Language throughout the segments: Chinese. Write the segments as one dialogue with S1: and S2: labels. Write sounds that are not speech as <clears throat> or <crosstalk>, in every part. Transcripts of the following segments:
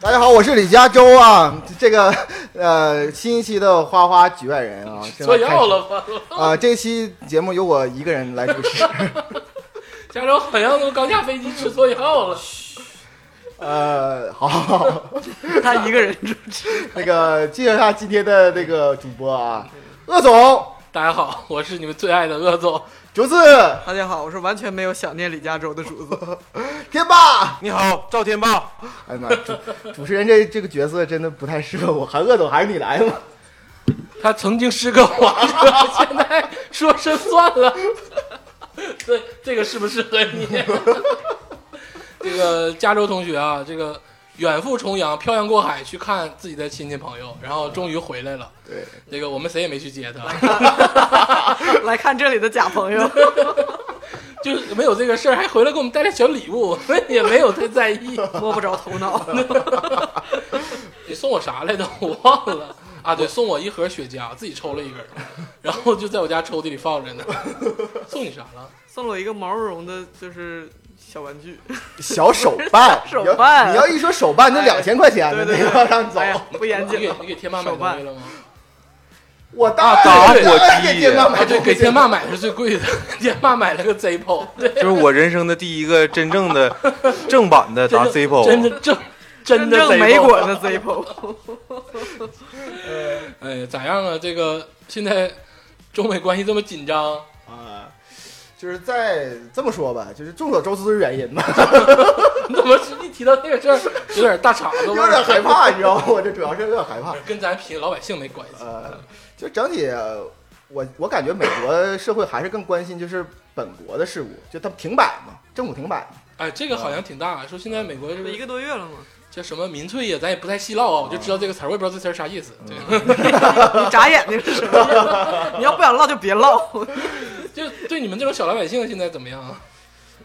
S1: 大家好，我是李佳洲啊，这个呃新一期的花花局外人啊，正
S2: 错
S1: 在开
S2: 药
S1: 始
S2: 了 <laughs> 吧？
S1: 啊、这期节目由我一个人来主
S2: <laughs>
S1: 持，
S2: 加州好像都刚下飞机吃错药了。
S1: 呃，好好好，
S3: 他一个人住。
S1: 那个介绍一下今天的那个主播啊，鄂总、
S2: 大家好，我是你们最爱的鄂总。
S1: 竹子、
S3: <laughs> 大家好，我是完全没有想念李嘉洲的主子。
S1: 天霸。
S3: <laughs> 你好，赵天霸。
S1: 哎呀妈，主主持人这这个角色真的不太适合我，还鄂总还是你来吧。
S2: 他曾经是个皇上， <laughs> 现在说身算了。 <laughs> 对，这个适不适合你？ <laughs> 这个加州同学啊，这个远赴重洋，漂洋过海去看自己的亲戚朋友，然后终于回来了。
S1: 对，
S2: 这个我们谁也没去接他，
S3: <laughs>
S2: <laughs>
S3: 来看这里的假朋 <laughs> 友，
S2: 就是没有这个事儿，还回来给我们带点小礼物，我们也没有太在意。
S3: 摸不着头脑。 <laughs>
S2: 你送我啥来着？ <laughs> 我忘了啊，对，送我一盒雪茄，自己抽了一根儿，然后就在我家抽屉里放着呢。送你啥了？
S3: 送了我一个毛茸茸的，就是小玩具。
S1: 小手
S2: <laughs>
S1: 办，
S3: 手办
S1: 你要一说手办，那
S3: 哎
S1: 两千块钱
S3: 对
S1: 的
S3: 对
S1: 那
S3: 对
S1: 个让走
S3: 哎。呀， <laughs> 不严
S2: 你
S3: 谨
S2: 给
S3: 了。
S2: 你给天霸买
S3: 手
S2: 东西
S3: 办
S2: 了吗？
S1: 我当
S4: 打
S1: 然
S4: 火
S1: 当然
S4: 机
S1: 给天霸买
S2: 啊，
S3: <laughs>
S2: 对，
S1: 东
S2: 给
S1: 西
S2: 天霸买的是最贵的，天霸买了个 Zippo，对，
S4: <laughs> 就是我人生的第一个真正
S3: <laughs>
S4: 的正版的达
S1: 啊
S2: 真
S4: Zippo，
S2: 的真的正真的
S3: 真
S2: Zippo
S3: 正没果的 <laughs> Zippo，
S2: 哎，咋样啊？这个现在中美关系这么紧张，
S1: 啊，就是在这么说吧，就是众所周知的原因吧，
S2: 你怎么一提到这个事儿有点大碴子
S1: 有
S2: 味儿？
S1: 点害怕，你知道吗？我这主要是有点害怕。
S2: 跟咱平老百姓没关系。
S1: 呃，就整体，呃我我感觉美国社会还是更关心就是本国的事务，就他停摆嘛，政府停摆嘛，
S2: 哎，这个好像挺大，说现在美国这
S3: 这不一个多月了吗？
S2: 叫什么民粹呀，咱也不太细唠啊，我就知道这个词儿，我也不知道这词儿啥意思。对，
S1: 嗯
S3: 你眨眼睛是什么样？ <laughs> 你要不想唠就别唠。
S2: 就对你 <laughs> 们这种小老百姓现在怎么样啊？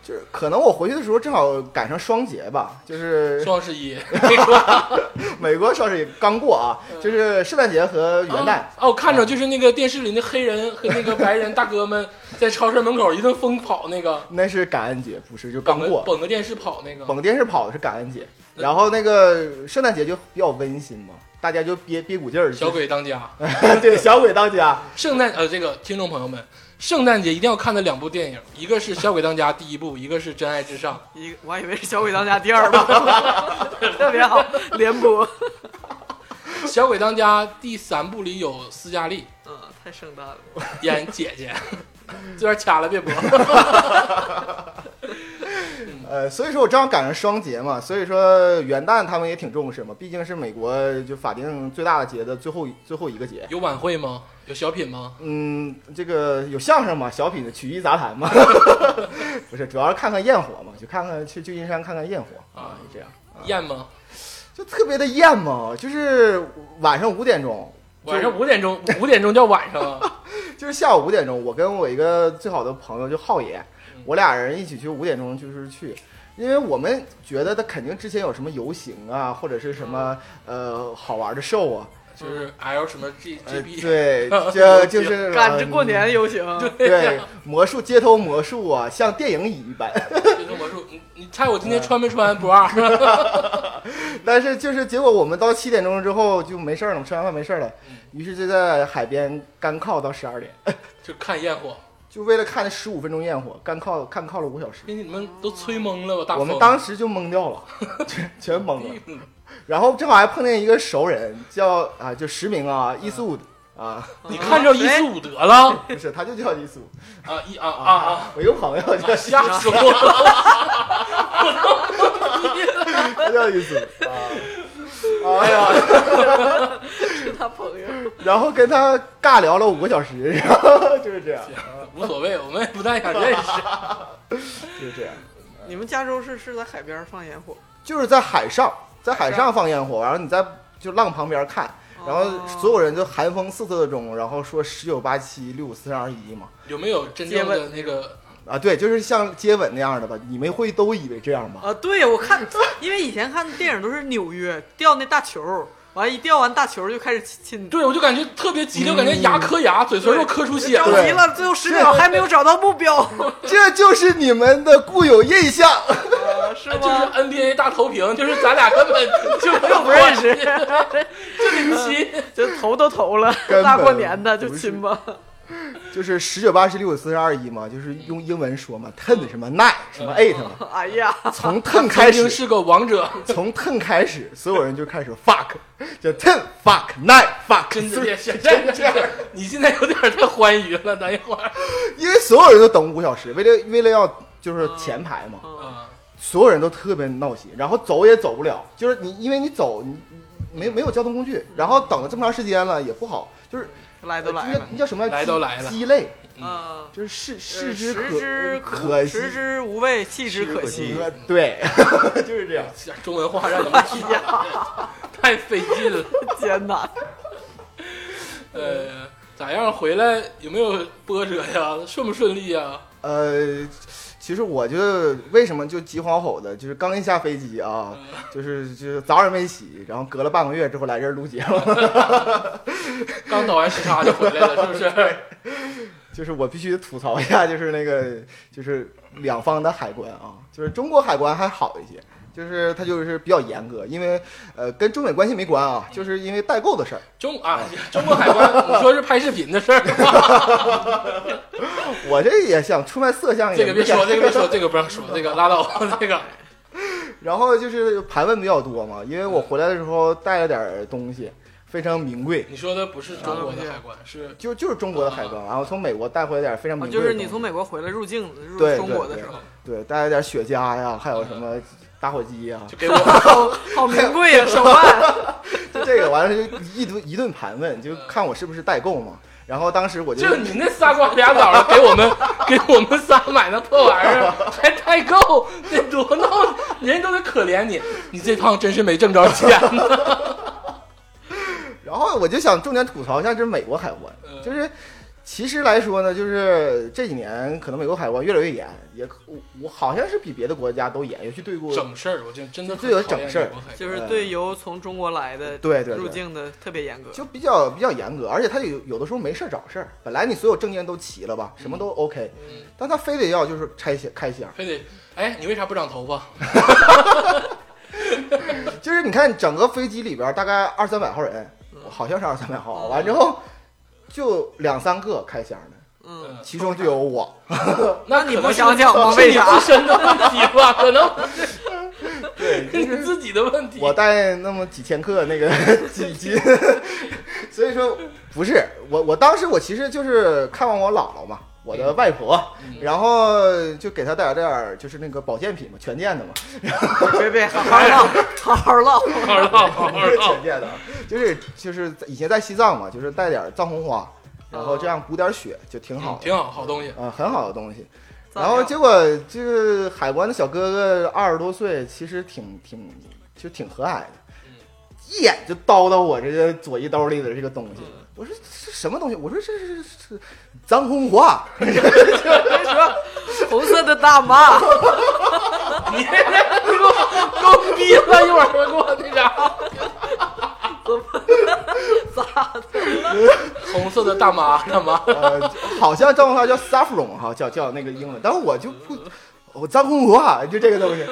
S1: 就是可能我回去的时候正好赶上双节吧，就是 <laughs>
S2: 双十一，没说
S1: 美国双十一刚过啊，就是圣诞节和元旦。嗯
S2: 啊，我看着就是那个电视里那黑人和那个白人大哥
S1: <laughs>
S2: 们在超市门口一顿疯跑，那个
S1: 那是感恩节，不是就刚
S2: 捧个
S1: 过。
S2: 捧个电视跑那个。
S1: 捧电视跑的是感恩节，然后那个圣诞节就比较温馨嘛，大家就憋憋股劲儿。
S2: 小鬼当家，
S1: 嗯 <laughs> 对小鬼当家，
S2: 圣诞呃，这个听众朋友们，圣诞节一定要看的两部电影，一个是《小鬼当家》第一部，一个是《真爱至上》。
S3: 一个我还以为是小鬼当家第二部， <laughs> 特别好，连播。
S2: 《小鬼当家》第三部里有斯嘉丽
S3: 嗯，太圣诞了。
S2: 演姐姐， <laughs> 这边掐了别播。
S1: 呃，所以说我正好赶上双节嘛，所以说元旦他们也挺重视嘛，毕竟是美国就法定最大的节的最后一最后一个节。
S2: 有晚会吗？有小品吗？
S1: 嗯，这个有相声嘛，小品、曲艺杂谈嘛， <laughs> 不是，主要是看看焰火嘛，去看看去旧金山看看焰火
S2: 啊
S1: 这样
S2: 宴吗？
S1: 就特别的艳嘛，就是晚上五点钟，
S2: 晚上五点钟，五点钟叫晚上 <laughs> 啊！
S1: 就是下午五点钟，我跟我一个最好的朋友就浩爷
S2: 嗯，
S1: 我俩人一起去五点钟就是去，因为我们觉得他肯定之前有什么游行啊，或者是什么
S3: 嗯
S1: 呃好玩的 show 啊，
S2: 就是 L 什么 G G
S1: 呃
S2: B，
S1: 对，
S3: <laughs>
S1: 这就是
S3: 赶着过。
S1: 嗯
S3: 年游行，
S1: 对，魔术街头魔术啊，像电影一般。
S2: 这种魔术，你你猜我今天穿没穿啊 bra？
S1: <laughs> 但是就是结果我们到七点钟之后就没事儿了，吃完饭没事儿了，
S3: 嗯
S1: 于是就在海边干靠到十二点，
S2: 就看焰火，
S1: 就为了看那十五分钟焰火，干靠干靠了五小时。
S2: 给你们都吹懵了吧？大
S1: 我
S2: 风，嗯
S1: 们当时就懵掉了，全全懵了。 <laughs> 然后正好还碰见一个熟人，叫啊，就实名啊，伊素
S2: 嗯
S1: 啊，
S2: 你看着一四五得了
S1: 不是，他就叫伊素
S2: 啊一啊啊啊！，
S1: 我一个朋友叫
S2: 瞎说了，
S1: 他叫伊素
S2: <laughs>
S1: 啊，哎呀，
S3: 是他朋友。
S1: 然后跟他尬聊了五个小时，然后 <laughs> 就是这样，
S2: 无所谓，我们也不太想认识。
S1: 就是这样，
S3: 你们加州是是在海边儿放烟火，
S1: 就是在海上，在海
S3: 海
S1: 上放烟火，然后你在就浪旁边看，然后
S2: 哦
S1: 所
S3: 有
S1: 有人就寒风四射中，然后说十九八七六五四三二一嘛，
S2: 有没有真正的那个？
S1: 啊，对，就是像接吻那样的吧，你们会都以为这样 <laughs> 吧？
S3: 啊，对我看，因为以前看电影都是纽约掉那大球儿，完一掉完大球儿就开始
S2: <laughs>
S3: 亲，
S2: 对，我就感觉特别激烈，我感觉牙磕牙，嘴唇又磕出血
S3: 着
S2: 了。
S3: 急 <laughs> 啊了，最后十秒还没有找到目标，
S1: 这就是你们的固有印象。 <laughs>
S3: 了，啊是
S2: 哎就是
S3: 吗？
S2: NBA 大投屏，就是咱俩根本 <laughs> 就没有
S3: 不认
S2: 关
S3: 识
S2: 系，就零七。
S3: 这投都投了，
S1: 根
S3: 大过
S1: 本
S3: 年的就
S1: 不是
S3: 亲吧。
S1: 就是十九八十六四十二一嘛，就是用英文说嘛，ten 什么 nine 什么 eight 嘛，
S3: 哎呀，
S2: <laughs>
S1: 从 ten
S2: <laughs> 曾
S1: 开始，
S2: 经是个王者，
S1: 从 ten 开始，所有人就开始 fuck，就 <laughs> ten fuck nine fuck，
S2: 真 <laughs> 的
S1: 所以
S2: 也是真的。你现在有点太欢愉了，等一会儿。
S1: 因为所有人都等五个小时，为了为了要就是前排嘛，
S3: 嗯
S2: 啊，
S1: 所有人都特别闹心，然后走也走不了，就是你因为你走你你没没有交通工具，然后等了这么长时间了也不好，就是
S3: 来都来
S1: 那
S3: 了，
S1: 那叫什么
S2: 来都来了呃
S1: 鸡肋，
S3: 嗯，
S1: 就是视视之
S3: 食
S1: 可
S3: 之
S1: 可惜
S3: 食之无味，弃之可惜。
S1: 呃对，就是这样。
S2: 中文话让你们听，太费劲了。
S3: 艰难，
S1: 嗯
S2: 呃，咋样？回来有没有波折呀？顺不顺利呀？
S1: 呃，其实我就为什么就急慌吼的，就是刚一下飞机啊，就是就是澡也没洗，然后隔了半个月之后来这儿录节目， <laughs>
S2: 刚倒完时差就回来了，是不是？
S1: 就是我必须吐槽一下，就是那个就是两方的海关啊，就是中国海关还好一些。就是它就是比较严格，因为呃跟中美关系没关啊，就是因为代购的事儿。
S2: 中啊，中国海关，你说是拍视频的 <laughs> 事儿，
S1: 我这也想出卖色相，
S2: 这
S1: 也
S2: 个
S1: 没
S2: 别
S1: 敢
S2: 说，这个别说，这个不让说，这个拉倒，这个
S1: 然后就是盘问比较多嘛，因为
S3: 嗯
S1: 我回来的时候带了点儿东西，非常名贵，
S2: 你说的不是中国的海关，是
S1: 就就是中国的海关，然后从美国带回来点儿非常
S3: 啊
S1: 名贵
S3: 就
S1: 的东
S3: 是
S1: 西、
S3: 你从美国回来入境入
S1: 对
S3: 中国的时候，嗯
S1: 对带了点雪茄呀，还有什么打火机呀，
S2: 就给我
S3: 好好名贵呀，手办。
S1: 就这个完了就一顿一顿盘问，
S3: 嗯
S1: 就看我是不是代购嘛。然后当时我就
S2: <laughs> 就你那仨瓜俩枣的，给我 <laughs> 们给我们仨买那破玩意 <laughs> 儿，还代购，那多闹，人家都得可怜你，你这趟真是没挣着钱呢。
S1: 然后我就想重点吐槽一下这美国海关，
S2: 嗯
S1: 就是其实来说呢，就是这几年可能美国海关越来越严，也我我好像是比别的国家都严，尤其对过
S2: <laughs> 整事儿，我真真的
S1: 这有整事儿
S2: 很讨厌美国海关，
S3: 就是对由从中国来的
S1: 对对对
S3: 入境的特别严格。
S1: 就比较比较严格，而且他有有的时候没事儿找事儿，本来你所有证件都齐了吧，什么都 OK，
S2: 嗯
S1: 但他非得要就是拆箱开箱，
S2: 非得哎，你为啥不长头发？
S1: 就是你看整个飞机里边儿大概二三百号人，好像是二三百号，
S3: 嗯
S1: 完之后就两三个开箱的，
S3: 嗯，
S2: 嗯
S1: 其中就有我，
S2: 那
S3: 你
S2: 可
S3: 不
S2: 能是
S3: 想想吗？
S2: 是
S3: 为
S2: 你
S3: 啥
S2: 自？身的问题吧？可能
S1: 对，
S2: 是 <laughs> 你自己的问题。
S1: 我带那么几千克那个几斤， <laughs> 所以说不是我，我当时我其实就是看望我姥姥嘛，我的外婆，
S2: 嗯
S1: 然后就给她带点儿就是那个保健品嘛，全健的嘛，
S3: 别别，好好唠，好好唠。
S2: 好好
S1: <laughs>
S2: 唠，好好唠
S1: 全。健的啊，就是就是以前在西藏嘛，就是带点儿藏红花，然后这样补点血就挺好
S2: 嗯
S1: 的，
S2: 挺好，好
S1: <laughs>
S2: 东西。
S1: 呃，很好的东西。
S3: 咋
S1: 然后
S3: 样
S1: 结果这个海关的小哥哥二十多岁，其实挺挺就挺和蔼的
S2: 嗯，
S1: 一眼就叨叨我这个左衣兜里的这个东西
S3: 嗯。
S1: 我说这什么东西？我说这是是藏红花，
S3: 别说 <laughs> 红色的大妈，
S2: 你这给我给我逼了，一会儿给我那 <laughs> 啥。
S3: 咋的？
S2: <laughs> 红色的大妈，大妈，
S1: 呃，好像藏红花叫 saffron 哈，叫叫那个英文，但是我就不。我藏红花就这个东西，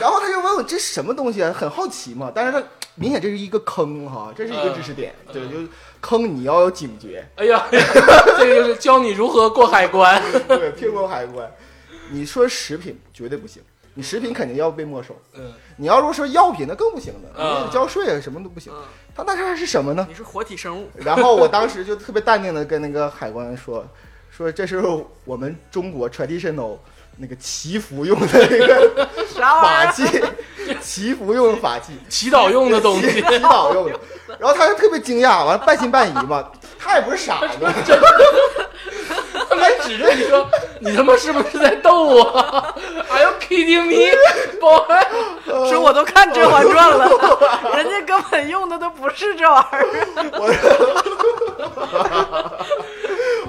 S1: 然后他就问我这什么东西啊，很好奇嘛。但是他明显这是一个坑哈，这是一个知识点，
S2: 嗯
S1: 对，
S2: 嗯
S1: 就是坑你要有警觉。
S2: 哎呀， <laughs> 这个就是教你如何过海关。
S1: 对，骗过海关。你说食品绝对不行，你食品肯定要被没收。
S2: 嗯，
S1: 你要如说药品，那更不行的，
S2: 啊
S1: 你得交税啊，什么都不行。
S3: 嗯，
S1: 他那看是什么呢？
S3: 你是活体生物，
S1: <laughs> 然后我当时就特别淡定的跟那个海关说，说这是我们中国 traditional 那个祈福用的那个
S3: 啥玩意
S1: 法
S3: 儿？
S1: 器，祈福用的法器。
S2: 祈祷用的东 <laughs>
S1: 祈
S2: 西，
S1: 祈祷用的，然后他就特别惊讶，完了半信半疑嘛，他也不是傻子，
S2: 他来指着你说：“你他妈是不是在逗我？”Are <laughs> you kidding me？保安，
S3: 说我都看《甄嬛传》
S2: <laughs>
S3: 了，人家根本用的都不是这玩意儿。
S1: <laughs>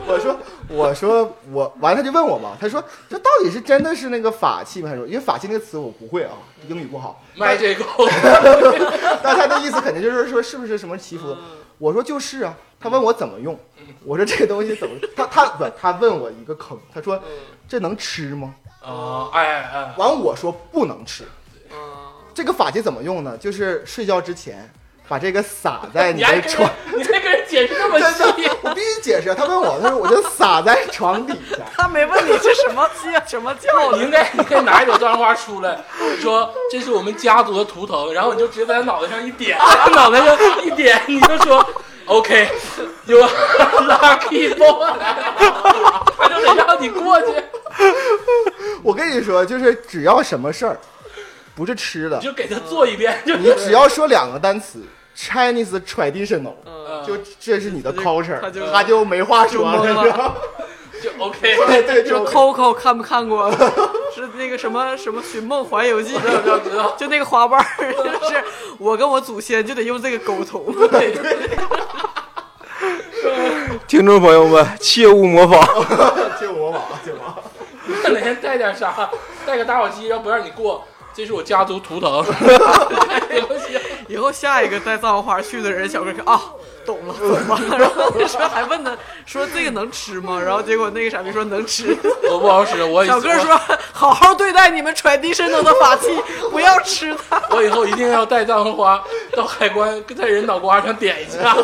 S1: 我说，我说，我完了，他就问我嘛，他说这到底是真的是那个法器吗？他说，因为法器那个词我不会啊，英语不好。
S2: 卖这个， <laughs>
S1: 但他的意思肯定就是说是不是什么祈
S2: 嗯
S1: 福？我说就是啊。他问我怎么用，
S2: 嗯
S1: 我说这个东西怎么？他他不，他问我一个坑，他说这能吃吗？
S2: 啊，哎哎，
S1: 完我说不能吃，
S3: 嗯，
S1: 这个法器怎么用呢？就是睡觉之前把这个撒在
S2: 哎
S1: 你
S2: 还
S1: 的
S2: 跟
S1: 床
S2: 人，你还跟人解释这么
S1: <laughs> 真
S2: 细
S1: 的，我必须解释。他问我，他说我就撒在床底
S2: <laughs>
S1: 下。
S3: 他没问你这什么叫什么叫
S2: <laughs> 你应该你应该拿一朵断花出来，说这是我们家族的图腾，然后你就直接在他脑袋上一 <laughs> 点，他脑袋上一点，你就说 OK，有 lucky boy，他就得让你过去，
S1: 我跟你说，就是只要什么事儿，不是吃的
S2: 你，就给他做一遍，就
S3: 嗯
S1: 你只要说两个单词 Chinese traditional，
S3: 嗯，
S1: 就这是你的 culture，
S3: 他就
S1: 啊他就没话说
S3: 就懵了
S1: 了。然后
S2: 就 OK。
S1: <laughs> 对对，就
S3: 就 Coco 看没看过？ <laughs> 是那个什么什么《寻梦环游记》
S2: 我就知道，
S3: <laughs> 就那个花瓣儿，就是我跟我祖先就得用这个沟通。
S2: 对对对
S4: 听众朋友们， <laughs> 切勿模仿。
S1: 就我网就我
S2: 哪天带点啥，带个打火机，然后不让你过，这是我家族图
S3: <laughs>
S2: 腾。
S3: 以后下一个带藏红花去的人，小哥说啊，懂了，懂 <laughs> 了。然后那时候还问他说这个能吃吗？然后结果那个傻逼说能 <laughs> 吃。
S2: 我不好使，我
S3: 小哥说好好对待你们传递神能的法 <laughs> 器，不要吃它。
S2: 我以后一定要带藏红花到海关，在人脑瓜上点一
S3: <laughs>
S2: 下。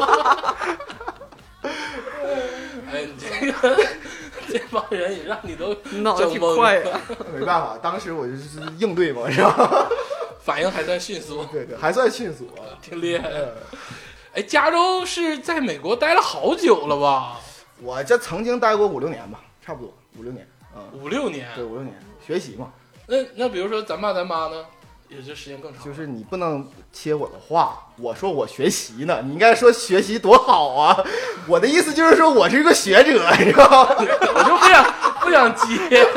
S2: 哎，你这个这帮人也让你都
S3: 你脑袋挺快呀、
S1: 没办法，当时我就是应对嘛，是吧？ <laughs>
S2: 反应还算迅速，
S1: 对对，还算迅速啊。
S2: 挺厉害。
S1: 嗯
S2: 哎，加州是在美国待了好久了吧？
S1: 我这曾经待过五六年吧，差不多五六年，嗯，
S2: 五六年。
S1: 对五六年，学习嘛，
S2: 那那比如说咱爸咱妈呢，也就时间更长。
S1: 就是你不能切我的话，我说我学习呢，你应该说学习多好啊。我的意思就是说我是一个学者，你知道吗？ <laughs>
S2: 我就不想不想接。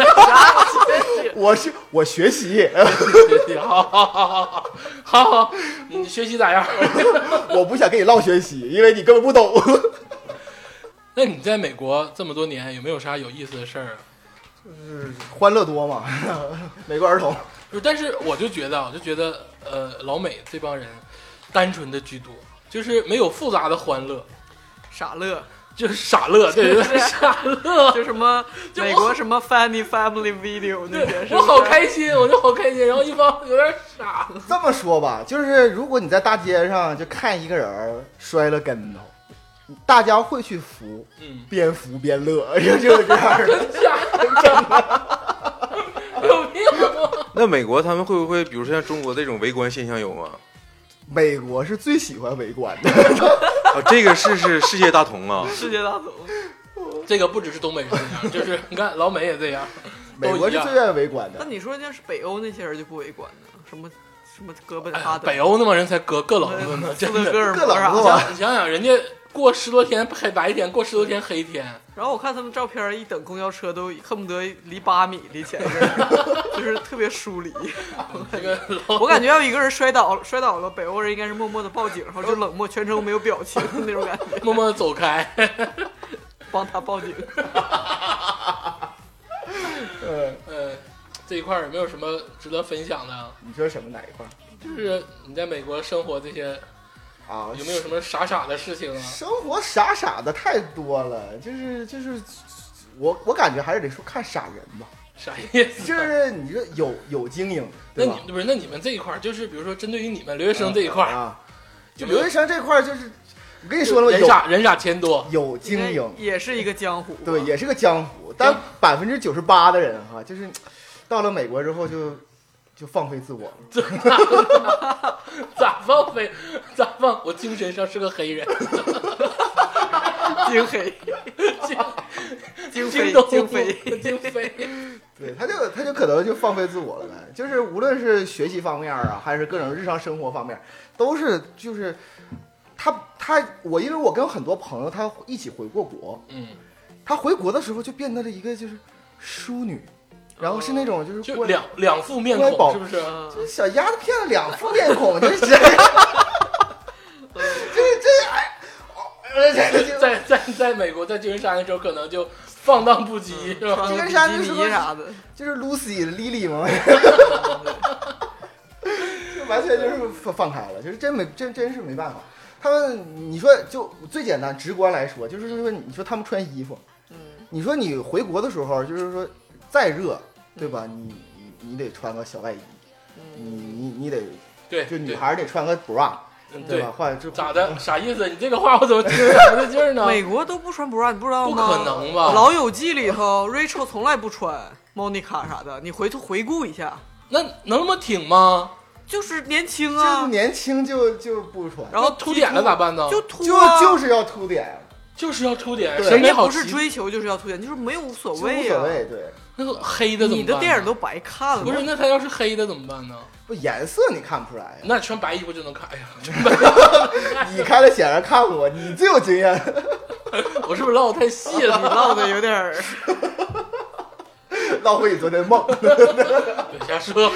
S1: 我是我学习， <laughs>
S2: 学习， <laughs> 好好好好好好好，你学习咋样？ <laughs>
S1: 我不想跟你唠学习，因为你根本不懂。
S2: 那你在美国这么多年，有没有啥有意思的事儿啊？
S1: 欢乐多嘛， <laughs> 美国儿童。
S2: 不是，但是我就觉得啊，我就觉得，呃，老美这帮人单纯的居多，就是没有复杂的欢乐，
S3: 傻乐，
S2: 就是傻乐，对 <laughs> 对对，傻乐，
S3: <laughs> 就什么
S2: 就我
S3: 美国什么 Family Family Video 那些，是
S2: 我
S3: 不是
S2: 好开心，我就好开心，然后一帮有点傻，
S1: 这么说吧，就是如果你在大街上就看一个人儿摔了跟头，大家会去扶，
S2: 嗯，
S1: 边扶边乐， <laughs> 就是这样的。
S2: <laughs> 傻，有病吗？
S4: 那美国他们会不会，比如说像中国这种围观现象有吗？
S1: 美国是最喜欢围观的。
S4: 啊，这个是是世界大
S3: <laughs>
S4: 同啊。
S3: 世界大同。
S2: 这个不只是东北人这
S1: <laughs>
S2: 样，就是你看老美也这样，
S1: 美国是最愿意围观
S3: 那
S1: 的。
S3: 你说那是北欧那些人就不围观呢？什么什么哥本
S2: 哎
S3: 哈
S2: 呀
S3: 根、
S2: 北欧那帮人才隔各冷子呢， <laughs> 真
S3: 斯德哥
S2: 的。
S3: 尔
S1: 啊各
S3: 摩
S1: 冷
S3: 啥
S1: 子吧。
S3: 的
S2: 你想想，人家过十多天黑白天，过十多天黑天，
S1: 嗯
S3: 然后我看他们照片儿，一等公交车都恨不得离八米离前一个人， <laughs> 就是特别疏离。 <laughs>
S2: 这个老
S3: 我感觉要一个人摔倒了，摔倒了，北欧人应该是默默的报警，然后就冷漠，全程没有表情那种感觉， <laughs>
S2: 默默地
S1: <laughs>
S2: 走开。
S3: 帮他报警。
S1: 呃，
S2: 呃，这一块儿有没有什么值得分享的啊？
S1: 你说什么哪一块儿
S2: 就是你在美国生活这些，
S1: 啊？
S2: 有没有什么傻傻的事情啊？
S1: 生活傻傻的太多了，就是就是，我我感觉还是得说看傻人吧，
S2: 啥意思？
S1: 就是你这有有精英，
S2: 那
S1: 对吧？
S2: 你不是那你们这一块儿，就是比如说针对于你们留学生这一块儿，
S1: 啊，就
S2: 有没有
S1: 留学生这块儿就是，我跟你说了吧，
S2: 人傻人傻钱多，
S1: 有有精
S3: 应
S1: 英
S3: 该，也是一个江湖，啊
S1: 对，，也是个江湖，但百分之九十八的人哈，就是到了美国之后就就放飞自我了。
S2: 咋放飞？咋放？我精神上是个黑人，
S3: 京黑
S2: 京
S3: <laughs> 京
S2: 京
S3: 飞
S2: 东
S3: 京飞，
S2: 京飞，
S1: 嗯对，他就他就可能就放飞自我了呗，就是无论是学习方面啊，还是各种日常生活方面，都是就是他他我，因为我跟很多朋友他一起回过国，
S2: 嗯，
S1: 他回国的时候就变得了一个就是淑女，然后是那种就是
S2: 就
S1: 过来
S2: 两两副面
S1: 乖
S2: 孔，
S1: 宝
S2: 是不
S1: <laughs>
S2: 是？
S3: 嗯
S1: 这小丫头片子两副面孔，就是这这哎。哦这这
S2: <laughs> 在在在美国，在旧金山的时候，可能就放荡不羁，是吧？
S3: 穿个
S1: 金山
S3: 比基
S1: 就是
S3: 尼啥的，
S1: 就是 Lucy Lily
S3: <laughs>
S1: 嘛，就完全就是放放开了，就是真没真真是没办法。他们你说就最简单直观来说，就是就是说你说他们穿衣服，
S3: 嗯，
S1: 你说你回国的时候，就是说再热对吧？你你你得穿个小外衣，
S3: 嗯
S1: 你你你得
S2: 对，
S1: 就女
S2: 对
S1: 孩儿得穿个 bra，
S2: 嗯
S1: 对
S2: 对
S1: 吧？？换这
S2: 咋的？啥意思？你这个话我怎么听着啥的劲儿呢？
S3: <laughs> 美国都不穿 bra，你不知道
S2: 不
S3: 吗？
S2: 可能吧？
S3: 老友记里头，Rachel 从来不穿 Monica 啥的，你回头回顾一下，
S2: 那能那么挺吗？
S3: 就是年轻
S1: 就是
S3: 啊，
S1: 年轻就就不穿，
S3: 然后
S2: 那凸点了咋办呢？
S3: 就秃
S1: 就
S3: 啊，
S1: 就是要凸点，
S2: 就是要凸点，
S1: 对
S2: 审美
S3: 人家
S2: 好
S3: 不是
S2: 奇
S3: 追求就是要凸显，就是没有无所
S1: 就无所
S3: 谓啊。
S1: 谓，对。
S2: 那个黑的怎么办？
S3: 你的电影都白看了，
S2: 不是？那他要是黑的怎么办呢？
S1: 不颜色你看不出来
S2: 那穿白衣服就能看哎呀？
S1: 呀，你开了显然看过，你最有经验。
S2: 我是不是唠太细
S3: <laughs> 你
S2: 了？
S3: 唠的有点儿，
S1: 浪费你昨天梦， <laughs>
S2: 别瞎说，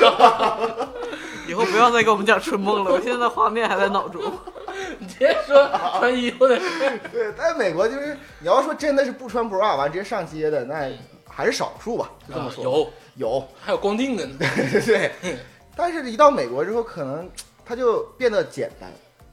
S2: <laughs>
S3: 以后不要再给我们讲春梦了，我现在画面还在脑中。 <laughs>
S2: 你别说穿衣服的事儿。
S1: 对，在美国就是你要说真的是不穿 bra 完直接上街的，那还是少数吧，就这么
S2: 啊
S1: 说。
S2: 有，
S1: 有， <laughs>
S2: 还有光腚的呢。
S1: 对。但是，一到美国之后，可能它就变得简单，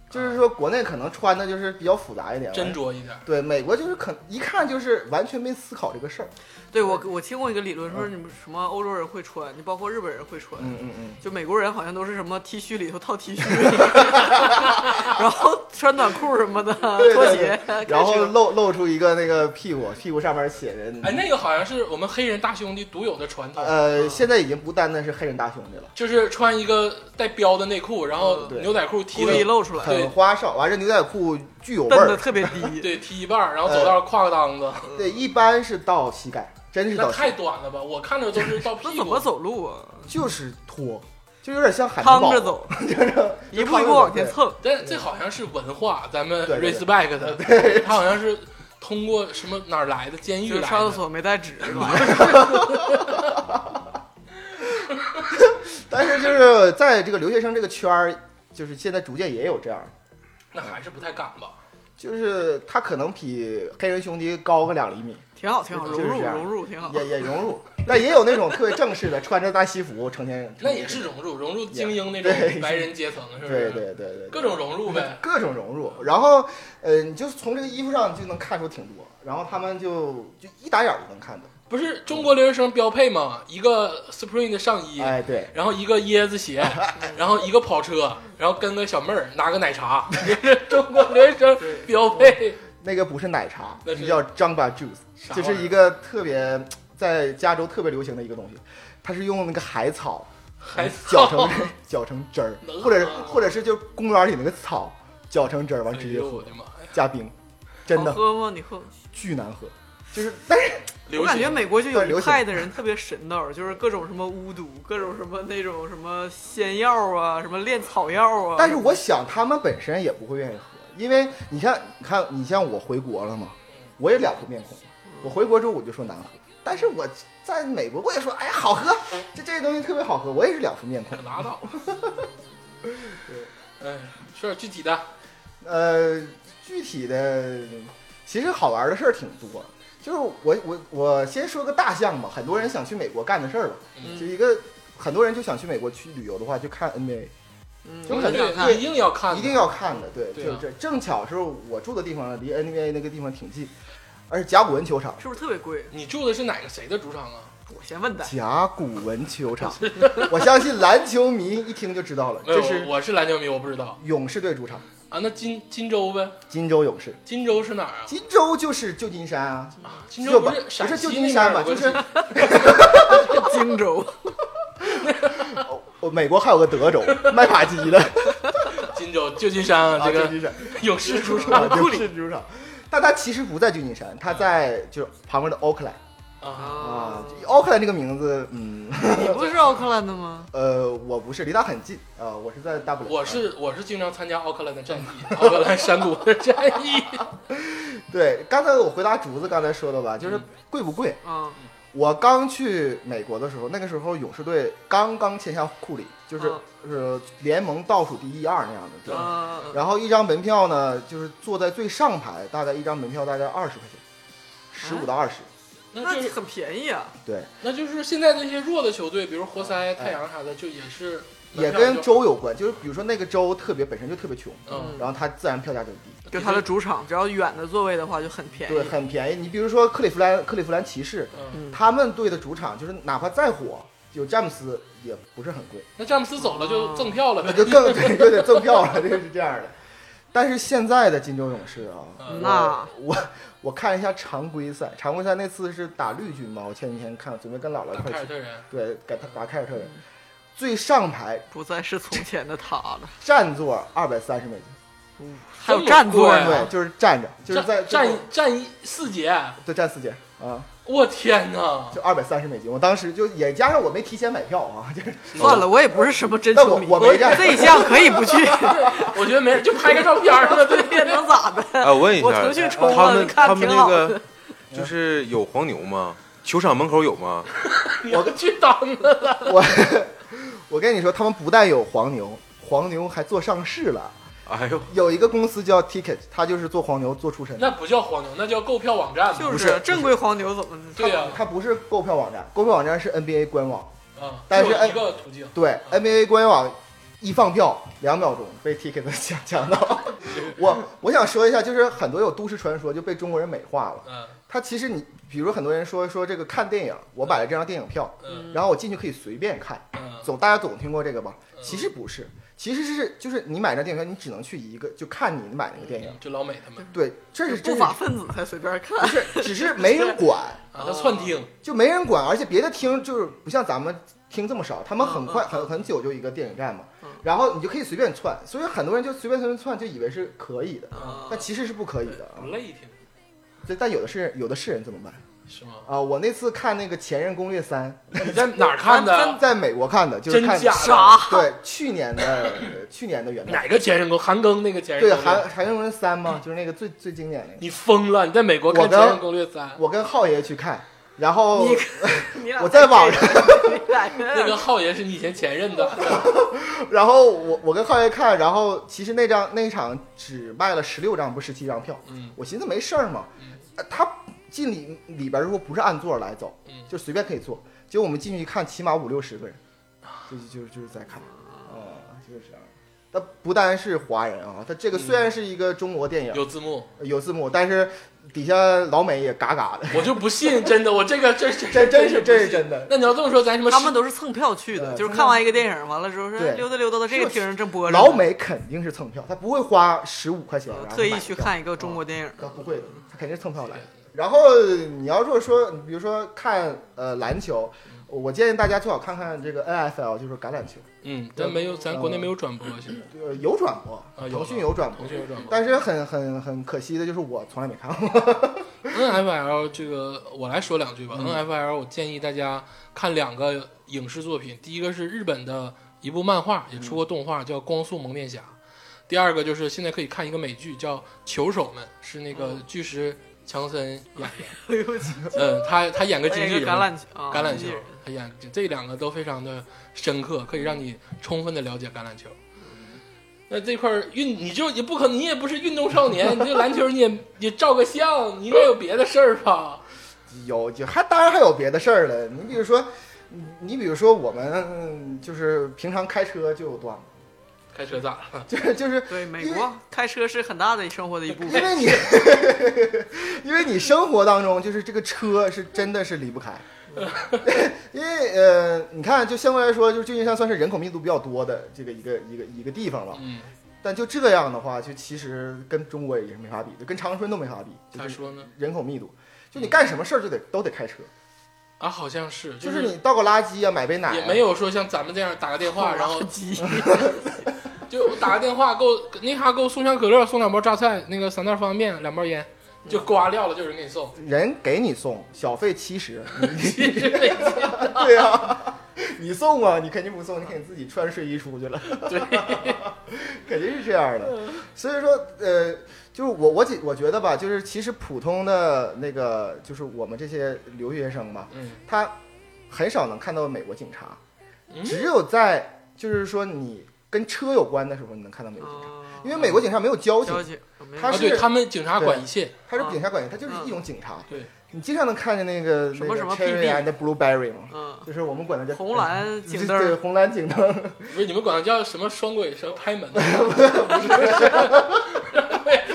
S1: 就是说国内可能穿的就是比较复杂一点，
S2: 斟。酌一点。
S1: 对，美国就是可一看就是完全没思考这个事儿。
S3: 对我，我听过一个理论，说你们什么欧洲人会穿，你包括日本人会穿，
S1: 嗯嗯嗯，
S3: 就美国人好像都是什么 T 恤里头套 T 恤， <laughs> 然后穿短裤什么的，
S1: <laughs> 对
S3: 啊拖
S1: 对
S3: 鞋
S1: 对，，
S3: 开
S1: 然后
S3: 车
S1: 露露出一个那个屁股，屁股上面写着，
S2: 哎，那个好像是我们黑人大兄弟独有的传统，
S1: 嗯呃，现在已经不单单是黑人大兄弟了。
S2: 就是穿一个带标的内裤，然后
S3: 嗯
S1: 呃对
S2: 牛仔裤踢
S3: 故
S2: 了
S3: 意露出来，
S2: 对
S1: 很花哨，完这牛仔裤巨有味
S3: 蹬的
S1: 儿，
S3: 特别低。
S2: 对，踢一半儿，然后
S1: 呃
S2: 走道挎个裆
S1: <laughs>
S2: 子，
S1: 对，一般是到膝盖，真是
S2: 那
S1: 到膝盖，
S2: 太短了吧？我看着都是到
S3: 那
S2: 屁
S3: 怎
S2: 股
S3: 么。走路啊？
S1: 就是拖，就有点像海绵
S3: 趟
S1: 宝
S3: 着
S1: 宝，
S3: 走，
S1: 就
S3: 一
S1: 是
S3: 步一步往前蹭。
S2: 但这好像是文化，咱们
S1: 对呃对对
S2: respect 的，他好像是通过什么哪儿来的监狱
S3: 就是
S2: 来
S3: 上厕
S2: 的。
S3: 所没带纸， <laughs>
S1: 但是就是在这个留学生这个圈儿，就是现在逐渐也有这样的，
S2: 那还是不太敢吧？
S1: 嗯就是他可能比黑人兄弟高个两厘米，
S3: 挺好，挺
S1: <laughs>
S3: 好，
S1: 就是
S3: 融入
S1: 这样
S3: 融入挺
S2: 啊
S3: 好。
S1: 也也融入，但也有那种特别正式的，穿着大西服，成天
S2: 那也是融入，融入精英那
S1: 对
S2: 种白人阶层，是不
S1: 对
S2: 是？
S1: 对对嗯对对，
S2: 各种融入呗。
S1: 各种融入，然后呃，你就从这个衣服上就能看出挺多，然后他们就就一打眼儿就能看到，
S2: 不是中国留学生标配嘛？一个 Supreme 的上衣，
S1: 哎，对。
S2: 然后一个椰
S1: <laughs>
S2: 子鞋，然后一个跑车，然后跟个小妹儿拿个奶
S1: <laughs>
S2: 茶，这是中国留学生标配。
S1: 那个不是奶茶，
S2: 那是
S1: 那叫 Jamba Juice，
S2: 啥
S1: 就
S2: 玩意儿
S1: 是一个特别在加州特别流行的一个东西，它是用那个海草
S2: 海
S1: 搅
S2: 草
S1: 成 <laughs> 搅成汁儿
S2: 能，啊
S1: 或者是
S2: 喝吗
S1: 或者是就公园里那个草搅成汁儿，完
S2: 哎
S1: 直接
S2: 呦
S1: 喝
S2: 我，的妈呀！
S1: 加冰，真
S3: 好
S1: 的
S3: 喝吗？你喝？
S1: 巨难喝。就是，但是
S2: 流
S3: 我感觉
S2: 行
S3: 美国就
S1: 对
S3: 有
S1: 流
S3: 一
S1: 行
S3: 派的人特别神道，就是各种什么巫毒，各种什么那种什么仙药啊，什么炼草药啊。
S1: 但是我想他们本身也不会愿意喝，因为你看，你看，你像我回国了嘛，
S2: 嗯
S1: 我也两副面孔，我回国之后我就说难喝，但是我在美国我也说，哎呀好喝，这这东西特别好喝，我也是两副面孔
S2: 可。拉
S1: <laughs>
S2: 倒吧。哎，说点具体的，
S1: 呃，具体的其实好玩的事儿挺多，就是我我我先说个大项吧，很多人想去美国干的事儿吧，
S2: 嗯
S1: 就一个很多人就想去美国去旅游的话，就看 NBA，
S3: 嗯，
S1: 就
S3: 我
S1: 感
S3: 很
S1: 觉
S3: 想看
S1: 对
S2: 一定要看的，
S1: 一定要看的，对，
S2: 对啊
S1: 就这正巧是我住的地方离 NBA 那个地方挺近，而且甲骨文球场，
S3: 是不是特别贵？
S2: 你住的是哪个谁的主场啊？
S3: 我先
S1: <laughs>
S3: 问他，
S1: 甲骨文球
S2: <laughs>
S1: 场，我相信篮球迷一听就知道了，
S2: 没有
S1: 这，是
S2: 我我是篮球迷，我不知道
S1: 勇士队主场，
S2: 啊。那金金州呗，
S1: 金州勇士，
S2: 金州是哪儿啊？
S1: 金州就是旧金山啊，
S2: 啊，金
S1: 就
S2: 州
S1: 不
S2: 是
S1: 不
S2: 陕
S1: 是
S2: 西
S1: 旧
S2: 那
S1: 金
S2: 边
S1: 山吧，
S2: 有个
S1: 就是 <laughs>
S3: 荆州，
S1: 我哦美国还有个德州卖扒鸡的，
S2: 金州旧金山啊，这
S1: 旧
S2: 个
S1: 金山
S2: <laughs> 勇士主场
S1: 啊，就是主场。但它其实不在旧金山，它在就是旁边的奥克兰
S2: 啊。
S1: 啊。奥克兰这个名字，嗯，
S3: 你不是奥克兰的吗？
S1: 呃，我不是离它很近啊、呃我是在大不了。
S2: 我是我是经常参加奥克兰的战役， <laughs> 奥克兰山谷的战役。
S1: 对，刚才我回答竹子刚才说的吧，就是贵不贵？
S3: 啊，
S1: 我刚去美国的时候，那个时候勇士队刚刚签下库里，就是、
S3: 嗯
S1: 是联盟倒数第一二那样的
S2: 对
S1: 队。
S3: 啊，
S1: 然后一张门票呢，就是坐在最上排，大概一张门票大概二十块钱，十五到二十、
S2: 那
S3: 那
S2: 就是
S3: 很便宜啊。
S1: 对，
S2: 那就是现在那些弱的球队，比如活塞、太阳啥的，就也是
S1: 也跟州有关，就是比如说那个州特别本身就特别穷，
S2: 嗯
S1: 然后它自然票价就低，
S3: 就它的主场，只要远的座位的话就很便宜。
S1: 对，很便宜。你比如说克利夫兰克利夫兰骑士，
S2: 嗯，
S3: 嗯，
S1: 他们队的主场就是哪怕再火，有詹姆斯也不是很
S2: <laughs>
S1: 贵，
S2: 那詹姆斯走了就赠票了
S1: 那
S2: 呗。
S1: 就更嗯 <laughs> 对就得赠票了，这个是这样的。但是现在的金州勇士啊，
S2: 嗯
S3: 那
S1: 我我看了一下常规赛，常规赛那次是打绿军嘛，我前几天看准备跟姥姥一
S2: 凯
S1: 块
S2: 尔
S1: 去，
S2: 特人，
S1: 对，给他打凯尔特人，最上排
S3: 不再是从前的他 <laughs> 了，
S1: 占座二百三十美金，
S3: 还有占座
S2: 这么贵啊
S3: 呀
S1: 对，，就是站着，就是在
S2: 站站站一四节，
S1: 对站四节啊，
S2: 我天哪！
S1: 就二百三十美金。我当时就也加上我没提前买票啊，就是
S3: 算了，我也不是什么真
S1: 但
S3: 球
S1: 我
S3: 迷，
S1: 我没站，
S3: 这一项可以不去，
S2: 我觉得没人就拍个照片儿嘛，
S3: <laughs>
S2: 对
S3: 这能咋的？
S1: 啊
S4: 哎，我问一
S3: 我
S4: 下啊
S3: 腾，讯充
S4: 他
S3: 了，
S4: 们
S3: 啊看
S4: 他
S3: 挺
S4: 们
S3: 好
S4: 那
S3: 的。
S4: 个就是有黄牛吗？球场门口有吗？
S2: 你要去当了。
S1: 我 <laughs> 我跟你说，他们不但有黄牛，黄牛还做上市了。
S4: 哎呦，
S1: 有一个公司叫 Ticket，它就是做黄牛做出身的，
S2: 那不叫黄牛，那叫购票网站嘛。
S3: <laughs> 就
S1: 不是
S3: 正规黄牛怎么
S2: 对呀，
S1: 它不是购票网站，购票网站是 NBA 官网，
S2: 啊，
S1: 但是哎
S2: 只有一个途径，
S1: 对 NBA 官网一放票，两秒钟被 Ticket 抢 <laughs> 抢到。我我想说一下，就是很多有都市传说就被中国人美化了。
S2: 嗯
S1: 它其实你，比如很多人说说这个看电影，我买了这张电影票，
S2: 嗯
S1: 然后我进去可以随便看，
S2: 嗯，
S1: 总大家总听过这个吧？
S2: 嗯
S1: 其实不是，其实是就是你买张电影票，你只能去一个，就看你买那个电影。
S2: 就老美他们
S1: 对，这是
S3: 不
S1: 真
S3: 法
S1: 是
S3: 分子才随便看，
S1: 不是，只是没人管，
S2: 啊，他窜听，
S1: 就没人管，而且别的厅就是不像咱们厅这么少，他们很快很很久就一个电影站嘛
S3: 嗯，
S1: 然后你就可以随便窜，所以很多人就随便随便窜，就以为是可以的，
S3: 嗯
S2: 啊
S1: 但其实是不可以的啊
S2: 不。累听
S1: 对，但有的是有的是人怎么办
S2: 是
S1: <laughs>
S2: 吗？
S1: 啊？我那次看那个《前任攻略三
S2: 你在哪儿看的？》，
S1: 在美国看的，就是
S2: 真
S1: 看
S2: 假
S3: 傻
S1: 对去年的呃去年的元旦，
S2: 哪个前任攻？韩庚那个前任
S1: 对
S2: 攻略？
S1: 韩韩正文三嘛，就是那个最最经典的。
S2: 你疯了！你在美国看
S1: 我
S2: 《
S1: 的
S2: 前任攻略三》，
S1: 我跟浩爷去看，然后
S3: 你 <laughs> 你俩
S1: 我在网上，
S3: 你俩
S2: 那个浩爷是你以前前任的，
S1: 然后我我跟浩爷看，然后其实那张那一场只卖了十六张，不十七张票。
S2: 嗯
S1: 我寻思没事儿嘛
S2: 嗯，
S1: 呃他进里里边儿如果不是按座儿来走，
S2: 嗯，
S1: 就随便可以坐。结果我们进去一看，起码五六十个人，就是就是就是在看，啊，就是这样。它不单是华人啊，它这个虽然是一个中国电影，
S2: 有字幕，
S1: 有字幕，但是底下老美也嘎嘎的，
S2: 我就不信，真的，我这个这这
S1: 这真是
S2: 这
S1: 这是真的。
S2: 那你要这么说，咱什么
S3: <laughs> 他们都是蹭票去的，
S1: 呃
S3: 就是看完一个电影，完了之后说
S1: 对
S3: 溜达溜达到这个厅儿正播着呢，
S1: 老美肯定是蹭票，他不会花十五块钱然后
S3: 呃特
S1: 买
S3: 意
S1: 个
S3: 去
S1: 票
S3: 看一个中国电嗯影，
S1: 啊，不会的，他肯定是蹭票来的。然后你要说说，你比如说看呃篮球，
S3: 嗯
S1: 我建议大家最好看看这个 NFL，就是橄榄球，
S2: 嗯，咱没有，咱国内没有转播现在，
S1: 呃，有转播，
S2: 啊有
S1: 腾讯有转播
S2: 腾，讯有转播。嗯
S1: 但是很很很可惜的就是我从来没看过。
S2: NFL 这个我来说两句
S3: 嗯
S2: 吧。NFL 我建议大家看两个影视作品，第一个是日本的一部漫画，也
S3: 嗯
S2: 出过动画，叫《光速蒙面侠》；第二个就是现在可以看一个美剧，叫《球手们》，是那个
S3: 嗯
S2: 巨石强森演
S3: <laughs>
S2: 的。
S3: 哎呦我去，
S2: 嗯，他他演个经
S3: 那
S2: 纪
S3: 个
S2: 人
S3: 橄。榄球，啊
S2: 橄榄
S3: 经
S2: 球
S3: 纪人，
S2: 哎呀，这两个都非常的深刻，可以让你充分的了解橄榄球。嗯那这块儿运，你就也不可，你也不是运动少 <laughs> 年，你这篮球你也也照个相，你应该有别的事儿吧？
S1: 有就还当然还有别的事儿了，你比如说，你你比如说我们就是平常开车就有段子，
S2: 开车咋了？
S1: <laughs> 就是就是
S3: 对美
S1: 因为
S3: 国开车是很大的生活的一部
S1: 因
S3: 分，
S1: 为你， <laughs> 因为你生活当中就是这个车是真的是离不开， <laughs> 因为呃，你看就相对来说，就是旧金山算是人口密度比较多的这个一个一个一个地方了。
S2: 嗯，
S1: 但就这样的话，就其实跟中国也是没法比，就跟长春都没法比，
S2: 咋
S1: 就是
S2: 说呢？
S1: 人口密度。就你干什么事儿就得都得开车，
S2: 啊，好像是，
S1: 就是是你倒个垃圾啊，买杯奶、啊，
S2: 也没有说像咱们这样打个电话，然后 <laughs>
S3: 鸡，
S2: 就我打个电话给我那哈给我送箱可乐，送两包榨菜，那个三袋方便面，两包烟，就刮撂了，就有人给你 <laughs> 送。啊
S1: 人给你送，小费七十，你
S2: 其实没劲
S3: <laughs>
S1: 对呀、你送啊，你肯定不送，你肯定自己穿睡衣出去
S3: <laughs>
S1: 了。
S2: 对，
S1: <laughs> 肯定是这样的。所以说，呃，就是我我觉我觉得吧，就是其实普通的那个，就是我们这些留学生吧，
S2: 嗯，
S1: 他很少能看到美国警察，
S2: 嗯
S1: 只有在就是说你跟车有关的时候，你能看到美国警察，
S3: 啊
S1: 因为美国警察没有交情
S3: 交，警，没有哦
S1: 他
S2: 啊，
S1: 是
S2: 对他们警察管一切，
S1: 他是警察管理，他就是一种警察。
S2: 对，
S1: 你经常能看见那个
S3: 嗯什么什么
S1: 那个 cherry
S3: PB
S1: and blueberry 嘛，
S3: 嗯，
S1: 就是我们管它叫 <laughs>
S3: 红蓝
S1: 对对
S3: 警灯，
S1: 红蓝警灯，
S2: 不是你们管它叫什么双轨什么拍门，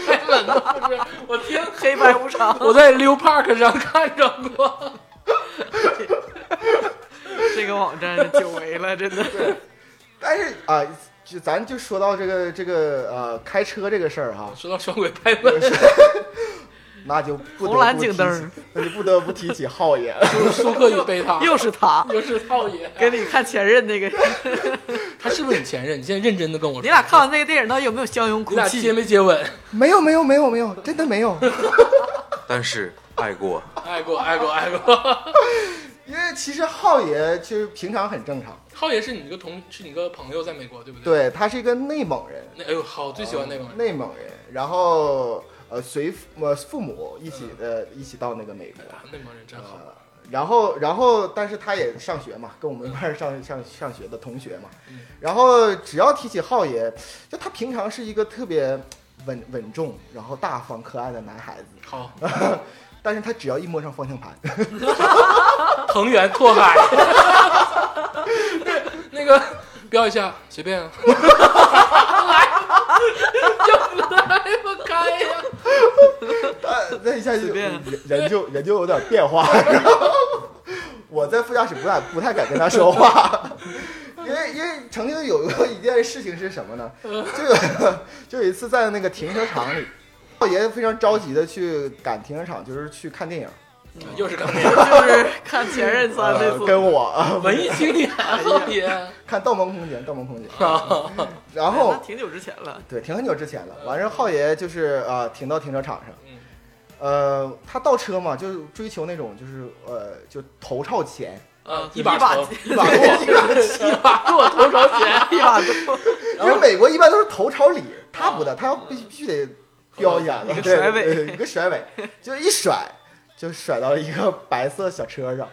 S3: 开门了，
S2: 不是我听
S3: 黑白无常， <laughs>
S2: 我在 Liu Park 上看着过，
S3: 这个网站久违了，真的。
S1: 但是啊、就咱就说到这个这个呃开车这个事儿哈、
S2: 说到双轨拍门，
S1: 那就不得
S3: 红蓝
S1: 不提
S3: 警
S1: 起
S3: 灯，
S1: 那就不得不提起浩爷了。
S2: <laughs> 舒克与贝塔
S3: 又是他，
S2: 又是套爷，
S3: 跟你看前任那个，
S2: 他是不是你前任？你现在认真的跟我说，
S3: 你俩看完那个电影到底有没有相拥
S2: 你
S3: 哭
S2: 俩接
S3: 泣？
S2: 没接吻？
S1: <laughs> 没有没有没有没有，真的没有。
S4: 但是爱过，
S2: 爱过爱过爱过，
S1: <laughs> 因为其实浩爷其实平常很正常，
S2: <laughs> 浩爷是你一个同是你一个朋友在美国对不对？
S1: 对他是一个内蒙人，
S2: 那哎呦好，最喜欢那个人。
S1: 内蒙人，然后呃随父呃父母一起呃一起到那个美国，
S2: 啊内蒙人真好，
S1: 呃然后然后但是他也上学嘛，跟我们一块儿上上上学的同学嘛
S2: 嗯，
S1: 然后只要提起浩爷，就他平常是一个特别稳稳重，然后大方可爱的男孩子， <laughs>
S2: 好，
S1: 但是他只要一摸上方向盘，
S2: 藤原拓海， <laughs> 那个标一下，随便啊，来，就来吧，开呀，
S1: 呃， <laughs> 那一下就
S3: 随便
S1: 人人就人就有点变化，然后我在副驾驶不太不太敢跟他说话，因为因为曾经有过一件事情是什么呢？就有就有一次在那个停车场里，老爷爷非常着急的去赶停车场，就是去看电影，
S2: 又是钢铁，
S3: <laughs> 就是看前任三
S1: 呃
S3: 那、次，
S1: 跟我、啊
S2: 文艺青年，浩爷
S1: 看《盗梦空间》，《盗梦空间》，
S3: <laughs>
S2: 啊，
S1: 然后
S3: <laughs> 那挺久之前了，
S1: 对停很久之前了，完事儿浩爷就是呃停到停车场上。
S2: 嗯
S1: 呃，他倒车嘛，就是追求那种，就是呃，就头朝前，
S2: 啊，
S3: 一
S2: 一把头，
S3: 一
S2: 把舵，
S3: <laughs>
S2: 一把舵头 <laughs> 朝前，
S3: 一
S2: <laughs>
S3: 把多，
S1: 因为美国一般都是头朝里，他不的，他要必必须得标一下子，
S3: 哦一个
S1: 对
S3: 甩尾
S1: 对一个甩尾，就是一甩就甩到一个白色小车上，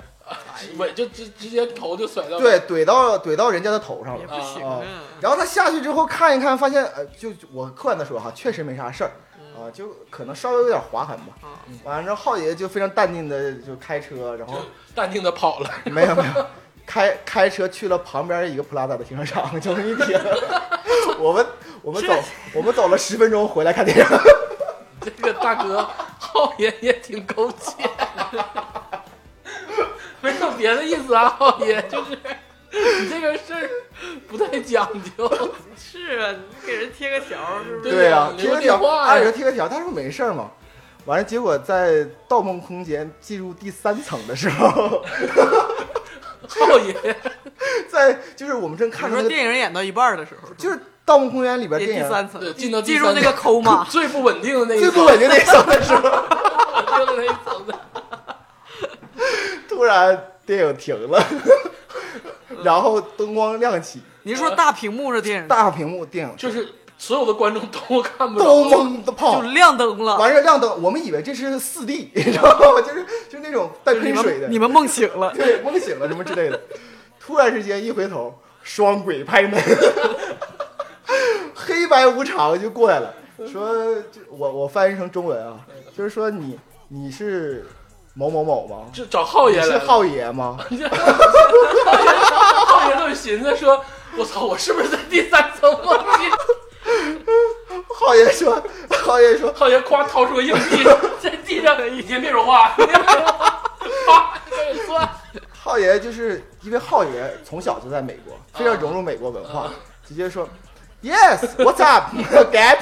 S2: 尾就直直接头就甩到，
S1: 对，怼到怼到人家的头上
S3: 也
S1: 了。
S3: 不行啊。
S1: 然后他下去之后看一看，发现呃，就就我客观的说哈，确实没啥事儿
S3: 嗯
S1: 啊、就可能稍微有点划痕吧。
S3: 啊
S1: 完了之后，浩爷就非常淡定的就开车，然后
S2: 淡定的跑了，
S1: <laughs> 没有没有，开开车去了旁边一个 Plaza 的停车场，就是一停。我们我们走我们走了十分钟回来看电
S3: <laughs>
S1: 影。
S2: <laughs> 这个大哥浩爷也挺苟 <laughs> 且，没有别的意思啊，浩爷就是你这个事儿不太讲究，
S3: 是啊，你给人贴个条儿是不是？
S2: 对呀
S1: 呀、
S2: 留
S1: 贴个
S2: 个
S1: 条
S2: 电，话呀
S1: 按说贴个条，他说没事儿嘛。完了，结果在《盗梦空间》进入第三层的时候， <laughs>
S2: 浩爷
S1: 在就是我们正看
S3: 你
S1: 着那
S3: 说
S1: 个，
S3: 电影演到一半的时候，
S1: 就是《盗梦空间》里边
S3: 也
S1: 电
S3: 第
S1: 影
S3: <laughs> 三层
S2: 对，进到第
S3: 进入
S2: 三
S3: 那个抠嘛，
S2: <laughs> 最不稳定的那一
S1: 最
S2: 层，
S1: <laughs> 不稳定那一层的时候，
S2: 定的那一层的，
S1: 突然电影停
S3: <laughs>
S1: 了，然后灯光亮起，
S3: 您说大屏幕这电影
S1: 大屏幕电影
S2: 就是所有的观众都看不
S1: 都
S2: 着，
S1: 懵的
S3: 就
S1: 泡，
S3: 亮灯了，
S1: <laughs> 完事儿亮灯，我们以为这是四 D，你 <laughs> 知道吗？就是就是那种带
S3: 你
S1: 喷水的
S3: 们你，们梦醒了，
S1: 对，梦醒了什么之类的。 <laughs> 突然之间一回头，双鬼拍门， <laughs> 黑白无常就过来了，说就我我翻译成中文啊，就是说你你是某某某吗？
S2: 就找浩
S1: 你
S2: 爷
S1: 是
S2: 来了。
S1: 浩爷吗？
S2: <laughs> 浩爷都寻思说：“我操，我是不是在第三层梦境
S1: 浩爷说，浩爷？”说，
S2: 浩爷夸掏出个硬币，在地上已经别说话，啪开始算。
S1: 浩爷就是因为浩爷从小就在美国，
S3: 啊
S1: 非常融入美国文化，直接说，Yes，What's <laughs> up，Gap，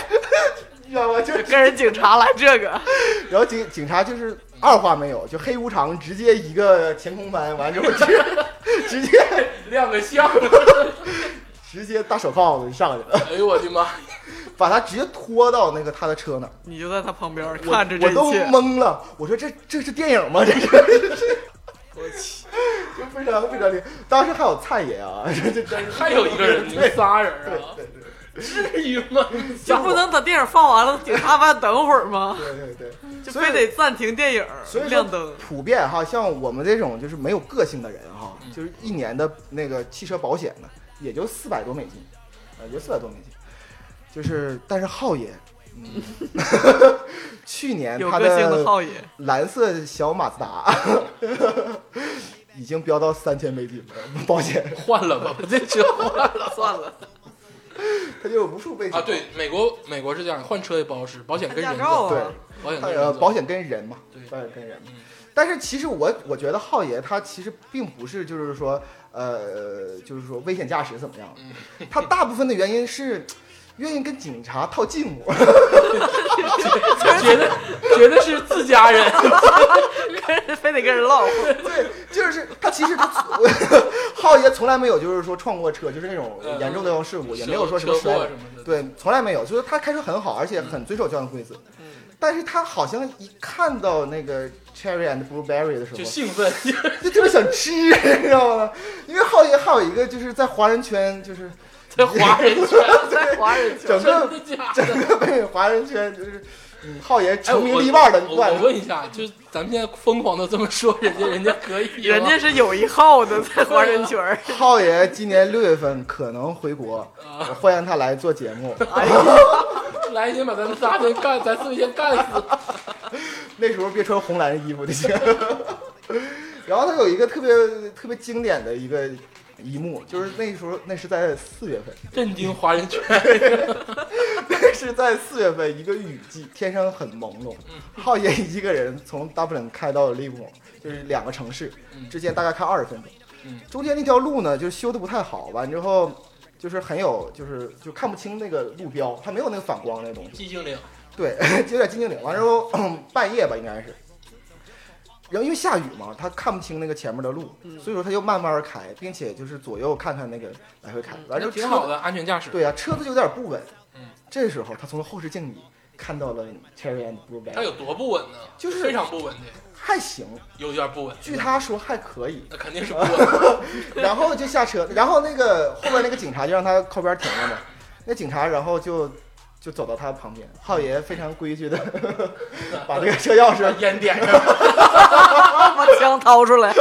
S1: 你知道吗？就
S3: 就跟人警察来这个，
S1: 然后警警察就是二话没有，就黑无常直接一个前空翻，完之后直 <laughs> 直接
S2: 亮个相，
S1: 直接大手铐子就上去了，
S2: 哎呦我的妈！
S1: 把他直接拖到那个他的车那儿，
S3: 你就在他旁边
S1: 我
S3: 看着这
S1: 我都
S3: 一切，
S1: 懵了，我说这这是电影吗？ <laughs> 这是这是
S3: 我去，
S1: 就非常非常厉害。当时还有蔡爷啊， <laughs> 这这真是
S2: 还有一个人，你们仨人啊，
S1: 对对
S2: 至于吗？
S3: 就不能等电影放完了，警察还等会儿
S1: <laughs>
S3: 吗？
S1: 对对对，
S3: 就
S1: 所以
S3: 非得暂停电影
S1: 所以，说
S3: 亮灯。
S1: 普遍哈，像我们这种就是没有个性的人哈，
S3: 嗯
S1: 就是一年的那个汽车保呃险呢，也就四百多美金，啊、也就四百多美金。就是，但是浩爷
S3: <laughs>
S1: 去年
S3: 有
S1: 它
S3: 个性的浩爷，
S1: 蓝色小马自达已经飙到三千美金了，抱歉，
S2: 换了吧，把这车换了
S3: <laughs> 算了，
S1: 它就有无数倍
S2: 啊！对，美国美国是这样，换车也不好使，保险
S3: 看
S2: 跟
S3: 驾
S2: 人
S3: 照
S2: 走，
S3: 啊，
S2: 保险跟人
S1: 呃，
S2: 走，
S1: 保险跟人嘛，
S2: 对
S1: 保险跟人嘛
S2: 嗯。
S1: 但是其实我我觉得浩爷他其实并不是就是说呃就是说危险驾驶怎么样，
S2: 嗯
S1: 他大部分的原因是愿意跟警察套近乎， <laughs>
S2: 觉得觉得是自家人，
S3: 跟人非得跟人唠，
S1: 对，就是他其实他浩爷从来没有就是说撞过车，就是那种
S2: 嗯
S1: 严重的事故，也没有说什
S2: 车
S1: 么
S2: 祸
S1: 摔
S2: 什。么的，嗯
S1: 对，从来没有，就是他开车很好，而且很遵守交通规则。但是他好像一看到那个 cherry and blueberry 的时候，
S2: 就兴奋，
S1: 就特别想吃，你知道吗？因为浩爷还有一个就是在华人圈，就是
S2: 在华人圈，
S3: 在华人圈
S1: 整
S2: 真
S1: 个
S2: 的假的？
S1: 整个北美华人圈就是，嗯，浩爷
S2: 哎
S1: 成名
S2: 我
S1: 立腕的
S2: 我
S1: 腕
S2: 我问一下，就是咱们现在疯狂的这么说人家，人家可以吗，
S3: 人家是 <laughs> 有一啊号 <laughs> 的，在华人圈儿。
S1: 浩爷今年六月份可能回国，我欢迎他来做节目。
S2: 来先把咱们仨先干，咱四个先干死。
S1: 那时候别穿红蓝衣服就行。然后他有一个特别特别经典的一个一幕，就是那时候那是在四月份，
S2: 震惊华人圈，
S1: 那 <laughs> 是在四月份一个雨季，天上很朦胧，
S2: 嗯
S1: 浩爷一个人从 Dublin 开到了 Liverpool，就是两个城市
S2: 嗯
S1: 之间大概开二十分钟
S2: 嗯，
S1: 中间那条路呢就是修的不太好，完之后。就是很有，就是就看不清那个路标，它没有那个反光那东西。
S2: 寂静岭，
S1: 对， <laughs> 就有点寂静岭。完之
S2: <laughs>
S1: 后嗯半夜吧，应该是，然后因为下雨嘛，他看不清那个前面的路，
S2: 嗯
S1: 所以说他就慢慢开，并且就是左右看看那个来回开。完之
S2: 嗯那
S1: 后
S2: 挺
S1: 车
S2: 好的，安全驾驶。
S1: 对啊，车子就有点不稳。
S2: 嗯
S1: 这时候他从后视镜里看到了 Cherry and
S2: 它
S1: Blueberry，
S2: 有多不稳呢？
S1: 就是
S2: 非常不稳的，
S1: 还行，
S2: 有点不稳。
S1: 据他说还可以。
S2: 那肯定是不稳。
S1: 然后就下车，然后那个后边那个警察就让他靠边停了嘛。那警察然后就就走到他旁边，浩爷非常规
S2: <laughs>
S1: 矩的把这个车钥匙
S2: 把烟点上，
S3: 把枪掏出来，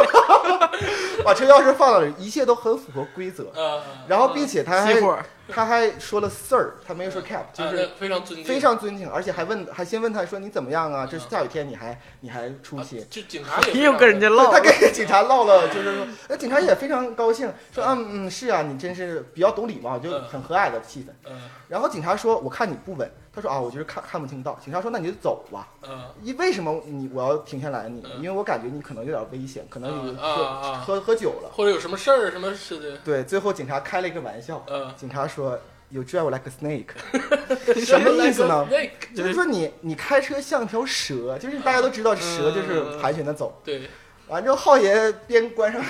S1: 把车钥匙放到那里，一切都很符合规则。
S2: 呃，
S1: 然后，并且他还
S3: 熄火，
S1: 他还说了 sir，他没有说 cap，就
S2: 啊
S1: 是
S2: 那非常尊敬，
S1: 非常尊敬，而且还问，还先问他说你怎么样啊？这
S2: 嗯
S1: 下雨天你还你还出
S2: 啊
S1: 勤？
S2: 就警察
S1: <laughs>
S2: 也
S3: 你又跟人家唠
S2: 哦
S1: 他，跟 <laughs> 警察唠了，就是说，那警察也非常高兴，说啊嗯是啊，你真是比较懂礼貌，就
S2: 嗯
S1: 很和蔼的气氛。
S2: 嗯
S1: 然后警察说我看你不稳，他说啊我就是看看不清道。警察说那你就走吧，
S2: 嗯
S1: 因为什么你我要停下来你呢？
S2: 嗯
S1: 因为我感觉你可能有点危险，可能你
S2: 啊啊啊
S1: 喝
S2: 啊
S1: 喝喝酒了。
S2: 或者有什么事儿什么似的，
S1: 对，最后警察开了一个玩笑，
S2: 嗯，
S1: 警察说 “You drive like a snake”，什
S2: <laughs>
S1: 么意思呢？
S2: 那个
S1: 就是说你你开车像条蛇，就是大家都知道
S2: 嗯
S1: 蛇就是盘旋的走。
S2: 对，
S1: 完之后，浩爷边关上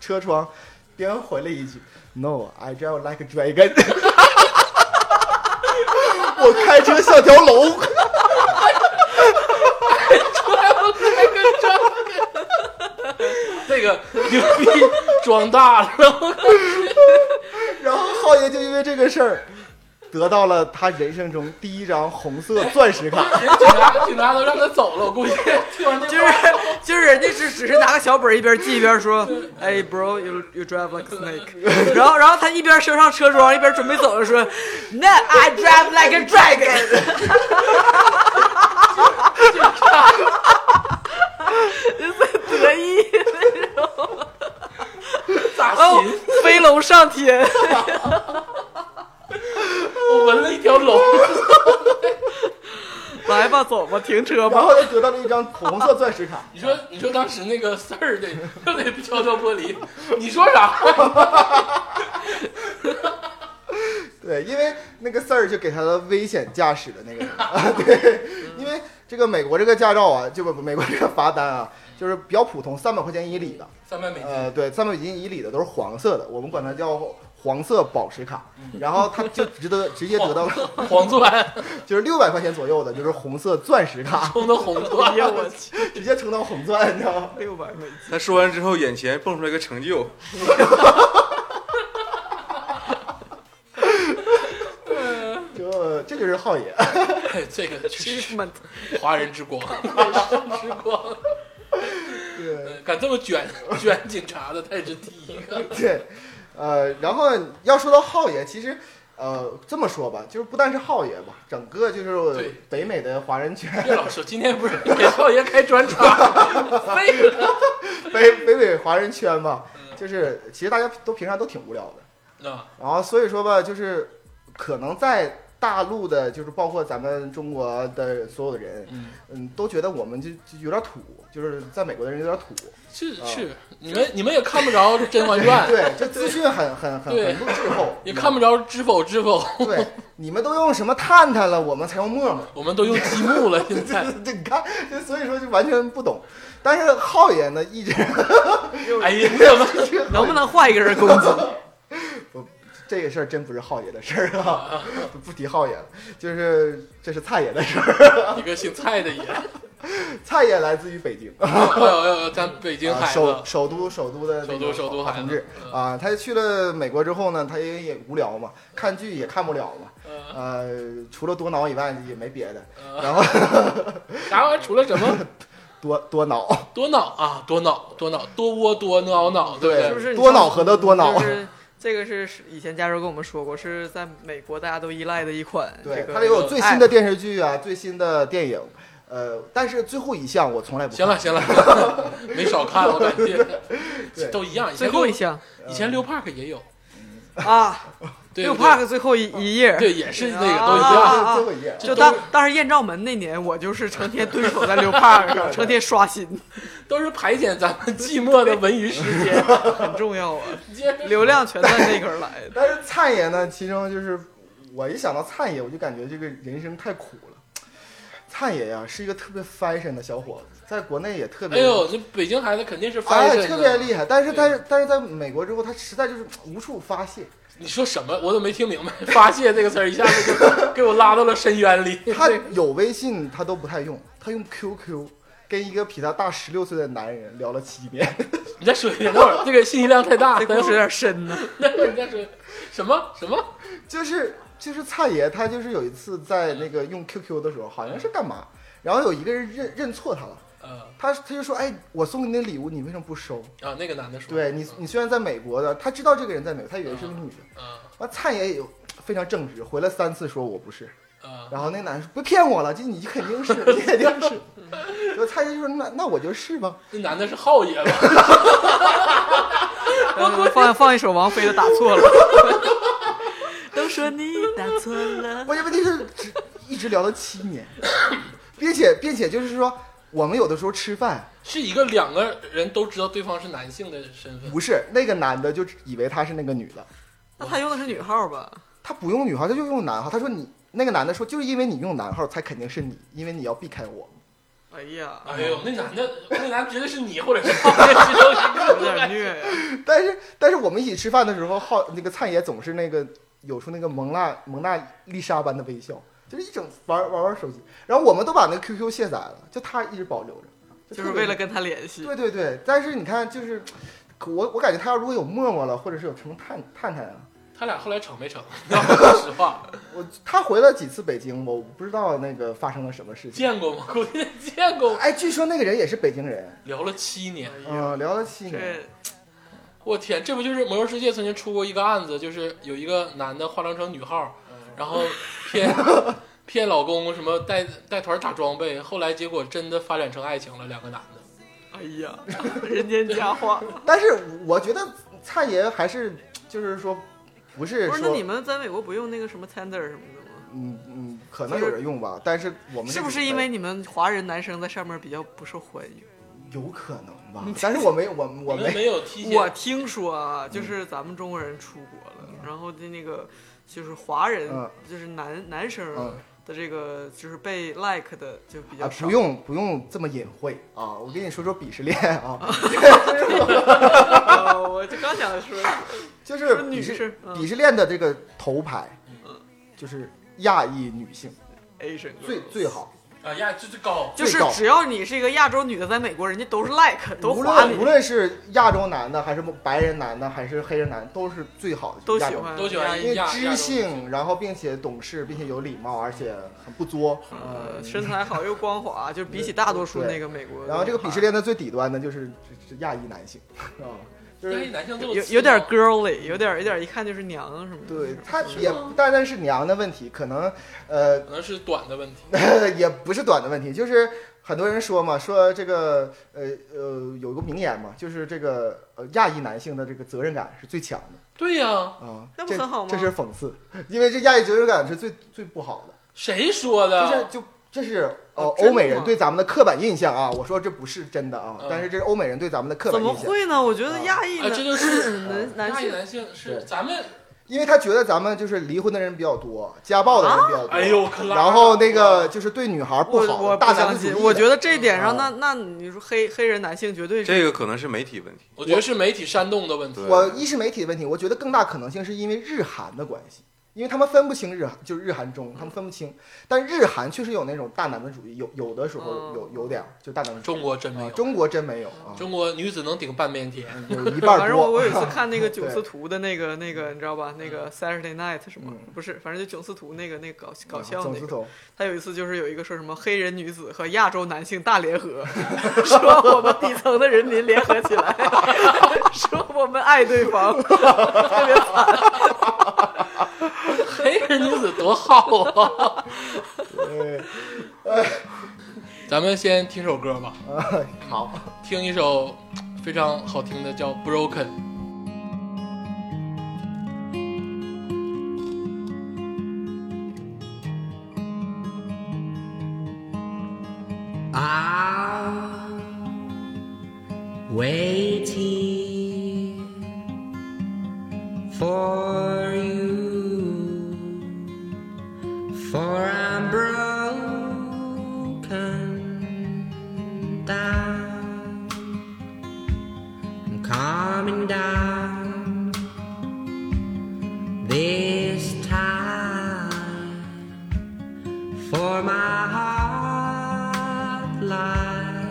S1: 车窗，边回了一句：“No, I drive like a dragon 。”我开车像条龙，
S2: <laughs> 那个牛逼装大了，
S1: 然后浩爷就因为这个事儿，得到了他人生中第一张红色钻石卡。
S2: 人警察警察都让他走了，我估计听完这
S3: 就是就是人家只只是拿个小本儿一边记一边说，哎，bro, you you drive like a <laughs> snake。然后然后他一边收上车窗，一边准备走的时候说，No, I drive like a <laughs> dragon。得意，
S2: 咋
S3: 哦
S2: 寻？，
S3: 飞龙上天，
S2: 我闻了一条龙， <laughs>
S3: 来吧，走吧，停车 <laughs>
S1: 然
S3: 吧。
S1: 后又得到了一张红色钻石卡。
S2: 你说你说当时那个事儿得又得敲敲玻璃，你说啥？
S1: 对，因为那个 sir 就给他的危险驾驶的那个啊， <laughs> 对，因为这个美国这个驾照啊，就不不美国这个罚单啊，就是比较普通，三百块钱以里的，
S2: <laughs> 三百美金，
S1: 呃，对，三百美金以里的都是黄色的，我们管它叫黄色宝石卡，然后他就值得直接得到了
S2: 黄钻
S1: 就是六百块钱左右的，就是红色钻石卡，
S2: 冲的红钻， <laughs>
S3: 哎呀，我去，
S1: 直接充到红钻，你知道吗？
S3: 六百美金。
S4: 他说完之后，眼前蹦出来个成就，
S1: 就这就是浩爷， <laughs>
S2: 哎 <laughs> 这个确实
S3: achievement
S2: 华人之光， <laughs> 华人之光，
S1: 对
S2: 呃敢这么卷卷警察的，他也是第一个。
S1: 对，呃，然后要说到浩爷，其实呃，这么说吧，就是不单是浩爷吧，整个就是
S2: 对
S1: 北美的华人圈， <laughs>
S2: 岳老师今天不是给少爷开专场，废了。
S1: 北北美华人圈吧，就是其实大家都平常都挺无聊的。
S2: 啊，
S1: 然后所以说吧，就是可能在大陆的，就是包括咱们中国的所有的人，
S2: 嗯，
S1: 嗯，都觉得我们就就有点土，就是在美国的人有点土，
S2: 是
S1: 啊
S2: 是，你们你们也看不着《甄嬛传》，
S1: 对，就资讯很很很
S2: 对
S1: 很不滞后，
S2: 也看不着《知否知否》，
S1: 对，你们都用什么探探了，我们才用陌陌。
S2: 我们都用积木了，现在。
S1: 这 <laughs> 你看，这所以说就完全不懂。但是浩爷呢，一直
S2: 哎呀，怎么？
S3: 能不能换一个人攻击？
S1: 这个事儿真不是浩爷的事儿啊，不提浩爷了，就是这是蔡爷的事儿。
S2: 一个姓蔡的 <laughs> 也，哎
S1: 蔡爷来自于北京，
S2: 呦哎呦，咱北京
S1: 啊，
S2: 孩子
S1: 首，首都首都的那个
S2: 首都首都嗯
S1: 华
S2: 孩
S1: 同
S2: 子
S1: 志，啊，他去了美国之后呢，他也也无聊嘛，看剧也看不了嘛，
S2: 嗯
S1: 呃，除了多挠以外也没别的，
S2: 嗯
S1: 然后
S2: 啥玩意儿？除了什么
S1: 多多
S2: <laughs>
S1: 挠，
S2: 多脑啊，多脑多脑多窝多挠脑，对不
S1: 对
S3: <laughs> 是不是你
S1: 多脑和的多啊脑
S3: 就是这个是是以前加州跟我们说过，是在美国大家都依赖的一款。这
S1: 对，
S3: 个
S1: 他得有最新的电视剧啊，最新的电影，呃，但是最后一项我从来不
S2: 行
S1: 看，
S2: 了行了， <laughs> 没少看，我感觉
S1: <laughs> 对
S2: 都一样。以前
S3: 最后
S2: 六
S3: 一 <laughs> 项
S2: 以前溜 park 也有，
S3: 啊，
S2: 对
S3: 六
S2: 对
S3: Park 最后一一页。
S2: 对也是那个
S3: 啊
S2: 都一
S1: 最
S2: 样。
S1: 后最后一页，啊
S3: 就当当时艳照门那年，我就是成天蹲守在六
S1: <laughs>
S3: Park 上，成天刷新，
S2: 都是排遣咱们寂寞的文娱时间。
S3: 很重要啊，
S2: 接着
S3: <laughs> 流量全在那根儿 <laughs> 来的。
S1: 但是灿爷呢，其中就是我一想到灿爷，我就感觉这个人生太苦了。灿爷呀，是一个特别 fashion 的小伙子，在国内也特
S2: 哎
S1: 别，
S2: 呦，这北京孩子肯定是翻
S1: 哎，
S2: 身
S1: 特别
S2: 的。
S1: 厉害。但是，
S2: 对
S1: 但是，但是在美国之后，他实在就是无处发泄。
S2: 你说什么？我都没听明白。发泄这个词儿一下子就给我拉到了深渊里。
S1: 他有微信，他都不太用，他用 QQ，跟一个比他大十六岁的男人聊了七年。
S2: <laughs> 你再说一遍，等会儿这个信息量太大，
S3: 这
S2: 等
S3: 故事
S2: 会
S3: 有
S2: 儿
S3: 点深呢。
S2: 等会儿你再说什么什么？
S1: <laughs> 就是就是蔡爷，他就是有一次在那个用 QQ 的时候，好像是干嘛，然后有一个人认认错他了，
S2: 呃
S1: 他他就说，哎，我送你的礼物，你为什么不收？
S2: 啊，那个男的说，
S1: 对你，你虽然在美国的，他知道这个人在美国，他以为是个女的。
S2: 啊
S1: 完，灿爷也非常正直，回了三次说我不是。
S2: 啊，
S1: 然后那男的说别骗我了，这你肯定是，你肯定是。然后蔡爷就说那那我就是吧。
S2: 那男的是浩爷吧？
S3: <laughs> 我呃放放一首王菲的《打错了》， <laughs> 都说你打错了。
S1: 关键问题是只一直聊了七年，并且并且就是说。我们有的时候吃饭
S2: 是一个两个人都知道对方是男性的身份，
S1: 不是那个男的就以为他是那个女的，
S3: 那他用的是女号吧？
S1: 他不用女号，他就用男号。他说你那个男的说就是因为你用男号才肯定是你，因为你要避开我。
S3: 哎
S2: <laughs>
S3: 呀，
S2: 哎呦，那男的，那男的绝对是你，或者是浩爷，其中一个
S3: 有点虐呀。
S1: <laughs> 但是但是我们一起吃饭的时候，浩那个灿爷总是那个有出那个蒙娜蒙娜丽莎般的微笑，就是一整玩玩玩手机。然后我们都把那个 QQ 卸载了，就他一直保留着，
S3: 就是
S1: 特别
S3: 为了跟他联系。
S1: 对对对。但是你看，就是可我我感觉他要如果有陌陌了，或者是有什么探探探啊，
S2: <laughs> 他俩后来成没成？要我说实话，
S1: 我他回了几次北京，我不知道那个发生了什么事情。
S2: 见过吗？ <laughs> 估计 <laughs> 见过。
S1: 哎，据说那个人也是北京人，
S2: 聊了七年，
S1: 嗯、聊了七年，
S3: 这
S2: <laughs> 我天，这不就是《魔兽世界》曾经出过一个案子，就是有一个男的化妆成女号，然后骗骗老公什么带带团打装备，后来结果真的发展成爱情了，两个男的。
S3: 哎呀， <laughs> 人间佳
S1: <laughs>
S3: 话。
S1: 但是我觉得灿爷还是就是说不是
S3: 不
S1: 说
S3: 是，那你们在美国不用那个什么 Tender 什么的吗？
S1: 嗯嗯，可能有人用吧，但是我们这
S3: 是不
S1: 个
S3: 是因为你们华人男生在上面比较不受欢迎？
S1: 有可能吧？但是我没我我
S2: 你们
S1: 没
S2: 没有提
S3: 我
S2: 前，
S3: 听说
S1: 嗯
S3: 啊，就是咱们中国人出国了，然后的那个就是华人，
S1: 嗯
S3: 就是男男生
S1: 嗯
S3: 的这个就是被 like 的就比较
S1: 啊，
S3: 少。 <laughs>
S1: <laughs> 不用不用这么隐晦啊！我跟你说说鄙视链啊，
S3: 啊，我就刚想说，
S1: 就是
S3: <laughs> 女
S1: 鄙视
S3: 士嗯
S1: 鄙视链的这个头牌，就是亚裔女性
S3: Asian girl
S1: 最最好，
S3: 嗯
S2: 哎呀，这这高，
S3: 就是
S1: 最高
S3: 只要你是一个亚洲女的，在美国人家都是 like，都
S1: 无
S3: 夸
S1: 论无
S3: 你，
S1: 论是亚洲男的还是白人男的还是黑人男，都是最好的，
S3: 都
S1: 亚
S3: 喜
S1: 洲
S3: 欢，
S2: 都喜欢
S1: 因为
S2: 亚亚
S1: 知
S2: 洲
S1: 性，然后并且懂事，并且有礼貌，而且很不作。嗯
S3: 呃，身材好又光滑，就比起大多数那个美国的，哦
S1: 然后这个鄙视链的最底端呢，就是是是亚裔男性啊， <laughs> 就
S2: 但
S1: 是
S2: 是哎男生这么
S3: 有
S2: 刺
S3: 有点
S2: 吗
S3: girly，有点有点一看就是娘什么的。
S1: 对他也不单单是娘的问题，可能呃 <laughs>
S2: 可能是短的问题。
S1: 也不是短的问题，就是很多人说嘛，说这个呃呃有一个名言嘛，就是这个呃亚裔男性的这个责任感是最强的
S2: 对呀、
S1: 啊，
S3: 那不
S1: 这
S3: 很好吗
S1: 这是讽刺，因为这亚裔责任感是最最不好的，
S2: 谁说的？
S1: 就是就这是呃
S3: 哦哦真的
S1: 欧美人
S3: 吗
S1: 对咱们的刻板印象啊，我说这不是真的啊
S2: 嗯，
S1: 但是这是欧美人对咱们的刻
S3: 怎
S1: 板
S3: 么
S1: 印象，
S3: 会呢？我觉得亚裔
S2: 啊，这
S3: 男
S2: 就是 <clears throat>
S3: 男男
S2: 大一
S3: 性
S2: 男性是
S1: 对
S2: 咱们
S1: 因为他觉得咱们就是离婚的人比较多，家暴的人比较多，
S2: 哎呦可拉
S1: 然后那个就是对女孩不
S3: 我
S1: 好，
S3: 我
S1: 大
S3: 不
S1: 男
S3: 相
S1: 子
S3: 信，
S1: 主义的，
S3: 我觉得这一点上，
S1: 啊
S3: 那那你说黑黑人男性绝对是
S4: 这个可能是媒体问题。
S2: 我觉得是媒体煽动的问题
S4: 对。
S1: 我一是媒体的问题，我觉得更大可能性是因为日韩的关系，因为他们分不清日韩，就是日韩中，他们分不清。但日韩确实有那种大男子主义，有有的时候
S3: 嗯
S1: 有有点儿就大男子主义。
S2: 中国真没
S1: 啊
S2: 有，，
S1: 中国真没有啊，
S2: 中国女子能顶半边
S1: <laughs>
S2: 天。
S1: 有一半
S3: 反
S1: 儿
S3: 正我
S1: 多。
S3: 我有
S1: <laughs>
S3: 一次看那个囧司图的那个那个，你知道吧？那个 Saturday Night 什么
S1: 嗯
S3: 不是，反正就囧司图那个那个搞搞
S1: 啊
S3: 笑
S1: 总
S3: 那
S1: 司
S3: 个。
S1: 头，
S3: 他有一次就是有一个说什么黑人女子和亚洲男性大联合， <laughs> 说我们底层的人民联合起来， <laughs> 说我们爱对方，特别惨。
S2: 黑人女子多好啊！
S1: 对，
S2: 咱们先听首歌吧，
S1: 啊好，
S2: 听一首非常好听的叫《Broken》。
S5: are waiting for you, for I'm broken down. I'm coming down this time for my heart lies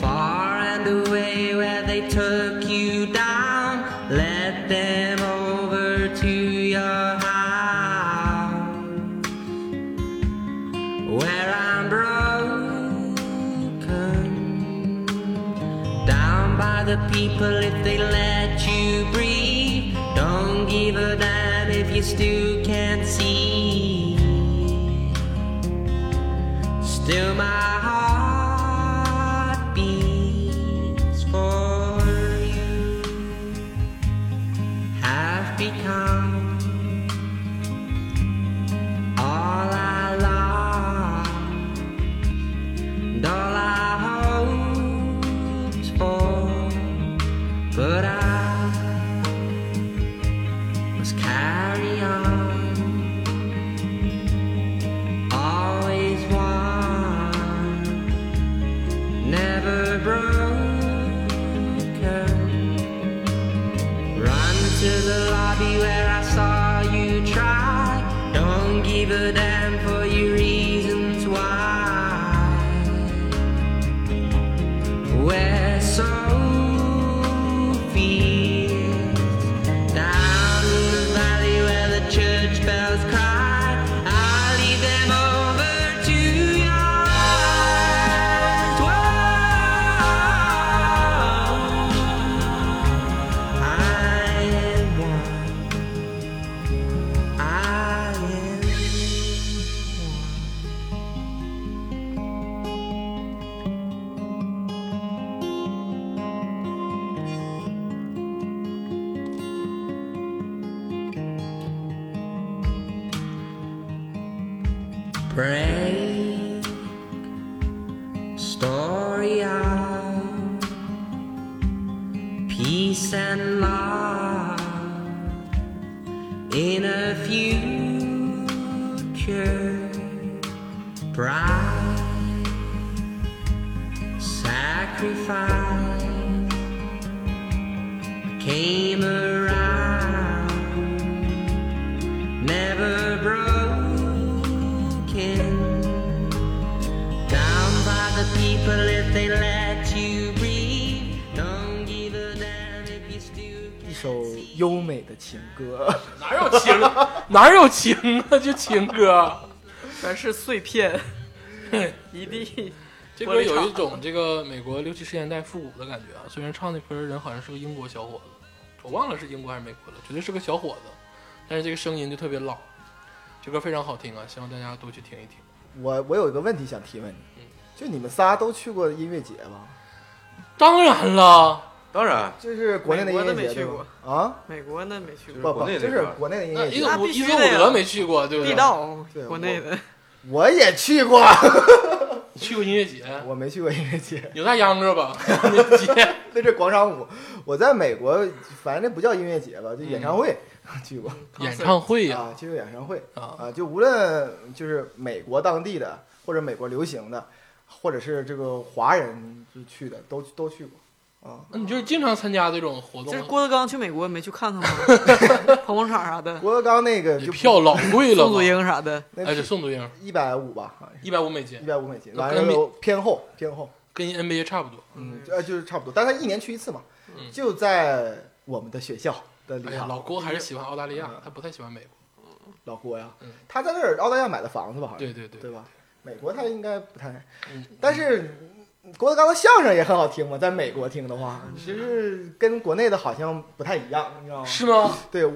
S5: far and away where they took you down. Let them over to your house where I'm broken down by the people if they let you breathe. Don't give a damn if you still can't see. Still my heart beats for you. Have become all I love and all I hoped for, but I must carry on always one, never broken. Run to the lobby where I saw you try. Don't give a damn for your reasons why. Where Sophie's down in the valley where the church bells cry, I'll lead them over to your eyes. Whoa. I am one. I am one. break story of peace and love in a future bright sacrifice came around never broken. Down by the people if they let you breathe. Don't give a damn if you still
S1: 一首优美的情歌， <laughs>
S2: 哪有情？ <laughs> 哪有啊情啊？就情歌。
S3: <laughs> 全是碎片，一地
S2: 这歌有一种这个美国六七十年代复古的感觉啊。虽然唱这歌的人好像是个英国小伙子，我忘了是英国还是美国了，绝对是个小伙子，但是这个声音就特别老。这歌非常好听啊，希望大家都去听一听。
S1: 我我有一个问题想提问你
S2: 嗯，
S1: 就你们仨都去过音乐节吗？
S2: 当然了，
S4: 当然，
S1: 就是国内的音乐
S3: 美国
S1: 节
S3: 的没
S1: 对
S3: 去
S1: 吧
S3: 过
S1: 啊，
S3: 美国那没去过，
S1: 不不，
S4: 国内
S1: 就
S4: 的
S1: 是
S4: 是吧
S1: 国内的音
S2: 那
S1: 乐
S2: 伊
S1: 节，
S3: 那
S2: 森伍
S3: 必
S2: 伊
S3: 须
S2: 森伍
S3: 的呀
S2: 德没去过，对不
S3: 地
S2: 对？
S3: 道
S1: 对我
S3: 国内的。
S1: 我也去过， <laughs>
S2: 你去过音乐节，
S1: 我没去过音乐节， <laughs>
S2: 有那秧歌吧？音乐节，
S1: 那是广场舞。我在美国，反正那不叫音乐节吧，就演唱会去过
S2: 演唱会哎呀
S1: 啊，去过演唱会
S2: 啊！
S1: 啊，就无论就是美国当地的，或者美国流行的，或者是这个华人就去的，都都去过啊。
S2: 那你就是经常参加这种活动
S3: 就是
S2: 啊？
S3: 郭德纲去美国没去看看吗？捧捧场啥的，
S1: 郭德纲那个
S2: 你
S1: 就
S2: 票老贵了
S3: 宋祖
S2: 吧？
S3: 英啥的，
S1: 那
S2: 哎，这宋祖英
S1: 一百五吧，好像是
S2: 一百五美金
S1: 一，百五美金，
S2: 那
S1: 完
S2: 跟
S1: 了就偏后偏后，
S2: 跟 NBA 差不多。
S1: 嗯
S3: 嗯，
S1: 呃，就是差不多，但他一年去一次嘛
S2: 嗯，
S1: 就在我们的学校的礼
S2: 哎呀，
S1: 堂。
S2: 老郭还是喜欢澳大利亚
S1: 嗯，
S2: 他不太喜欢美国。
S1: 老郭呀
S2: 嗯，
S1: 他在那儿澳大利亚买的房子吧，好像
S2: 对对对，
S1: 对吧？美国他应该不太
S2: 嗯，
S1: 但是郭德纲的相声也很好听嘛，在美国听的
S2: 嗯
S1: 话，其实跟国内的好像不太一样，你知道吗？
S2: 是吗？
S1: 对，我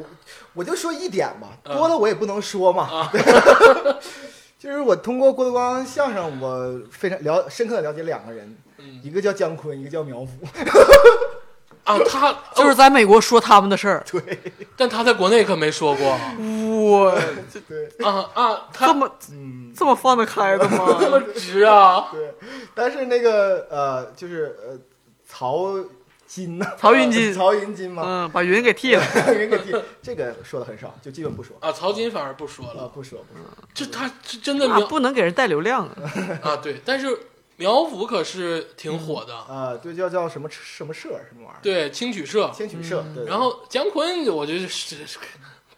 S1: 我就说一点吧，
S2: 嗯啊
S1: 多了我也不能说嘛。对 <laughs> 就是我通过郭德纲相声，我非常了深刻的了解两个人，
S2: 嗯
S1: 一个叫姜昆，一个叫苗阜。
S2: 啊，他
S3: 就
S2: 哦
S3: 是在美国说他们的事儿。
S2: 但他在国内可没说过啊
S3: 哇，
S1: 对，
S2: 啊，
S3: 这
S2: 他
S3: 么
S1: 嗯，
S3: 这么放得开
S2: <laughs>
S3: 的吗？
S2: 这么直啊！
S1: 对。但是那个呃，就是呃，曹金
S2: <laughs>
S1: 呐，
S3: 曹云
S1: <laughs>
S3: 金
S1: 曹云金嘛，
S3: 嗯，把云给剃了。
S1: <laughs> 人给替，这个说的很少，就基本不说。
S2: 啊，曹金反而不说
S1: 啊，
S2: 了，
S1: 不说不说，
S2: 这他这真的
S3: 那
S2: 苗
S3: 啊不能给人带流量啊！
S2: 啊，对，但是苗阜可是挺火的，
S1: 啊，对，叫叫什么什么社什么玩意儿，
S2: 嗯对，青曲社。
S1: 千曲社。对，对
S2: 然后姜昆，我觉得是是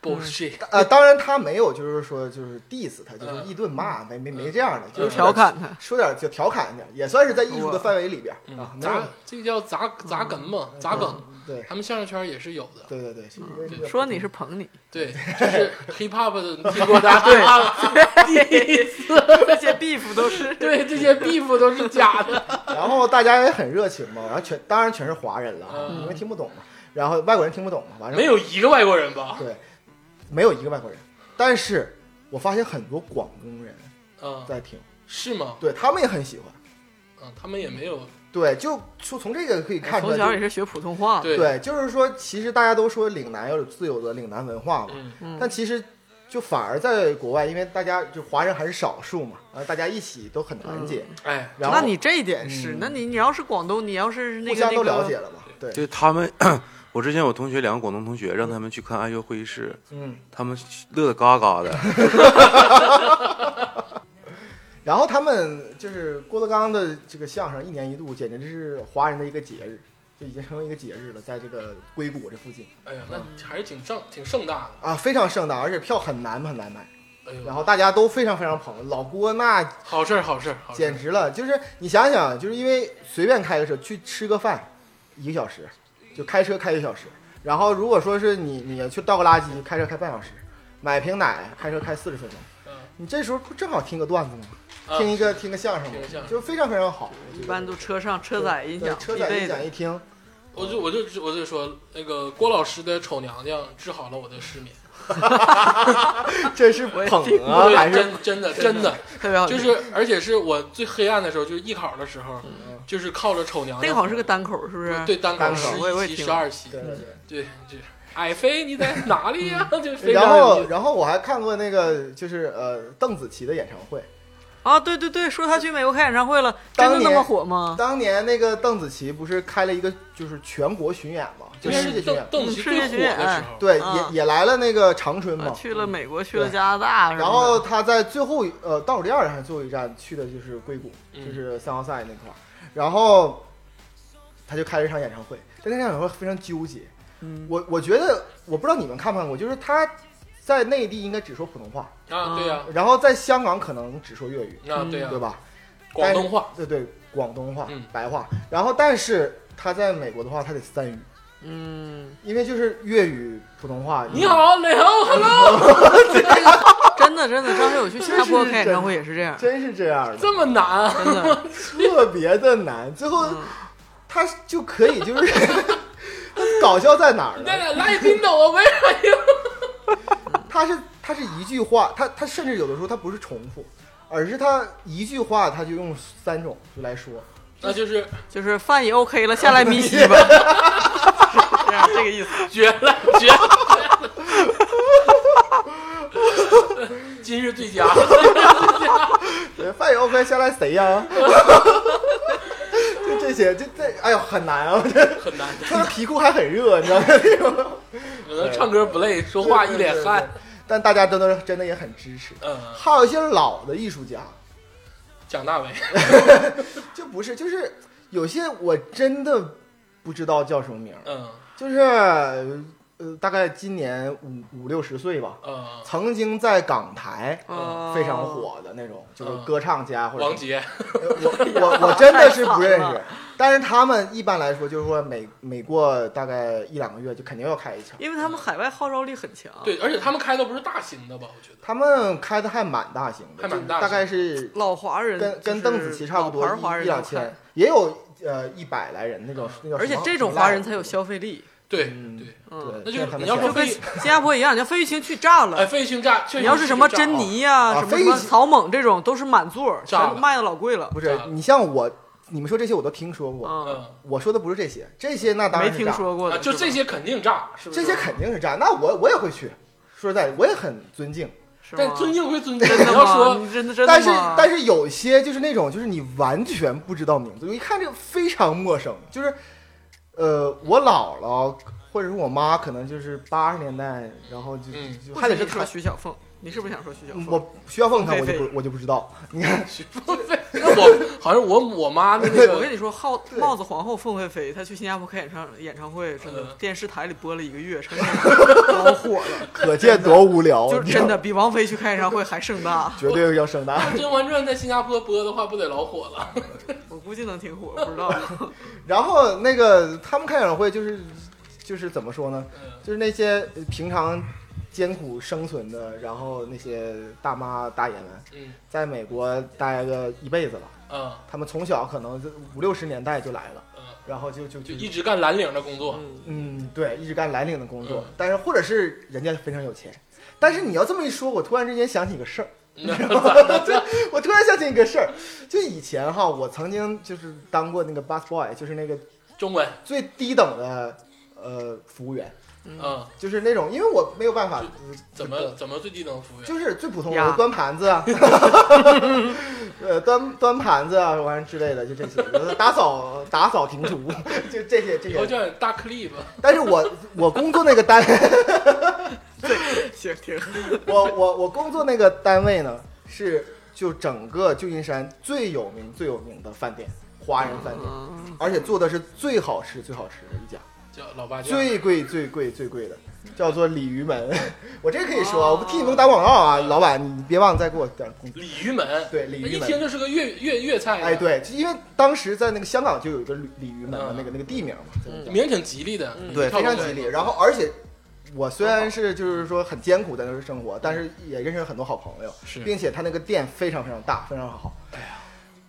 S2: bullshit，
S1: 呃，当然他没有，就是说就是 diss 他，就是
S2: 嗯
S1: 一顿骂，没没没这样的，就是说
S2: 嗯
S3: 调侃他，
S1: 说点就调侃一点，也算是在艺术的范围里边
S2: 嗯
S1: 啊，没有
S2: 砸这个叫砸砸梗嘛，砸梗，
S1: 对
S2: 他们相声圈也是有的。
S1: 对对对是一个，一个
S3: 说你是捧你，
S2: 对，就是 hip hop 的帝国大厦，
S3: <laughs> 这些 beef 都是
S2: 对这些 beef 都是假的。
S1: <laughs> 然后大家也很热情嘛，然后全当然全是华人了啊，
S2: 嗯
S1: 因为听不懂嘛，然后外国人听不懂嘛，完了
S2: 没有一个外国人吧？
S1: 对，没有一个外国人，但是我发现很多广东人
S3: 啊
S2: 嗯，
S1: 在听，
S2: 是吗？
S1: 对他们也很喜欢，
S2: 嗯，他们也没有。
S1: 对，就就从这个可以 <laughs> 看出
S3: 哎从
S1: 来
S3: 小
S1: 就
S3: 也是学普通话的，
S2: 对，
S1: 对，就是说，其实大家都说岭南要有自有的岭南文化嘛，
S2: 嗯
S3: 嗯
S1: 但其实就反而在国外，因为大家就华人还是少数嘛，啊，大家一起都很团结，
S2: 哎，
S1: 然后
S3: 嗯
S1: 嗯
S3: 那你这一点是，那你你要是广东，你要是那
S1: 互
S3: 个
S1: 相都
S3: 那个
S1: 了解了嘛，对，
S4: 就他们， <clears throat> 我之前有同学两个广东同学，让他们去看《爱乐会议室》，
S1: 嗯，
S4: 他们乐得嘎嘎的。
S1: 然后他们就是郭德纲的这个相声，一年一度，简直是华人的一个节日，就已经成为一个节日了，在这个硅谷这附近
S2: 哎呀，那还是挺盛、挺盛大的。
S1: 啊，非常盛大，而且票很难很难买，
S2: 哎
S1: 然
S2: 呦，
S1: 后大家都非常非常捧，老郭那
S2: 好事儿，好事儿，好事
S1: 简
S2: 儿。
S1: 直了，就是你想想，就是因为随便开个车去吃个饭，一个小时，就开车开一个小时。然后如果说是你你去倒个垃圾，开车开半小时，买瓶奶开车开四十分钟，
S2: 嗯
S1: 你这时候不正好听个段子吗？
S2: 啊
S1: 听一个听个相声吗
S2: 听个相？声
S1: 就非常非常好。
S3: 一般都车上车载音
S1: 对
S3: 响
S1: 车
S3: 必
S1: 载音
S3: 备
S1: 响
S3: 的，
S1: 一听，
S2: 我就我就我就说，那个郭老师的丑娘娘治好了我的失眠。
S1: 这
S2: <laughs>
S1: 是捧啊
S2: 对
S1: 还是嗯
S2: 真真的真的，
S3: 特别好听。
S2: 就是而且是我最黑暗的时候，就是艺考的时候，就是靠着丑娘
S3: 那
S2: 娘。
S3: 个好像是个单口，是不是？
S2: 对单
S1: 嗯单
S2: 口
S1: 口
S2: 十
S3: 我也我
S2: 一期、
S3: 也听
S2: 十二期，
S1: 对对对。
S2: 对对。矮飞你在哪里呀？就是非
S1: 然
S2: 常有意
S1: 后
S2: 思
S1: 然后我还看过那个就是呃邓紫棋的演唱会，
S3: 啊，对对对，说他去美国开演唱会了，真
S1: 当
S3: 的
S1: 年
S3: 那么火吗？
S1: 当年那个邓紫棋不是开了一个就是全国巡演嘛，就
S2: 应该
S1: 世界
S2: 是
S1: 巡演
S2: 邓。邓紫
S3: 嗯
S2: 棋最火的时候，
S1: 对，
S3: 啊
S1: 也也来了那个长春
S3: 啊
S1: 嘛。
S3: 去了美国，去了
S1: 嗯对
S3: 加拿大什么的，
S1: 然后他在最后一呃倒数第二还是最后一站去的就是硅谷，
S2: 嗯
S1: 就是三号赛那块儿，然后他就开了一场演唱会，但那场演唱会非常纠结。
S3: 嗯
S1: 我我觉得我不知道你们看没看过，就是他在内地应该只说普通话，
S3: 哎
S2: 啊，对呀，
S1: 然后在香港可能只说粤语，
S2: 那
S3: 啊
S2: 对呀
S1: 嗯对，吧？
S2: 广东话，
S1: 对对，广东话、
S2: 嗯
S1: 白话。然后但是他在美国的话，他得三语，
S3: 嗯，
S1: 因为就是粤语、普通话。
S2: <laughs> 你好，雷欧，hello，
S3: 真的真的，张学友去新加
S1: <laughs>
S3: 坡开演唱会也是这样，
S1: 真是这样的，
S2: 这么难，
S3: 真的。
S1: 特别的难。最后他就可以就是 <laughs> 他搞笑在哪儿呢
S2: 那？俩来宾的我为啥要？
S1: 他是他是一句话，他他甚至有的时候他不是重复，而是他一句话他就用三种就来说。
S2: <laughs> 那就是
S3: 就是饭也 OK 了，下来咪西吧，
S1: <laughs>
S3: 是这样这个意思。
S2: 绝了，绝了！今日最佳，
S1: 对，范友快下来谁呀？ <laughs> 就这些，就这，哎呦，很难啊！这
S2: 很难，
S1: 穿着皮裤还很热，你知道 <laughs> 吗？那种
S2: 可能唱歌不累，说话一脸
S1: 对对对
S2: 汗。
S1: 但大家真的真的也很支持。
S2: 嗯，
S1: 还有一些老的艺术家，
S2: 蒋大为，
S1: 就不是，就是有些我真的不知道叫什么名儿，
S2: 嗯
S1: 就是呃，大概今年五五六十岁吧，
S2: 嗯，
S1: 曾经在港台嗯
S3: 哦嗯
S1: 非常。火的那种，就是歌唱家或者
S2: 王杰， <laughs>
S1: 我
S3: <laughs>
S1: 我我真的是不认
S3: 太惨
S1: 识
S3: 了，
S1: 但是他们一般来说就是说每每过大概一两个月就肯定要开一场，
S3: 因为他们海外号召力很强，，
S2: 对，而且他们开的不是大型的吧？我觉得，
S1: 他们开的还蛮大型的，
S2: 还
S1: 就
S2: 蛮
S1: 是
S2: 大
S1: 大
S2: 型
S1: 概是
S3: 老华人
S1: 跟跟邓紫棋差不多
S3: 就是老牌华人
S1: 一一两
S3: 都看
S1: 千，，也有呃一百来人那种，那叫
S3: 而且
S1: 什么
S3: 这种华人才有。消费力。
S2: 对
S1: 嗯
S2: 对，
S1: 对
S3: 嗯，
S2: 那就是
S1: 这他们
S2: 你要
S1: 想
S2: 说
S3: 就跟
S2: 费
S3: 新加坡一样，你像费玉清去炸
S2: 哎，
S3: 了，
S2: 费玉清炸，确实
S3: 你要是什么
S2: 炸
S3: 珍妮呀、
S1: 啊
S3: 什么
S1: 费
S3: 什
S1: 玉
S3: 么
S1: 清
S3: 草蜢这种，都是满座，
S2: 炸
S3: 全
S2: 了
S3: 卖的老贵了。
S1: 不是你像我，你们说这些我都听说过，
S3: 嗯，
S2: 嗯，
S1: 我说的不是这些，这些那当
S3: 没
S1: 然是
S3: 听
S1: 炸，
S3: 说过
S2: 啊
S3: 的，
S2: 就是这
S3: 吧
S2: 些肯定炸，是不
S1: 这
S2: 是？
S1: 些肯定是炸。那我我也会去，说实在，我也很尊敬。
S3: 是
S2: 但
S3: 吗
S2: 尊敬归尊敬，
S3: 真
S2: 你
S3: 的
S2: 要
S3: 吗？
S2: 说
S3: 你真的真的
S1: 但是
S3: 吗
S1: 但是有些就是那种就是你完全不知道名字，我一看这个非常陌生，就是呃，我姥姥或者是我妈，可能就是八十年代，然后就、
S2: 嗯
S1: 就
S3: 不
S1: 还得
S3: 许
S1: 是
S3: 你说
S1: 看
S3: 徐小凤，你是不是想说徐小凤？
S1: 我徐小凤她，我
S3: 菲
S1: 就
S3: 菲
S1: 不我就不知道， <laughs> 你看
S2: <laughs> 我好像我我妈的那
S1: <laughs>
S3: 我跟
S2: 个，
S3: 你说，号帽子皇后凤飞飞，她去新加坡开演唱演唱会，真的
S2: 嗯
S3: 电视台里播了一个月，成
S1: <laughs>
S3: 天老火了，
S1: 可见多无聊，
S3: 就是
S1: 哦你知道
S3: 真的比王菲去开演唱会还盛大。
S1: 绝对要盛大。
S2: 《甄嬛传》在新加坡播的话，不得老火了？
S3: 我估计能挺火，不知道。
S1: 然后那个他们开演唱会就是就是怎么说呢？
S2: <laughs> 嗯
S1: 就是那些呃平常艰苦生存的，然后那些大妈大爷们，
S2: 嗯
S1: 在美国待个一辈子了。
S2: 啊
S1: 他们从小可能就五六十年代就来了，
S2: 嗯，
S1: 然后就就就
S2: 就一直干蓝领的工作， <laughs>
S3: 嗯，
S1: 嗯，对，一直干蓝领的工作
S2: 嗯，
S1: 但是或者是人家非常有钱。但是你要这么一说，我突然之间想起个
S2: <laughs>
S1: 事儿，我突然想起一个事儿，就以前哈，我曾经就是当过那个 bus boy，就是那个
S2: 中文，
S1: 最低等的呃服务员，
S2: 嗯，
S1: 就是那种，因为我没有办法，就是
S2: 怎么怎么最低等服务员？
S1: 就是最普通
S3: 呀
S1: 的端盘子啊，呃，端端盘子啊，完之类的，就这些，打扫 <laughs> 打扫停厨，就这些这
S2: 以后
S1: 些。
S2: 叫你大 clip，
S1: 但是我我工作那个单， <laughs>
S3: 行，挺
S1: 我我我工作那个单位呢是就整个旧金山最有名最有名的饭店，华人饭店，
S3: 嗯，
S1: 而且做的是最好吃最好吃的一家，
S2: 叫老八酱，
S1: 最贵最贵最贵的。叫做鲤鱼门， <laughs> 我这个可以说啊，我不替你们打广告啊，老板，你别忘了再给我点工资。
S2: 鲤鱼门，
S1: 对鲤鱼
S2: 一
S1: 门
S2: 听就是个粤粤粤菜啊，
S1: 哎，对，就因为当时在那个香港就有一个鲤鲤鱼门的那个那个地名嘛，在那叫
S2: 名儿挺吉利的，
S1: 对，
S2: 嗯跳
S1: 嗯非
S2: 过
S1: 常吉利。然后而且我虽然是就是说很艰苦在那儿生活，但是也认识了很多好朋友，
S2: 是
S1: 并且他那个店非常非常大，非常好。哎呀，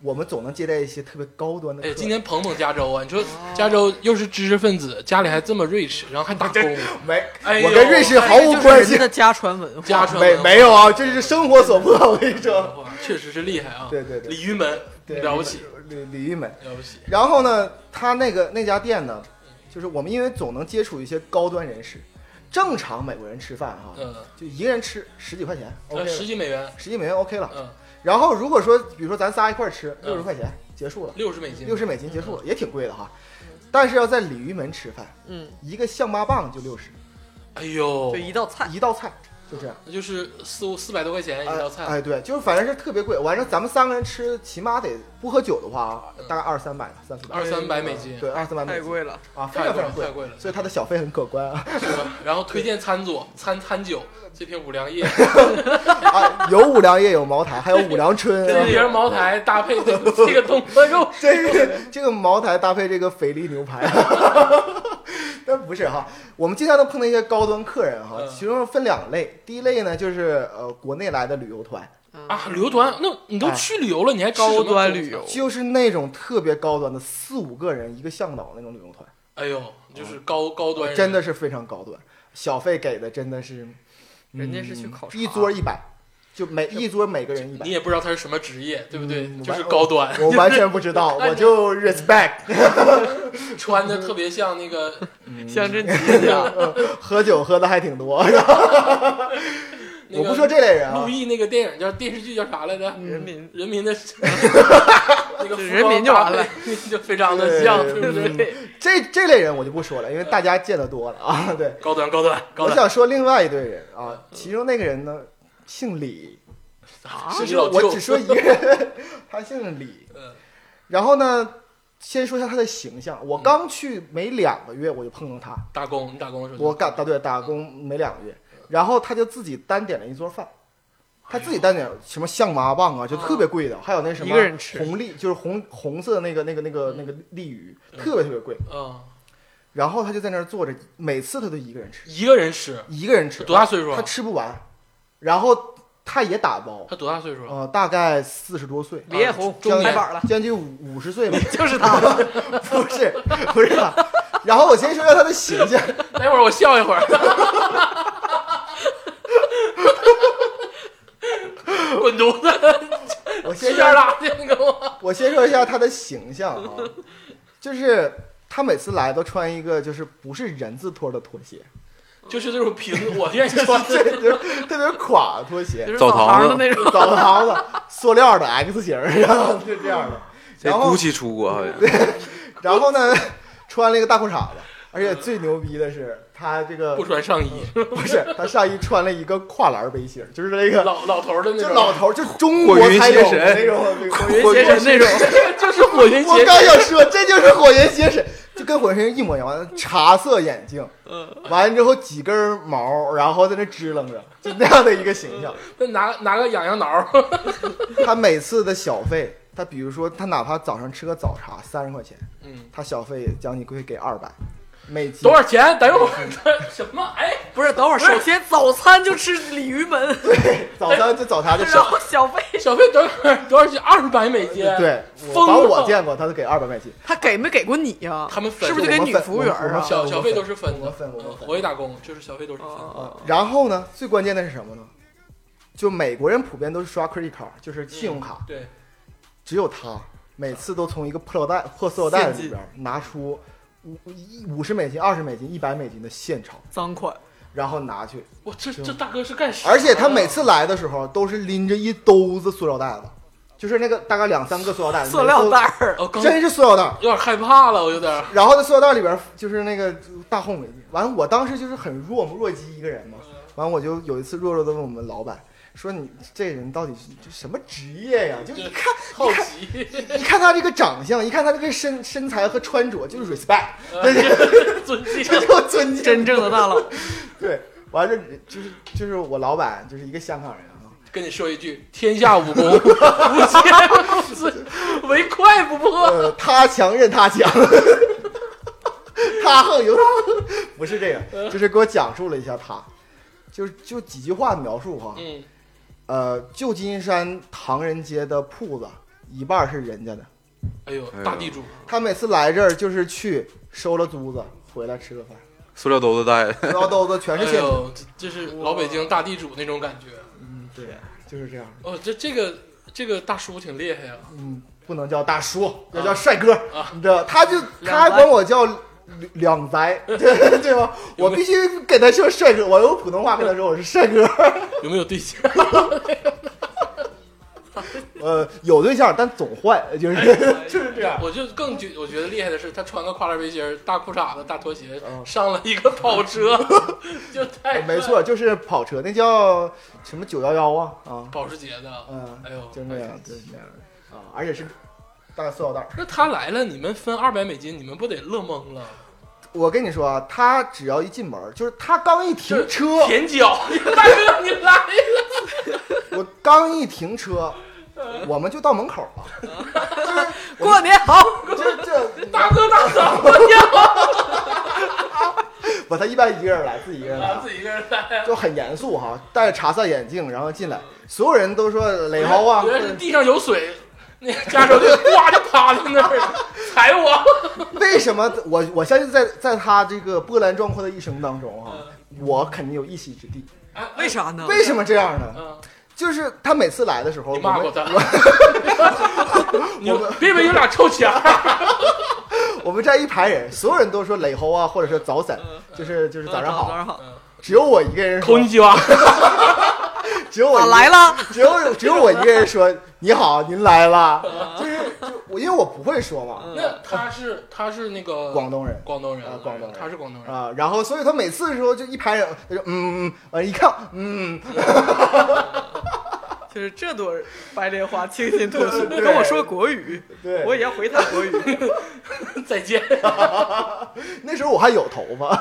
S1: 我们总能接待一些特别高端的客
S2: 哎，
S1: 人。
S2: 今天捧捧加州啊！你说
S1: 哦
S2: 加州又是知识分子，家里还这么 rich，然后还打
S1: <laughs>
S2: 工，
S1: 没
S2: 哎，呦
S1: 我跟瑞士毫无
S3: 就是
S1: 关
S3: 人
S1: 系
S3: 家，的家传文化。
S2: 家传
S1: 没没有啊，这是生活所迫，我跟你说。
S2: 哇，确实是厉害啊！
S1: 对对对
S2: 鲤鱼门
S1: 对
S2: 了不起，，
S1: 鲤鲤鱼门。
S2: 了不起，
S1: 然后呢，他那个那家店呢，就是我们因为总能接触一些高端人士，正常美国人吃饭啊，
S2: 嗯，
S1: 就一个人吃十几块钱，OK，
S2: 呃，
S1: 了
S2: 十几美元，
S1: 十几美元 OK 了。
S2: 嗯，
S1: 然后如果说，比如说咱仨一块儿吃，
S2: 嗯
S1: 六十块钱结束了，
S2: 六十美金，
S1: 六十美金结束了，也挺贵的哈。但是要在鲤鱼门吃饭，
S3: 嗯，
S1: 一个象拔蚌就六十，
S2: 哎呦
S3: 就，一道菜，
S1: 一道菜就这样。
S2: 那就是四五四百多块钱一道菜，
S1: 哎，哎对，就是反正是特别贵。完了，咱们三个人吃，起码得不喝酒的话啊，大概二三百、三四百，
S2: 嗯二三百美金，
S1: 对，二三百美
S3: 太
S1: 金
S3: 贵了。
S1: 啊，非
S2: 太
S1: 常非常
S2: 贵了，太
S1: 贵。
S2: 贵了。
S1: 所以它的小费很可观啊 <laughs>
S2: 是吧然后推荐餐佐、餐餐酒，这瓶五粮液，
S1: 啊！有五粮液，有茅台，还有五粮春
S2: 这
S1: 啊。 <laughs>
S2: 瓶茅台搭配这个这个东坡肉，哎
S1: <laughs> 这个这个茅台搭配这个菲力牛排，这不是哈，我们经常能碰到一些高端客人哈
S2: 嗯，
S1: 其中分两类。第一类呢，就是呃国内来的旅游团，
S2: 啊，
S3: 嗯
S2: 旅游团，那你都
S1: 哎
S2: 去旅游了，你还吃什
S3: 高
S2: 么
S3: 端
S2: 东西
S3: 旅游，
S1: 就是那种特别高端的四五个人一个向导那种旅游团，
S2: 哎呦，就是高高端人，
S1: 真的是非常高端，小费给的真的是，嗯
S3: 人家是去考察
S1: 一桌一百，就每一桌每个人一百
S2: 你。也不知道他是什么职业，对不对？
S1: 嗯
S2: 就是
S1: 完
S2: 高端，
S1: 我完全不知道，我就 respect，
S2: 穿的特别像那个
S3: 乡镇级
S2: 那
S3: <laughs>
S2: 个
S1: 喝酒喝的还挺
S2: <laughs>
S1: 多。
S2: 那
S1: 我
S2: 个
S1: 不说这类人啊
S2: 陆，毅那个电影叫电视剧叫啥来着？
S3: 人民，
S2: 人民
S3: <laughs>
S2: 的那个服装
S3: 人民就完了
S2: 搭配， <laughs> 就非常的像，
S1: 对
S2: 对不对？
S3: 对，
S1: 这这类人我就不说了，因为大家见得多了
S2: 哦
S1: 啊。对，
S2: 高端，高端，高
S1: 我
S2: 端，
S1: 想说另外一队人啊，其中那个人呢姓李，
S2: 是
S1: 就
S2: 啊你
S1: 是
S2: 老
S1: 我
S2: 舅
S1: 只说一个人，他姓李。
S2: <laughs> 嗯
S1: 然后呢，先说一下他的形象，我刚去没两个月我就碰到他，
S2: 打工，你打工的时候，
S1: 我干答对打工没两个月，
S3: 嗯
S1: 然后他就自己单点了一桌饭。他自己单点什么象麻棒啊，就特别贵的，还有那什么
S3: 哎嗯一个人吃
S1: 红鲤，就是红红色的那个那个那个那个鲤鱼，
S2: 嗯
S1: 特别特别贵。
S2: 嗯，
S1: 然后他就在那儿坐着，每次他都一个人吃，
S2: 一个人吃，
S1: 一个人吃，
S2: 多大岁数
S1: 他
S2: 啊？
S1: 吃不完，然后他也打包，
S2: 他多大岁数啊？
S1: 呃，大概四十多岁，
S3: 李彦宏
S1: 将
S3: 拍
S1: 近
S3: 板了，
S1: 将近五五十岁吧，
S3: <laughs> 就是
S1: <laughs>
S3: 他，
S1: 不是不是吧？然后我先说一下他的形象，
S2: 待会儿我笑一会儿。 <laughs> 滚犊子！
S1: 我先
S2: 吃
S3: <laughs>
S1: 说
S3: 啊
S2: 点垃圾，你给我。
S1: 我先说一下他的形象啊，就是他每次来都穿一个就是不是人字拖的拖鞋，
S2: 就是这种平，我愿意穿的。
S1: 对，就是特别垮的拖鞋，
S3: 就是
S4: 澡堂
S3: 堂
S4: 子
S3: 的那种，
S1: 澡堂子塑料的 X 型儿，然后就这样的，
S4: 这
S1: 然后
S4: 估计出过好像。
S1: 然后呢，穿了一个大裤衩子，而且最牛逼的是，他这个
S2: 不
S1: <laughs>
S2: 穿上衣，
S1: 不是他上衣穿了一个跨栏背心儿，就是那个
S2: 老老头儿的那
S1: 就
S2: 种。
S1: 老头儿，就中国才有的那种火
S3: 云邪神那种，
S2: <laughs> 就是火云
S1: 我
S2: 邪
S1: 刚想说，这就是火云邪神，就跟火云邪神一模一样。完了，
S2: <laughs>
S1: 茶色眼镜，
S2: 嗯
S1: 完了之后几根毛，然后在那支棱着，就那样的一个形象。
S2: 那拿拿个痒痒挠儿，嗯
S1: 他每次的小费，他比如说他哪怕早上吃个早茶三十块钱，
S2: 嗯，
S1: 他小费将近会给二百，每集
S2: 多少钱？等一会
S1: <laughs>
S2: 儿，什么？哎，
S3: 不是，等会儿，首先早餐就吃鲤鱼门，
S1: 早餐就早茶就
S2: <laughs>
S3: 然
S1: 少。
S3: 后小费
S2: 小费等会儿多少钱？二百美金。，
S1: 对，
S2: 啊疯
S1: 我反正我
S2: 了
S1: 见过，他都给二百美金。
S3: <laughs> 他给没给过你呀？
S2: 他们分
S3: 是不是就给女服务员啊？
S2: 小小费都是分
S1: 我
S2: 的，
S1: 分我
S2: 嗯
S1: 分
S2: 我也打工，就是小费都是分的。
S3: 哦
S1: 然后呢，最关键的是什么呢？就美国人普遍都是刷 credit card，就是信用
S3: 哦
S1: 卡，
S2: 对，
S1: 只有他每次都从一个破袋破塑料袋
S3: 现
S1: 里
S3: 金
S1: 边拿出五一五十美金、二十美金、一百美金的现钞，
S3: 赃款，
S1: 然后拿去。
S2: 我这这大哥是干啥的？
S1: 而且他每次来的时候都是拎着一兜子塑料袋子，就是那个大概两三个塑料袋，
S3: 塑料袋 <laughs> 儿，
S2: 哦，刚
S1: 每次都，真是塑料袋。
S2: 有点害怕了，我有点儿。
S1: 然后在塑料袋里边就是那个大红围巾。完，我当时就是很弱嘛，弱鸡一个人嘛。完，我就有一次弱弱的问我们老板说：“你这人到底是这什么职业呀？”就一看，
S2: 好
S1: 一看
S2: 奇， <laughs>
S1: <laughs> 一看他这个长相，一看他这个身身材和穿着，就是 respect，
S2: 尊
S1: 这
S2: 敬。
S1: 就尊敬。
S3: 真正的大佬，
S1: 对，完了就是就是我老板就是一个香港人啊，
S2: 跟你说一句，天下
S1: <laughs>
S2: 武功，无坚不摧，唯快不破。
S1: 呃，他强任他强， <laughs> 他横由他，不是这个，就是给我讲述了一下他，就是就几句话描述哈、
S2: 嗯，
S1: 呃，旧金山唐人街的铺子一半是人家的，
S2: 哎呦
S4: 哎，呦
S2: 大地主，
S1: 他每次来这儿就是去收了租子，回来吃个饭，
S4: 塑料兜子带的，
S1: 然后兜子全
S2: 哎
S1: 是现金，
S2: 呦，这这是老北京大地主那种感觉。
S1: 嗯，对，就是这样，
S2: 哦，这这个这个大叔挺厉害啊！
S1: 嗯，不能叫大叔，要叫帅哥，你知道，他就他
S3: 两
S1: 还
S3: 宅
S1: 管我叫。两宅， <laughs> 对对吧？我必须给他说帅哥，我用普通话跟他说我是帅哥。 <laughs>
S2: 有没有对象？
S1: 呃，有对象，但总换，就是 <laughs> 就是这样。
S2: 我就更觉我觉得厉害的是，他穿个跨栏背心儿、大裤衩子、大拖鞋，
S1: 嗯哦
S2: 上了一个
S1: <laughs>
S2: 跑车，就太
S1: 没错，，就是跑车，那叫什么九幺幺啊啊，
S2: 保时捷的。
S1: 嗯，
S2: 哎呦，
S1: 就是那样，就是那样的啊，而且是大塑料袋儿。
S2: 那他来了，你们分二百美金，你们不得乐懵了？
S1: 我跟你说啊，他只要一进门儿，就是他刚一停车，
S2: 舔脚， <laughs> 大哥你来了，
S1: 我刚一停车，我们就到门口了。
S3: <laughs> 过年好，
S1: 这这
S2: 大哥大嫂，你好，
S1: 不，他一般一个人来，自己一个人来啊，
S2: 啊，自己一个人来。
S1: 就很严肃哈，戴着茶色眼镜，然后进来，所有人都说磊豪啊
S2: 原，来是地上有水，那个家属就呱就趴在那儿踩我。
S1: 为什么我我相信在在他这个波澜壮阔的一生当中啊，
S2: 嗯
S1: 我肯定有一席之地。
S3: <laughs> 为啥呢？
S1: 为什么这样呢？
S2: 嗯，
S1: 就是他每次来的时候，我
S2: 你骂过
S1: 们
S2: 他？你
S1: 我们
S2: 别以为有俩臭钱儿，
S1: 我们这一排人，所有人都说磊猴啊，或者说早晨，
S2: 嗯
S1: 就是就是早上
S3: 早
S1: 好，
S3: 上好，
S1: 只有我一个人
S2: 抠
S1: 说
S2: 你，鸡
S3: <laughs>
S2: 巴。
S1: 只有我
S3: 我
S1: 一个
S3: 啊来了。
S1: 只有只有我一个人说 <laughs> 你好，您来
S2: 嗯
S1: 了，就是就我因为我不会说嘛，
S2: 那他是他是那个
S1: 广东人
S2: 广东人
S1: 啊广东人
S2: 他是广东人。
S1: 啊，然后所以他每次的时候就一排人，他说嗯嗯，呃一看嗯，
S3: <laughs> 就是这朵白莲花清新 <laughs> 脱俗，
S1: 对
S3: 跟我说国语，
S1: 对，
S3: 我也要回他国 <laughs> 语。
S2: <laughs>
S1: <laughs>
S2: 再见。
S1: 那时候我还有头发，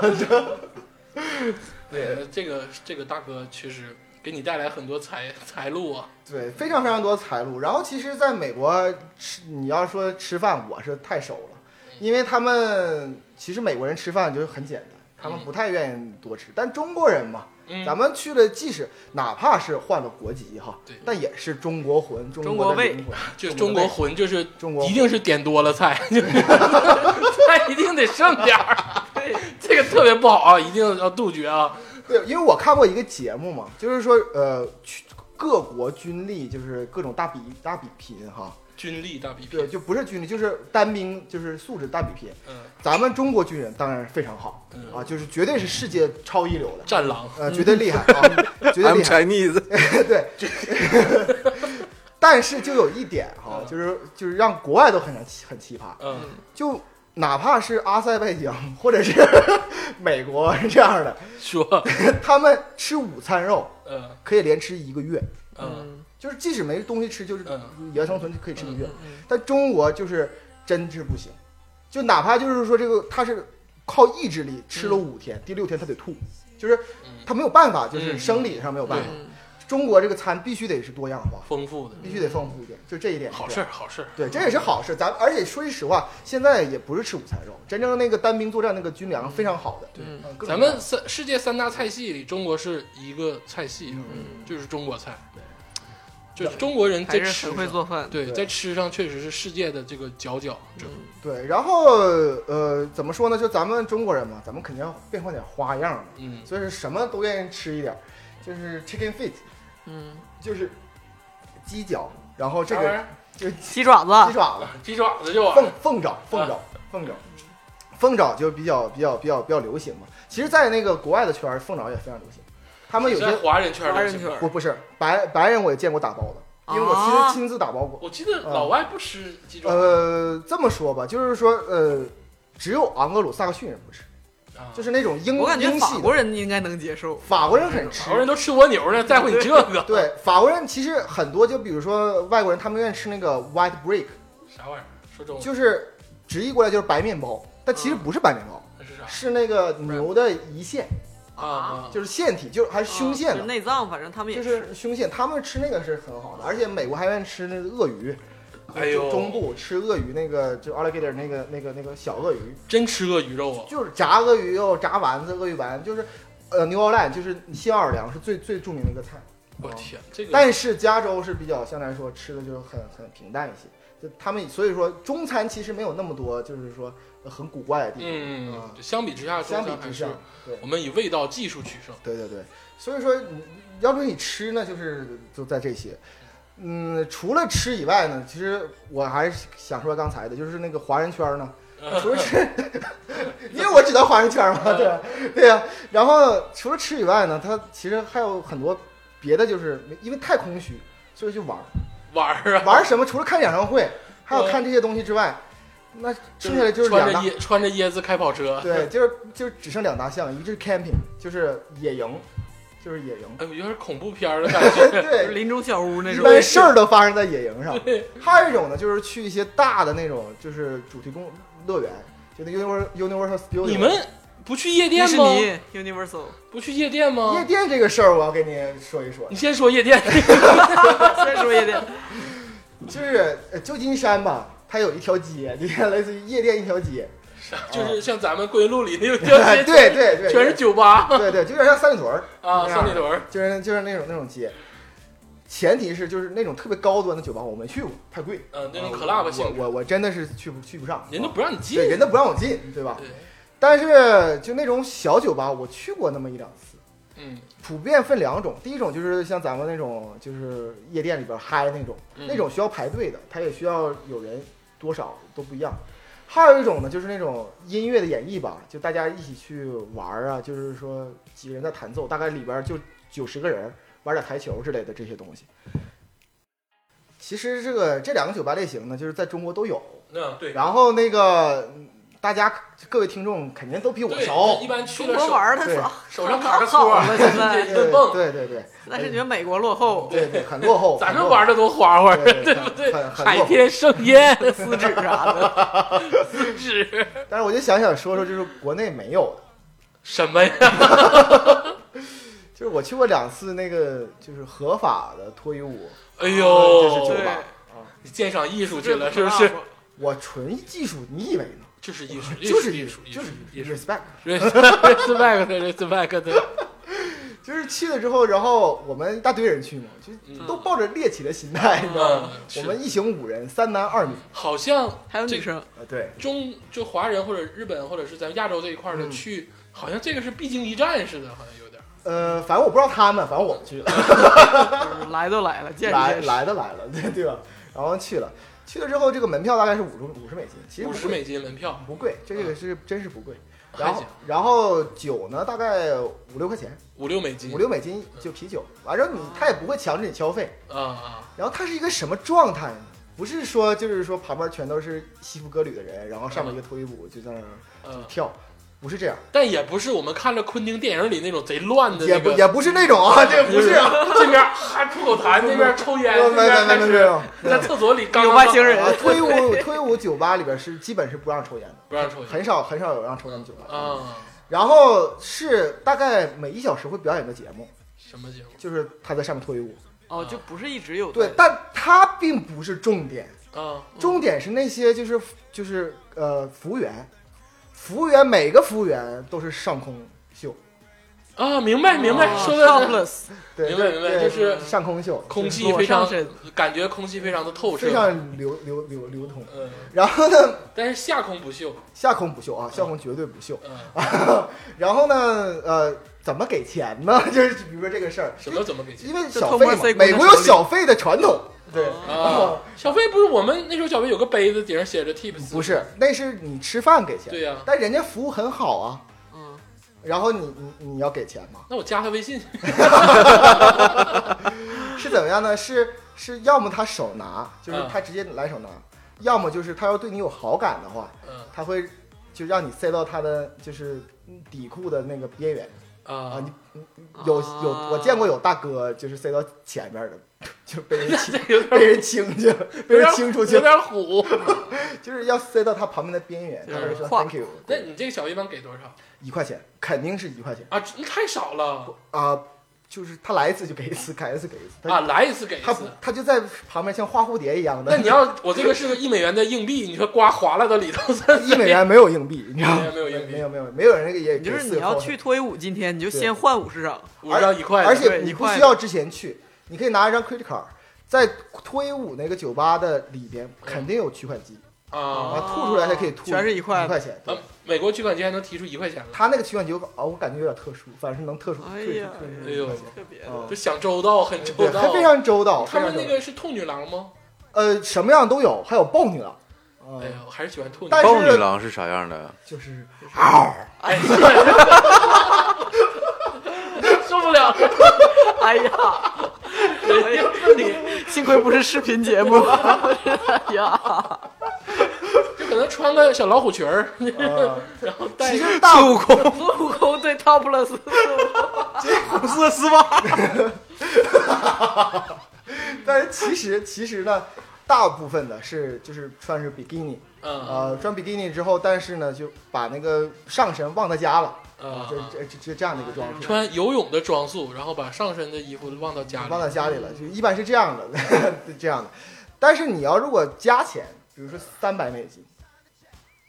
S2: 对，这个这个大哥确实给你带来很多财财路啊。
S1: <laughs> 对，非常非常多财路。然后其实在美国吃，你要说吃饭，我是太熟了，因为他们其实美国人吃饭就是很简单，他们不太愿意多吃。但中国人嘛，
S2: 嗯，
S1: 咱们去了，即使哪怕是换了国籍哈
S2: 对，
S1: 但也是中国魂，中
S3: 中
S1: 国
S3: 国
S1: 的
S3: 味
S1: 灵魂，
S2: 就
S1: 中
S2: 中
S1: 国
S2: 国
S1: 味
S2: 魂就是
S1: 中国
S2: 一
S1: 魂
S2: 定是点多了
S1: <laughs>
S2: 菜，就是菜一定得剩点儿。对，这个特别不好啊，一定要杜绝啊。
S1: 对，因为我看过一个节目嘛，就是说呃，去各国军力就是各种大比大比拼哈，
S2: 军力大比拼
S1: 对，，就不是军力，就是单兵，就是素质大比拼。
S2: 嗯，
S1: 咱们中国军人当然非常好
S2: 嗯
S1: 啊，就是绝对是世界超一流的。
S2: 战狼。
S1: 呃，绝对厉害啊， <laughs> 绝对
S4: I'm
S1: 厉害，
S4: Chinese，
S1: 对。 <laughs> 但是就有一点哈、
S2: 嗯
S1: 就是就是让国外都很很奇葩，
S2: 嗯，
S1: 就哪怕是阿塞拜疆或者是 <laughs> 美国这样的，
S2: 说，
S1: 他们吃午餐肉
S2: 嗯
S1: 可以连吃一个月，
S2: 嗯，
S1: 就是即使没东西吃，就是
S2: 嗯
S1: 野生存可以吃一个月。
S3: 嗯
S1: 但中国就是真是不行，就哪怕就是说这个他是靠意志力吃
S2: 嗯
S1: 了五天，第六天他得吐，就是他没有办法，就是
S2: 嗯
S1: 生理上没有办法。
S3: 嗯
S1: 中国这个餐必须得是多样化，
S2: 丰富的，
S1: 必须得丰富一点，就这一点是
S2: 好
S1: 这
S2: 事
S1: 样。
S2: 儿，好事儿。
S1: 对，这也是好事。咱而且说句实话，现在也不是吃午餐肉，真正那个单兵作战那个军粮非常好的。
S2: 对
S1: 嗯，各种
S2: 咱们三世界三大菜系里，中国是一个菜系，啊
S1: 嗯
S3: 嗯
S2: 就是中国菜，就是中国人
S3: 还
S2: 在
S3: 是
S2: 吃
S3: 很会
S2: 上
S3: 做饭。
S2: 对，
S1: 对
S2: 在吃上确实是世界的这个佼佼者。
S1: 对，然后呃，怎么说呢？就咱们中国人嘛，咱们肯定要变换点花样嘛，
S2: 嗯，
S1: 所以是什么都愿意吃一点，就是 chicken feet，
S3: 嗯，
S1: 就是鸡脚，然后这
S2: 当
S1: 个
S2: 然
S1: 就是鸡
S3: 鸡爪子，
S1: 爪子、
S2: 鸡爪子就完
S1: 凤
S2: 了。
S1: 凤爪、凤
S2: 啊
S1: 爪、凤爪。凤爪就比较比较比较比较流行嘛，其实，在那个国外的圈儿，凤爪也非常流行。他们有些
S2: 在华人圈儿
S3: 华
S2: 流
S3: 人
S2: 行
S3: 圈儿
S1: 不不是白白人，我也见过打包的，因为我
S3: 啊
S1: 亲亲自打包过。
S2: 我记得老外不吃鸡爪子，
S1: 呃，这么说吧，就是说呃，只有昂格鲁萨克逊人不吃，
S2: 啊
S1: 就是那种英
S3: 我感觉
S1: 英
S3: 法
S1: 系
S3: 国
S1: 的
S3: 人应该能接受。
S1: 法国人很吃
S2: 法。国人都吃蜗牛呢，在乎你这个
S1: 对法国人其实很多，就比如说外国人，他们愿意吃那个 white break，
S2: 啥玩意儿？说中文
S1: 就是直译过来就是白面包，但其实不是白面包，
S2: 那是啥
S1: 是那个牛的胰腺，
S2: 啊啊？
S1: 就是腺体，就是还是胸
S3: 啊
S1: 腺
S3: 就是
S1: 的，
S3: 内脏，反正他们也
S1: 就
S3: 吃。
S1: 是胸腺，他们吃那个是很好的，而且美国还愿意吃那个鳄鱼。
S2: 哎呦，
S1: 中部吃鳄鱼那个就 alligator 那个那个那个小鳄鱼，
S2: 真吃鳄鱼肉啊！
S1: 就是炸鳄鱼肉、炸丸子、鳄鱼丸，就是呃牛奥兰，就是西奥尔良是最最著名的一个菜。哦
S2: 我天，这个
S1: 但是加州是比较相对来说吃的就很很平淡一些，就他们所以说中餐其实没有那么多就是说呃很古怪的地方，
S2: 嗯，相比之下，中
S1: 相比
S2: 餐还
S1: 之
S2: 是
S1: 下，对
S2: 我们以味道技术取胜。
S1: 对对对，所以说你要不你吃呢，就是就在这些。嗯，除了吃以外呢，其实我还是想说刚才的，就是那个华人圈
S2: <laughs>
S1: 呢，除了吃，因为我只到华人圈
S2: 嗯
S1: 嘛，对吧啊对呀、然后除了吃以外呢，它其实还有很多别的，就是因为太空虚，所以就玩儿
S2: 玩儿啊，
S1: 玩儿什么？除了看演唱会，还有看这些东西之外，那剩下来就是
S2: 穿
S1: 两
S2: 着
S1: 大，
S2: 椰穿着椰子开跑车。
S1: 对，就是就是只剩两大项，一个是 camping，就是野营，就是野
S2: <laughs>
S1: 营。
S2: 哎，有点恐怖片儿的感觉。 <laughs>
S3: 就是
S1: 对，
S3: 林中小屋那
S1: 一
S3: 种。
S1: 般事儿都发生在野营上
S2: 对。
S1: 还有一种呢，就是去一些大的那种，就是主题公乐园，就那 Universal Universal Studio。
S2: 你们不去夜
S3: 迪
S2: 店
S3: 士
S2: 吗？
S3: 尼
S1: <laughs>
S3: Universal，
S2: 不去夜店吗？
S1: 夜店这个事儿，我要跟你说一说
S2: 你，先说夜
S1: <laughs>
S2: 店。
S3: 先说一点，
S1: <laughs> 就是呃旧金山吧，它有一条街，就像类似于夜店一条街，呃
S2: 就是像咱们归路里那种叫
S1: <laughs>
S2: 街，
S1: 对对对，
S2: 全是酒吧
S1: 对对，就有点像三里屯儿
S2: 啊，
S1: 那样
S2: 三里屯儿
S1: 就是就是那种那种街。前提是就是那种特别高端的酒吧，我没去过，太贵。
S2: 嗯，那种
S1: 啊
S2: club 性质
S1: 我我我真的是去不去不上，
S2: 人都
S1: 啊
S2: 不让你进
S1: 对，人都不让我进，对吧？
S2: 对，
S1: 但是就那种小酒吧，我去过那么一两次。
S2: 嗯
S1: 普遍分两种，第一种就是像咱们那种就是夜店里边嗨那种，
S2: 嗯
S1: 那种需要排队的，它也需要有人多少都不一样。还有一种呢，就是那种音乐的演绎吧，就大家一起去玩儿啊，就是说几个人在弹奏，大概里边就九十个人玩点台球之类的这些东西。其实这个这两个酒吧类型呢，就是在中国都有。
S2: 那对
S1: 然后那个嗯大家各位听众肯定都比我
S2: 对，
S1: 熟
S2: 一，般去
S3: 中
S2: 了
S3: 国
S2: 手
S3: 玩儿的
S1: 对
S3: 早，
S2: 手上卡个搓
S3: 好
S2: 儿，
S3: 了现在
S1: <laughs>
S2: 一顿蹦，
S1: 对对对，
S3: 但是你们美国落后，
S1: 对对，很落后。
S2: 咱
S1: 很
S2: 们
S1: 落
S2: 玩的多花花，
S1: 对
S2: 对
S1: 对
S2: 不
S1: 很
S2: 对？
S1: 很很
S2: 海
S1: 落
S2: 天盛宴，
S3: 撕纸啥的，
S2: 是
S1: 后，但是我就想想说说，就是国内没有的，
S2: 什么呀？
S1: 啊就是我去过两次那个就是合法的脱衣舞，
S2: 哎
S1: 这是
S2: 呦
S1: 酒，
S3: 对
S1: 吧啊，
S2: 你鉴赏艺术去了，是不是？？
S1: 我纯技术，你以为呢？
S2: 这是艺术，
S1: 就是
S2: 艺
S1: 艺
S2: 术，艺术
S1: 就是
S2: 艺
S1: 艺
S2: 术 <laughs>
S1: 术。respect。嗯 <laughs>
S2: respect 的 respect 的，
S1: 就是去了之后，然后我们一大堆人去嘛，就
S2: 嗯
S1: 都抱着猎奇的心态，你知道吗？
S2: 嗯，
S1: <laughs> 我
S2: 是
S1: 们一行五人，三男二女，
S2: 好像
S3: 还有女生，
S1: 啊，对，
S2: 中就华人或者日本或者是咱们亚洲这一块的
S1: 嗯
S2: 去，好像这个是必经一战似的，好像有点儿。
S1: 呃，反正我不知道他们，反正我们去了。
S3: 就是来都来了，见识
S1: 来
S3: 见识。
S1: 来的来了， <laughs> 对对吧？然后去了，去了之后，这个门票大概是五十五十美金，其实
S2: 五
S1: 不
S2: 十
S1: 贵
S2: 美金门票，
S1: 不贵，这个是真是不贵。
S2: 还
S1: 然后
S2: 行，
S1: 然后酒呢，大概五六块钱，
S2: 五六美金，
S1: 五六美金就啤酒，完了你他也不会强制你消费。
S2: 啊啊，
S1: 然后它是一个什么状态呢？不是说就是说旁边全都是西服革履的人，然后上面一个脱衣舞就在那儿
S2: 嗯，
S1: 跳，不是这样，
S2: 但也不是我们看着昆汀电影里那种贼乱的
S1: 也
S2: 嗯那
S1: 不
S2: 个，
S1: 也不是那种啊，这个不是啊，
S2: 这边还吐口痰，那边抽烟，
S1: 没有
S2: 这
S1: 没有
S2: 边
S1: 没
S2: 开
S1: 有没
S2: 始
S1: 有，没
S2: 在
S1: 有
S2: 厕所里刚
S3: 有外星人
S1: 啊脱衣舞脱衣舞酒吧里边是基本是不让抽烟的。
S2: 不让抽烟
S1: 很少很少有让抽烟的酒吧。
S2: 啊，
S1: 然后是大概每一小时会表演个节目，
S2: 什么节目
S1: 就是他在上面脱衣舞。
S3: 哦，就不是一直有的
S1: 对，，但他并不是重点，
S2: 啊？
S1: 重点是那些就是就是呃服务员，服务员每个服务员都是上空秀，
S2: 啊，明白明白，
S3: 哦
S2: 说的
S3: topless
S1: 对，
S2: 明白明白
S1: 对
S2: 就是
S1: 上空秀，
S2: 空气
S3: 裸
S2: 非常
S3: 上身，
S2: 感觉空气非常的透彻
S1: 非，常流流流流通。
S2: 嗯，
S1: 然后呢，
S2: 但是下空不秀，
S1: 下空不秀啊，下空绝对不秀。
S2: 嗯，
S1: 然后呢，呃，怎么给钱呢？ <laughs> 就是比如说这个事儿，
S2: 什么怎么给钱
S1: 因为
S3: 就
S1: 小
S3: 偷
S1: 费
S3: 摸塞
S1: 嘛，
S3: 姑娘
S1: 美国有
S3: 手里
S1: 小费的传统，
S2: 哦
S1: 对。
S2: 啊？小费不是我们那时候小费有个杯子，顶上写着 tips，
S1: 不是，那是你吃饭给钱。
S2: 对啊呀
S1: 但人家服务很好啊，
S3: 嗯，
S1: 然后你你你要给钱吗？
S2: 那我加他微信，
S1: <laughs> 是怎么样呢？是是，要么他手拿，就是
S2: 嗯
S1: 他直接来手拿；要么就是他要对你有好感的话，
S2: 嗯
S1: 他会就让你塞到他的就是底裤的那个边缘啊。
S2: 啊，
S1: 你有有，我见过有大哥就是塞到前面的， <laughs> 就被
S2: <laughs>
S1: 人清
S2: 这有
S1: 被
S2: 点
S1: 人清去了，被
S2: 有
S1: 人
S2: 点
S1: 清出去
S2: 有
S1: 了，
S2: 点虎。 <laughs>
S1: 就是要塞到他旁边的边缘。
S3: 就
S1: 他
S2: 是
S1: 会说
S3: 跨
S1: “thank you”，
S2: 那你这个小费一般给多少
S1: 一块钱肯定是一块钱。
S2: 啊？这太少了
S1: 啊，就是他来一次就给一次，改一次给一次。他
S2: 啊！来一次给一
S1: 他不
S2: 次。
S1: 他就在旁边像画蝴蝶一样的。
S2: 那你要我这个是个一美元的硬币，你说刮划拉到里
S1: <laughs>
S2: 头，
S1: 一美元没有硬币，你知道吗？
S2: 没有没有硬币
S1: 没有没有没有人也
S3: 你就
S1: 给
S3: 是
S1: 四
S3: 你
S1: 个
S3: 要
S1: 扣
S3: 去脱衣舞，今天你就先换五十张，
S2: 五张一块的，
S1: 而且
S3: 对
S1: 你
S3: 一
S1: 不
S3: 块
S1: 需
S3: 的
S1: 要之前去，你可以拿一张 credit card，在脱衣舞那个酒吧的里边肯定有取款机，
S2: 啊
S1: 啊，吐出来还可以吐，
S3: 全是一块的
S1: 一块钱。对
S2: 啊，美国取款机还能提出一块钱了，
S1: 他那个取款机啊，我感觉有点特殊，反正是能特殊
S3: 哎
S1: 退
S3: 呀
S1: 退出
S2: 哎呦
S1: 一块钱
S3: 特别的
S1: 啊
S2: 就想周到，很周
S1: 对，
S2: 到哎
S1: 还。非常周到，
S2: 他
S1: 非
S2: 们
S1: 常周
S2: 那
S1: 到。
S2: 个是痛女郎吗？
S1: 呃，什么样都有，还有豹女郎，啊
S2: 哎呀，我还是喜欢兔女
S1: 但
S2: 郎。
S1: 是
S4: 豹女郎是啥样的？
S1: 就是
S2: 哎呀， <laughs> 受不了了，
S3: 哎呀，哎呀，你幸亏不是视频节目，哎呀，
S2: 就可能穿个小老虎裙儿，
S1: 啊，
S2: 然后戴
S1: 其
S2: 个
S1: 实大
S3: 孙悟空，孙悟空对 topless，
S4: 红色丝袜。
S1: 但是其实其实呢，大部分的是就是穿是比基尼，
S2: 嗯
S1: 呃，穿比基尼之后，但是呢就把那个上身忘在家了，
S2: 嗯
S1: 就啊这这这这样的一个装束，
S2: 穿游泳的装束，然后把上身的衣服忘到家
S1: 忘
S2: 里。
S1: 在家里了，就一般是这样的 <laughs> 这样的。但是你要如果加钱，比如说三百美金，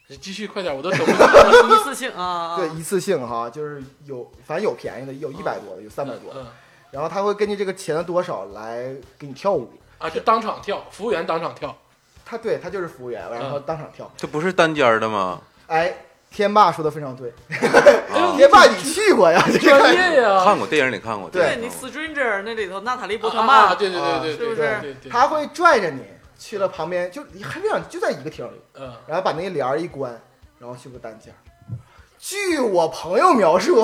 S2: 你继续快点，我都等
S1: <laughs>
S2: 不及。
S3: 一次性啊，啊
S1: 对，，一次性哈，就是有，反正有便宜的，有一百多的，有三百多的，
S2: 嗯
S1: 然后他会根据这个钱的多少来给你跳舞。
S2: 啊，就当场跳，服务员当场
S1: <laughs>
S2: 跳。
S1: 他对他就是服务
S2: 嗯
S1: 员，然后当场跳。
S4: 这不是单间儿的吗？
S1: 哎，天霸说的非常对，
S2: 嗯
S4: 啊，
S1: 天霸你去
S2: <laughs>
S1: 过呀？这个
S2: 专业呀
S4: 看，过电影里看过，
S1: 对
S4: 电
S3: 对
S4: 影
S3: 你
S4: 里
S3: 《
S4: 看过
S3: Stranger》那里头娜塔莉波特
S2: 啊
S3: 曼
S2: 啊，对对
S1: 啊
S2: 对对，
S3: 是不
S2: 对
S3: 是
S2: 对对，
S1: 他会拽着你去了旁边，就很远，就在一个厅里，
S2: 嗯，
S1: 然后把那帘儿一关，然后去个单间儿。据我朋友描述， <laughs>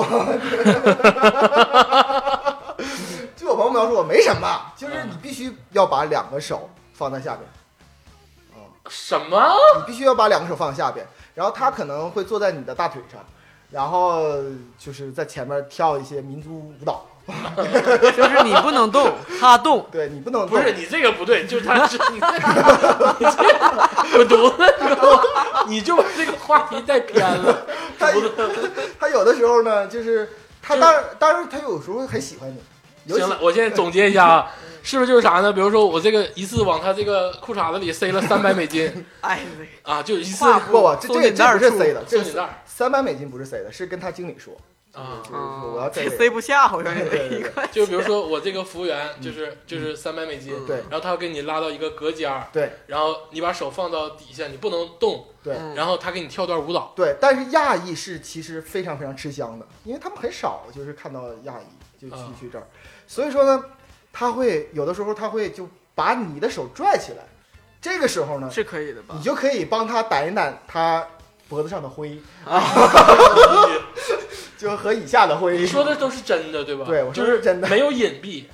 S1: 据我朋友描述，我没什么，就是你必须要把两个手放在下边，
S2: 什么？
S1: 你必须要把两个手放在下边，然后他可能会坐在你的大腿上，然后就是在前面跳一些民族舞蹈，
S3: 就是你不能动，他动。
S1: 对你不能
S2: 不是
S1: 动
S2: 你这个不对，就是他是你这个你这个滚犊子，你知道吗？你就把这个话题带偏了，
S1: 他
S2: 犊子。
S1: 他有的时候呢，就是他
S2: 就是
S1: 当然当然他有时候会很喜欢你，尤其
S2: 行了，我现在总结一下啊，是不是就是啥呢？比如说我这个一次往他这个裤衩子里塞了三百美金
S3: 哎，
S2: 啊，就一次
S3: 跨
S1: 不不，这
S3: 松
S1: 这
S3: 紧
S1: 这
S3: 带儿
S1: 不是
S3: 处
S1: 塞的，这
S2: 松
S1: 是
S2: 紧带儿
S1: 三百美金不是塞的，是跟他经理说，
S2: 啊
S1: 就。是说我要
S3: 啊，
S1: 塞
S3: 这
S1: 这
S3: 塞
S1: 个。
S3: 不下，好像有
S1: 对对对
S3: 一个。
S2: 就比如说我这个服务员就是就是三百美金，
S1: 对
S2: 然后他要给你拉到一个隔间儿，
S1: 嗯对
S2: 然后你把手放到底下，你不能动，
S1: 对
S3: 嗯
S2: 然后他给你跳段舞蹈，
S1: 对，但是亚裔是其实非常非常吃香的，因为他们很少就是看到亚裔就去
S2: 啊
S1: 去这儿，所以说呢，他会有的时候他会就把你的手拽起来，这个时候呢，
S3: 是可以的吧
S1: 你？就可以帮他掸一掸他脖子上的灰，
S2: 啊
S1: <laughs> 就和以下的灰
S2: 你。说的都是真的对吧？
S1: 嗯对我
S2: 就
S1: 说的是真的
S2: 没有隐蔽，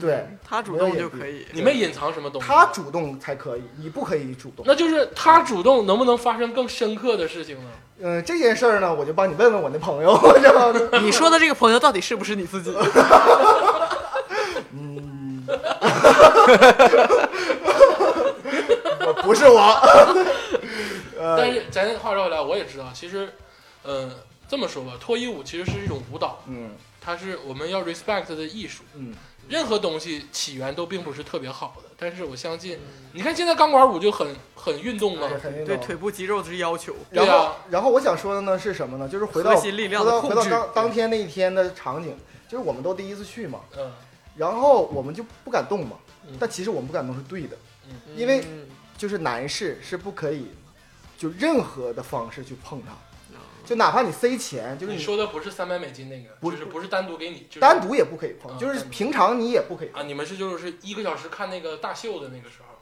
S1: 对
S3: 他主动就可以。
S2: 你没隐藏什么东西，
S1: 他主动才可以，你不可以主动。
S2: 那就是他主动能不能发生更深刻的事情呢？
S1: 嗯，这件事儿呢，我就帮你问问我那朋友， <laughs> 然后呢
S3: 你说的这个朋友到底是不是你自己？
S1: 我不是我，呃
S2: 但是咱话说回来，我也知道，其实，嗯、这么说吧，脱衣舞其实是一种舞蹈，
S1: 嗯
S2: 它是我们要 respect 的艺术。
S1: 嗯，
S2: 任何东西起源都并不是特别好的，但是我相信，
S1: 嗯
S2: 你看现在钢管舞就很很运动嘛，
S1: 肯定
S3: 对
S1: 的
S3: 腿部肌肉之要求，
S1: 然
S2: 对
S1: 后
S2: 啊，
S1: 然后我想说的呢是什么呢？就是回到
S3: 核心力量
S1: 回
S3: 的
S1: 到
S3: 控
S1: 回
S3: 制
S1: 到当当天那一天的场景，就是我们都第一次去嘛，
S2: 嗯，
S1: 然后我们就不敢动嘛
S2: 嗯，
S1: 但其实我们不敢动是对的，
S3: 嗯 <laughs>
S1: 因为就是男士是不可以就任何的方式去碰他，
S3: 啊
S1: 就哪怕你塞钱，就是
S2: 你说的不是三百美金那个，
S1: 不
S2: 就是不是单独给你，就是
S1: 单独也不可以
S2: 啊
S1: 碰，就是
S2: 单独
S1: 平常你也不可以碰
S2: 啊，你们是就是一个小时看那个大秀的那个时候，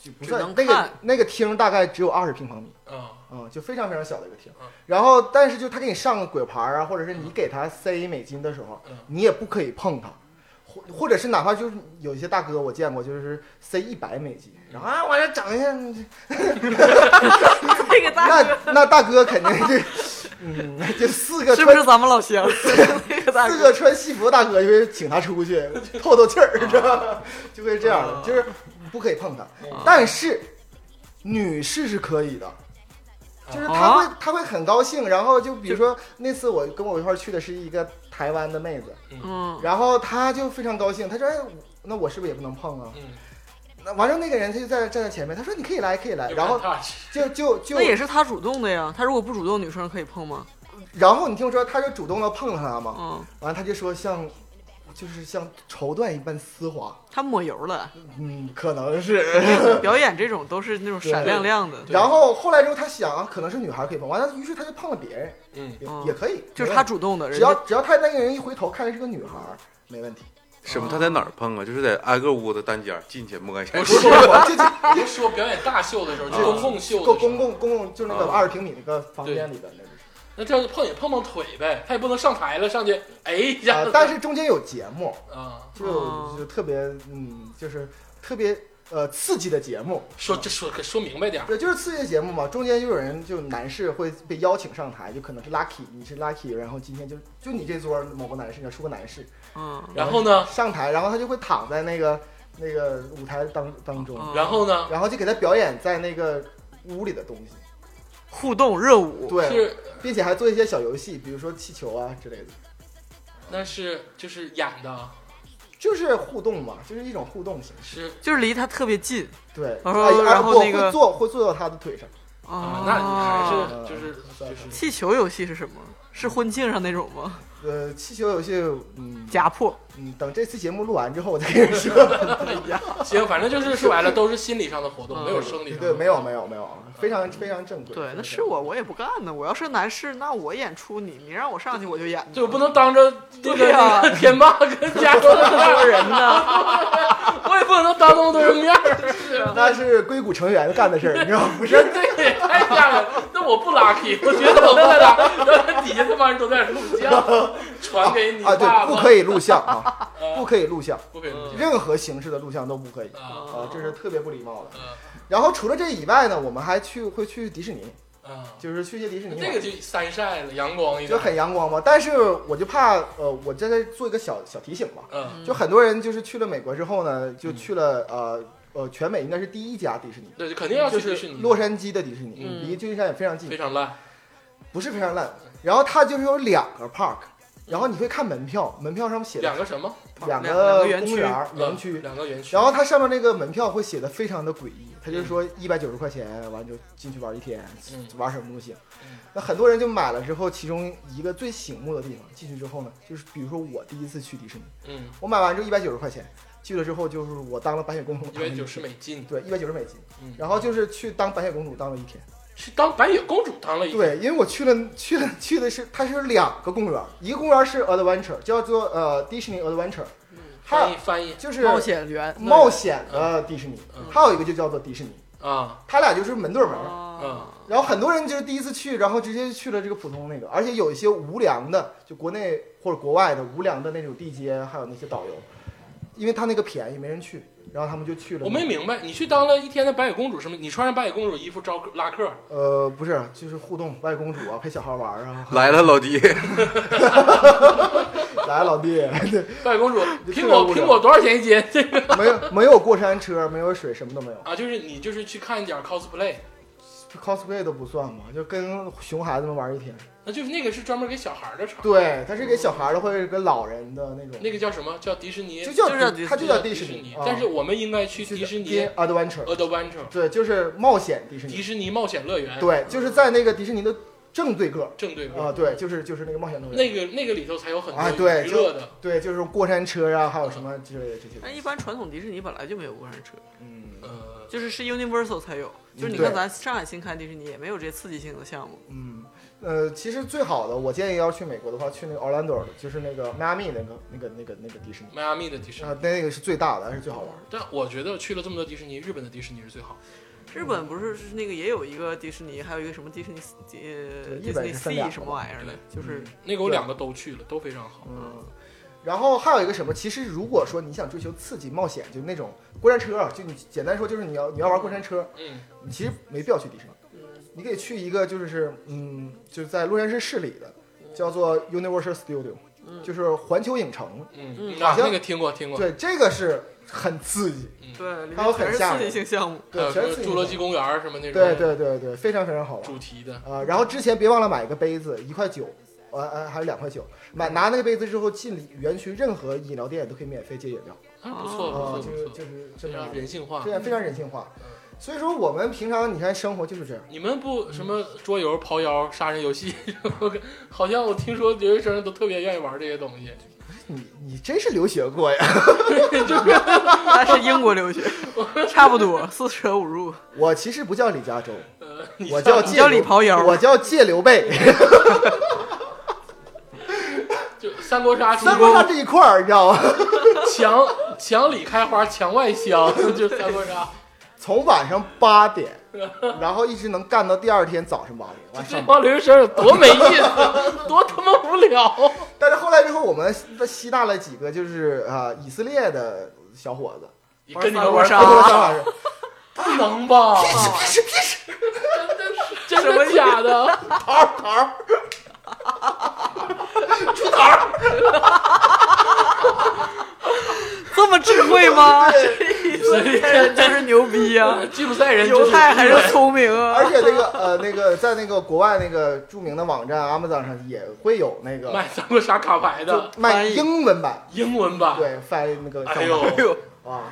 S1: 就不
S3: 只
S1: 算
S3: 能
S1: 那个
S3: 看
S1: 那个厅大概只有二十平方米。
S2: 啊、
S1: 嗯，就非常非常小的一个厅
S2: 嗯。
S3: 啊
S1: 然后，但是就他给你上个鬼牌啊，或者是你给他塞美金的时候
S2: 嗯，
S1: 你也不可以碰他，或或者是哪怕就是有一些大哥我见过，就是塞一百美金，然后啊我这整一下，
S3: 这个大哥
S1: 那那大哥肯定就， <laughs> 嗯，就四个
S3: 是不
S1: 穿
S3: 是咱们老乡？那个
S1: <laughs>
S3: 大
S1: 四个
S3: 哥
S1: 穿西服的大哥就会请他出去透透气儿，知道吧？ <laughs> 就会这样的，
S3: 啊
S1: 就是不可以碰他。
S3: 哦
S1: 但是女士是可以的，就是她
S3: 哦
S1: 会她会很高兴。然后就比如说那次我跟我一块儿去的是一个台湾的妹子，
S3: 嗯，
S1: 然后她就非常高兴，她说：“哎，我那我是不是也不能碰啊
S2: 嗯，？”
S1: 那完了，那个人他就在站在前面，他说：“你可以来，可以来。”
S2: 就
S1: 然后
S2: 看 touch
S1: 就就就
S3: 那，也是他主动的呀。他如果不主动，女生可以碰吗？
S1: 然后你听我说，他就主动的碰了她嘛，
S3: 嗯，
S1: 完了他就说像。就是像绸缎一般丝滑，
S3: 他抹油了。
S1: 嗯，可能是。
S3: 表演这种都是那种闪亮亮的，
S2: 对
S1: 然后后来之后，他想啊可能是女孩可以碰，完了，于是他就碰了别人，
S2: 嗯，
S1: 也、
S3: 嗯
S1: 也可以，
S3: 就是
S1: 没
S3: 他
S1: 问题
S3: 主动的，人
S1: 只要
S3: 家
S1: 只要他那个人一回头看着是个女孩，没问题。
S4: 什么？他在哪儿碰啊？就是在挨个屋子单间儿进去摸一下
S2: 不。
S1: 不
S2: 是
S1: 是，我这这
S2: 别说表演大秀的时候，就公共秀的时候
S1: 公公共公共就是那个
S2: 啊
S1: 二十平米那个房间里的那个
S2: 那这样碰也碰碰腿呗，他也不能上台了上去哎一下
S1: 啊
S2: 子，，
S1: 但是中间有节目，
S2: 啊，
S1: 就
S3: 哦
S1: 有就特别嗯，就是特别呃刺激的节目，
S2: 说这说可说明白点儿，
S1: 对，就是刺激的节目嘛。中间就有人就男士会被邀请上台，就可能是 lucky，你是 lucky，然后今天就就你这桌某个男士，你要出个男士，
S3: 嗯，
S2: 然后呢，
S1: 上台，然后他就会躺在那个那个舞台当当中，
S3: 嗯
S2: 然后呢
S1: 然后就给他表演在那个屋里的东西，
S3: 互动热舞，
S1: 对，
S2: 是
S1: 并且还做一些小游戏，比如说气球啊之类的，
S2: 那是就是演的，
S1: 就是互动嘛，就是一种互动形式。
S2: 是
S3: 就是离他特别近，
S1: 对，
S3: 然后
S1: 哎
S3: 哦然后
S1: 哎不
S3: 那个
S1: 会坐会坐到他的腿上，
S2: 啊，那你还是就是就是
S3: 气球游戏是什么？是婚庆上那种吗？
S1: 呃，气球游戏，嗯，
S3: 家破
S1: 嗯，等这期节目录完之后，我再跟你
S2: <laughs>
S1: 说。
S2: 行，反正就是说白了都是心理上的活动，
S3: 嗯
S2: 没有生理上的
S1: 对，没有没有没有，非常非常正规。
S3: 对，那是我我也不干呢。我要是男士，那我演出你，你让我上去我就演。
S2: 对，我不能当着这个、
S3: 对呀
S2: 那个天霸跟加州那么 <laughs> 多人呢， <laughs> 我也不能当那么多人面儿，是 <laughs> 啊，
S1: 那是硅谷成员干的事儿，你知道吗不是？
S2: 这个也太吓人了。那我不 lucky，我觉得我不 lucky，然后底下这帮人都在录像，
S1: <laughs>
S2: 传给你
S1: 啊，
S2: 爸爸，
S1: 对，不可以录像
S2: <laughs>
S1: 啊，
S2: 啊
S1: 不可以录像，
S2: 不可以录
S1: 任何形式的录像都不可以
S2: 像
S1: 啊，
S2: 啊
S1: 呃这是特别不礼貌的。
S2: 啊
S1: 然后除了这以外呢，我们还去会去迪士尼，
S2: 啊！
S1: 就是去一些迪士尼玩，
S2: 这个就三晒了，阳光一
S1: 就
S2: 点，
S1: 很阳光嘛。但是我就怕，呃，我在这做一个小小提醒吧，
S2: 嗯，
S1: 就很多人就是去了美国之后呢，就去了呃呃全美应该是第一家迪士尼，
S2: 对，肯定要
S1: 就
S2: 去迪士
S1: 是
S2: 尼，
S1: 洛杉矶的迪士尼，
S3: 嗯
S1: 离旧金山也非常近
S2: 非，常烂，
S1: 不是非常烂。然后它就是有两个 park，然后你会看门票，门票上面写的
S2: 嗯两个什么
S1: 两
S3: 两两
S1: 个
S3: 个园
S1: 公
S3: 区
S1: 园
S2: 嗯
S1: 园区，
S2: 两个园区，
S1: 然后它上面那个门票会写的非常的诡异，它就说一百九十块钱，完就进去玩一天，
S2: 嗯
S1: 玩什么都行
S2: 嗯。
S1: 那很多人就买了之后，其中一个最醒目的地方，进去之后呢，就是比如说我第一次去迪士尼，
S2: 嗯，
S1: 我买完之后一百九十块钱，去了之后就是我当了白雪公主，
S2: 一百九十美金，
S1: 对，一百九十美金
S2: 嗯，
S1: 然后就是去当白雪公主当了一天。
S2: 去当白雪公主当了一
S1: 对，因为我去了去了去的是它是两个公园，一个公园是 Adventure，叫做呃 Disney Adventure，还
S2: 嗯翻
S1: 有
S2: 译翻译
S1: 就是
S3: 冒险园，
S1: 冒险的迪士尼
S2: 嗯，哦
S1: 还有一个就叫做迪士尼，
S2: 啊，
S1: 它俩就是门对门。
S3: 啊，
S1: 然后很多人就是第一次去，然后直接去了这个普通那个，而且有一些无良的，就国内或者国外的无良的那种地接，还有那些导游，因为他那个便宜没人去，然后他们就去了。
S2: 我没明白，你去当了一天的白雪公主什么？你穿上白雪公主衣服招客拉客，
S1: 呃，不是，就是互动，外公主啊，陪小孩玩儿啊，
S4: <laughs> 来了，老弟，
S1: 来老弟， <laughs> 对
S2: 白雪公主
S1: 你
S2: 苹
S1: 去了
S2: 果
S1: 不了
S2: 苹果多少钱一斤？这个
S1: <laughs> 没有没有过山车，没有水，什么都没有
S2: 啊， <laughs> 就是你就是去看一点 cosplay，
S1: ，cosplay 都不算嘛，就跟熊孩子们玩儿一天。
S2: 那就是那个是专门给小孩儿的场，
S1: 对，他是给小孩儿的或者给老人的那种，
S2: 那个叫什么叫迪士尼？
S1: 就叫
S3: 就叫
S1: 他就叫
S2: 迪
S1: 迪
S2: 士
S1: 士
S2: 尼
S1: 尼，啊，
S2: 但是我们应该去
S1: 去
S2: 迪士尼
S1: Adventure，
S2: Adventure，
S1: 对，就是冒险迪士尼
S2: 迪。士尼冒险乐园，
S1: 对，就是在那个迪士尼的正对个儿
S2: 正对面
S1: 啊，对，就是就是那个冒险乐园，
S2: 那个那个里头才有很
S1: 啊
S2: 多
S1: 对
S2: 娱乐的，
S1: 对，就是过山车啊，还有什么之类的这些东
S3: 但一
S1: 西。
S3: 般传统迪士尼本来就没有过山车，
S1: 嗯
S2: 呃，
S3: 就是是 Universal 才有。就是你
S1: 对
S3: 看咱上海新开迪士尼也没有这刺激性的项目，
S1: 嗯，呃，其实最好的，我建议要去美国的话，去那个 Orlando，就是那个迈阿密那个那个那个那个迪士尼
S2: 迈阿密的迪士尼。
S1: 啊，那个是最大的，还是最好玩的。
S2: 但我觉得去了这么多迪士尼，日本的迪士尼是最好的。
S3: 日本不是是那个也有一个迪士尼，还有一个什么迪士尼呃
S1: 对
S3: 迪
S1: 日
S3: 士
S1: 本
S3: 尼
S1: 是分两个
S3: C 什么玩意儿的，就是
S2: 那个我两个都去了，都非常好。
S1: 嗯，然后还有一个什么，其实如果说你想追求刺激冒险，就那种过山车啊，就你简单说就是你要你要玩过山车，
S2: 嗯
S1: 你其实没必要去迪士尼，你可以去一个就是嗯，就是在洛杉矶市里的，叫做 Universal Studio，就是
S3: 嗯
S1: 环球影城。
S2: 嗯，
S1: 好
S2: 那
S1: 像
S2: 那个听过听过。嗯
S1: 对，这个是很刺激，
S3: 对，里
S1: 还有
S3: 面全
S1: 很
S3: 是
S1: 吓
S3: 刺
S1: 人
S3: 激性
S1: <laughs>
S3: 项目。
S2: 还有
S1: 对，
S2: 什
S1: 全
S2: 么
S1: 是刺激
S2: 侏罗纪公园儿什么那种，
S1: 对对对对，非常非常好玩
S2: 主题的，
S1: 啊、然后之前别忘了买一个杯子，一块九，呃呃，还有两块九，买拿那个杯子之后进里园区任何饮料店都可以免费接饮料，
S2: 还不错
S1: 啊、
S2: 不错
S1: 就
S2: 不
S1: 是
S2: 错，
S1: 就是这啊
S2: 非
S1: 么
S2: 常人性化
S1: 非。常非常人性化。所以说我们平常你看生活就是这样，
S2: 你们不什
S1: 嗯
S2: 么桌游、刨腰、杀人游戏， <laughs> 好像我听说留学生都特别愿意玩这些东西。
S1: 你你真是留学过呀？
S3: 他是英国留学， <laughs> 差不多四舍五入。
S1: 我其实不叫李嘉洲，
S2: 呃，你
S1: 我叫
S3: 你
S1: 借
S3: 叫
S1: 刘
S3: 李刨腰
S1: 我叫借刘备。
S2: <laughs> 就三国杀
S1: 三
S2: 主
S1: 国
S2: 攻
S1: 杀这一块儿，你知道吗？ <laughs>
S2: 墙墙里开花墙外香， <laughs> 就三国杀，
S1: 从晚上八
S2: <laughs>
S1: 点，然后一直能干到第二天早上八点，完
S2: 这
S1: 上班。
S2: 帮留学生有多没意思， <laughs> 多他妈无聊。
S1: 但是后来之后，我们吸纳了几个就是啊、以色列的小伙子，
S2: <laughs> 你跟你们
S3: 玩
S2: 玩
S3: 三
S1: 他
S3: 国
S1: 跟我
S3: 杀
S1: 张老师，
S2: 不能吧？真的是真的假的？
S1: 桃儿桃儿，
S3: 这么智慧吗？
S1: <laughs>
S3: 以色列人就是牛逼啊！
S2: 吉普赛人就
S3: 犹
S2: 是
S3: 太还是聪明
S1: 而
S3: 啊！
S1: 且那个呃那个在那个国外那个著名的网站 Amazon 上也会有那个
S2: 卖三国杀卡牌的
S1: 就卖
S3: 翻译
S1: 英文版，
S2: 英文版。
S1: 对，翻译那个小
S2: 哎
S1: 伙
S2: 呦，
S1: 啊，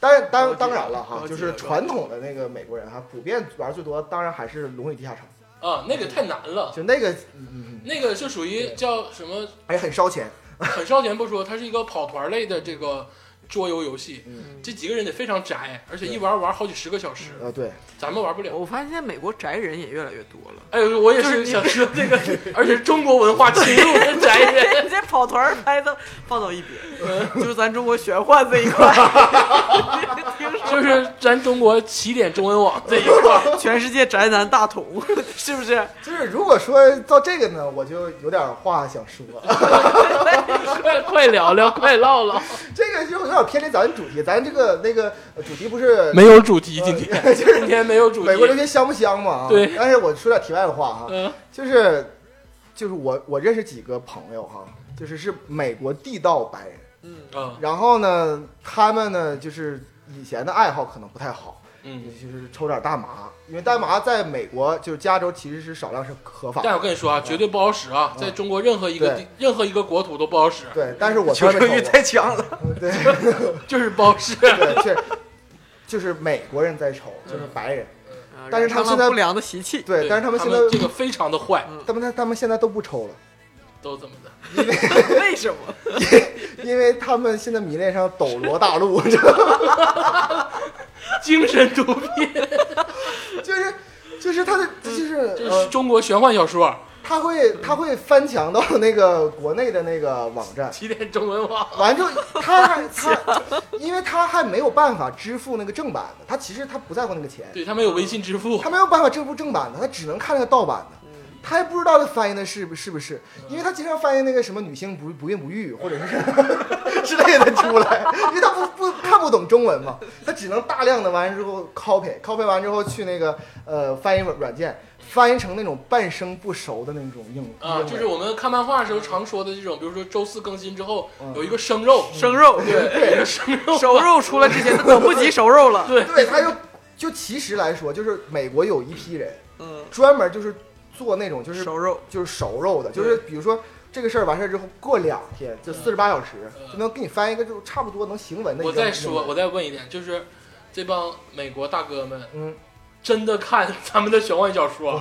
S1: 但当当然了
S3: 高
S1: 哈，
S3: 级
S1: 就是传统的那个美国人哈，普遍玩最多，当然还是《龙与地下城
S2: 啊，那个太难》，了，
S1: 就那个，嗯，
S2: 那个是属于叫什么？
S1: 哎，很烧钱。
S2: 很烧钱不说，它是一个跑团类的这个桌游游戏，
S1: 嗯
S2: 这几个人得非常宅，而且一玩玩好几十个小时，
S1: 呃，对，
S2: 咱们玩不了。
S3: 我发现美国宅人也越来越多了。
S2: 哎，我也是想说这个，而且中国文化侵入了宅 <laughs> 人，
S3: 你这跑团儿拍的放到一边，就是咱中国玄幻这一块，听说
S2: 就是咱中国起点中文网这一块儿。
S3: <laughs> 全世界宅男大同，是不是？
S1: 就是如果说到这个呢，我就有点话想说，
S2: 快快聊聊，快唠唠，
S1: 这个就有点偏离咱主题，咱这个那个呃主题不是
S2: 没有主题，今天今天没有主
S1: 美国留
S2: 题。
S1: 学香不香嘛？啊
S2: 对
S1: 但是我说点题外话哈，
S2: 嗯，
S1: 就是就是我我认识几个朋友哈，就是是美国地道白人，
S2: 啊，
S1: 然后呢，他们呢就是以前的爱好可能不太好，
S2: 嗯，
S1: 就是抽点大麻，因为大麻在美国就是加州其实是少量是合法
S2: 但
S1: 的。
S2: 我跟你说啊，绝对不好使啊，在中国任何一个地任何一个国土都不好使，
S1: 对，但是我从
S4: 求
S1: 来没
S4: 生欲
S1: 抽过。
S4: 太强了。
S1: 啊对
S2: 就是不好使。
S1: 对，确就是美国人在抽，就是白人。
S2: 嗯
S3: 啊
S1: 但是他们
S3: 染上了
S1: 现在
S3: 不良的习气，
S1: 对，但是他们现在
S2: 这个非常的坏，
S1: 他们他他们现在都不抽了，
S2: 都怎么的？
S3: 为什么？
S1: <laughs> 因为他们现在迷恋上斗罗大陆， <laughs>
S2: 精神毒品，
S1: 就是就是他的就是
S2: 这
S1: 呃
S2: 是中国玄幻小说，
S1: 他会他会翻墙到那个国内的那个网站，
S2: 起点中文网。
S1: 完就他还他，因为他还没有办法支付那个正版的，他其实他不在乎那个钱，
S2: 对他们有微信支付
S1: 他，没有办法支付正版的，他只能看那个盗版的。
S2: 嗯
S1: 他还不知道他翻译的是不是不是，因为他经常翻译那个什么女性不不孕不育或者
S2: <laughs>
S1: 是之类的出来，因为他不不看不懂中文嘛，他只能大量的完之后 copy copy 完之后去那个呃翻译软件翻译成那种半生不熟的那种英英
S2: 啊，
S1: 文
S2: 就是我们看漫画的时候常说的这种，比如说周四更新之后
S1: 嗯
S2: 有一个生肉，
S3: <laughs> 生肉，
S2: 对，有一个生肉，
S3: 熟肉出来之前，他等不及熟肉了。
S2: 对，
S1: 对，他就就其实来说，就是美国有一批人
S3: 嗯，
S1: 专门就是做那种就是
S3: 熟肉，
S1: 就是熟肉的，就是比如说这个事儿完事儿之后，过两天就四十八小时
S2: 嗯
S1: 就能给你翻一个就差不多能行文的一个。
S2: 我再说，我再问一点，就是这帮美国大哥们
S1: 嗯，
S2: 真的看咱们的玄幻小说？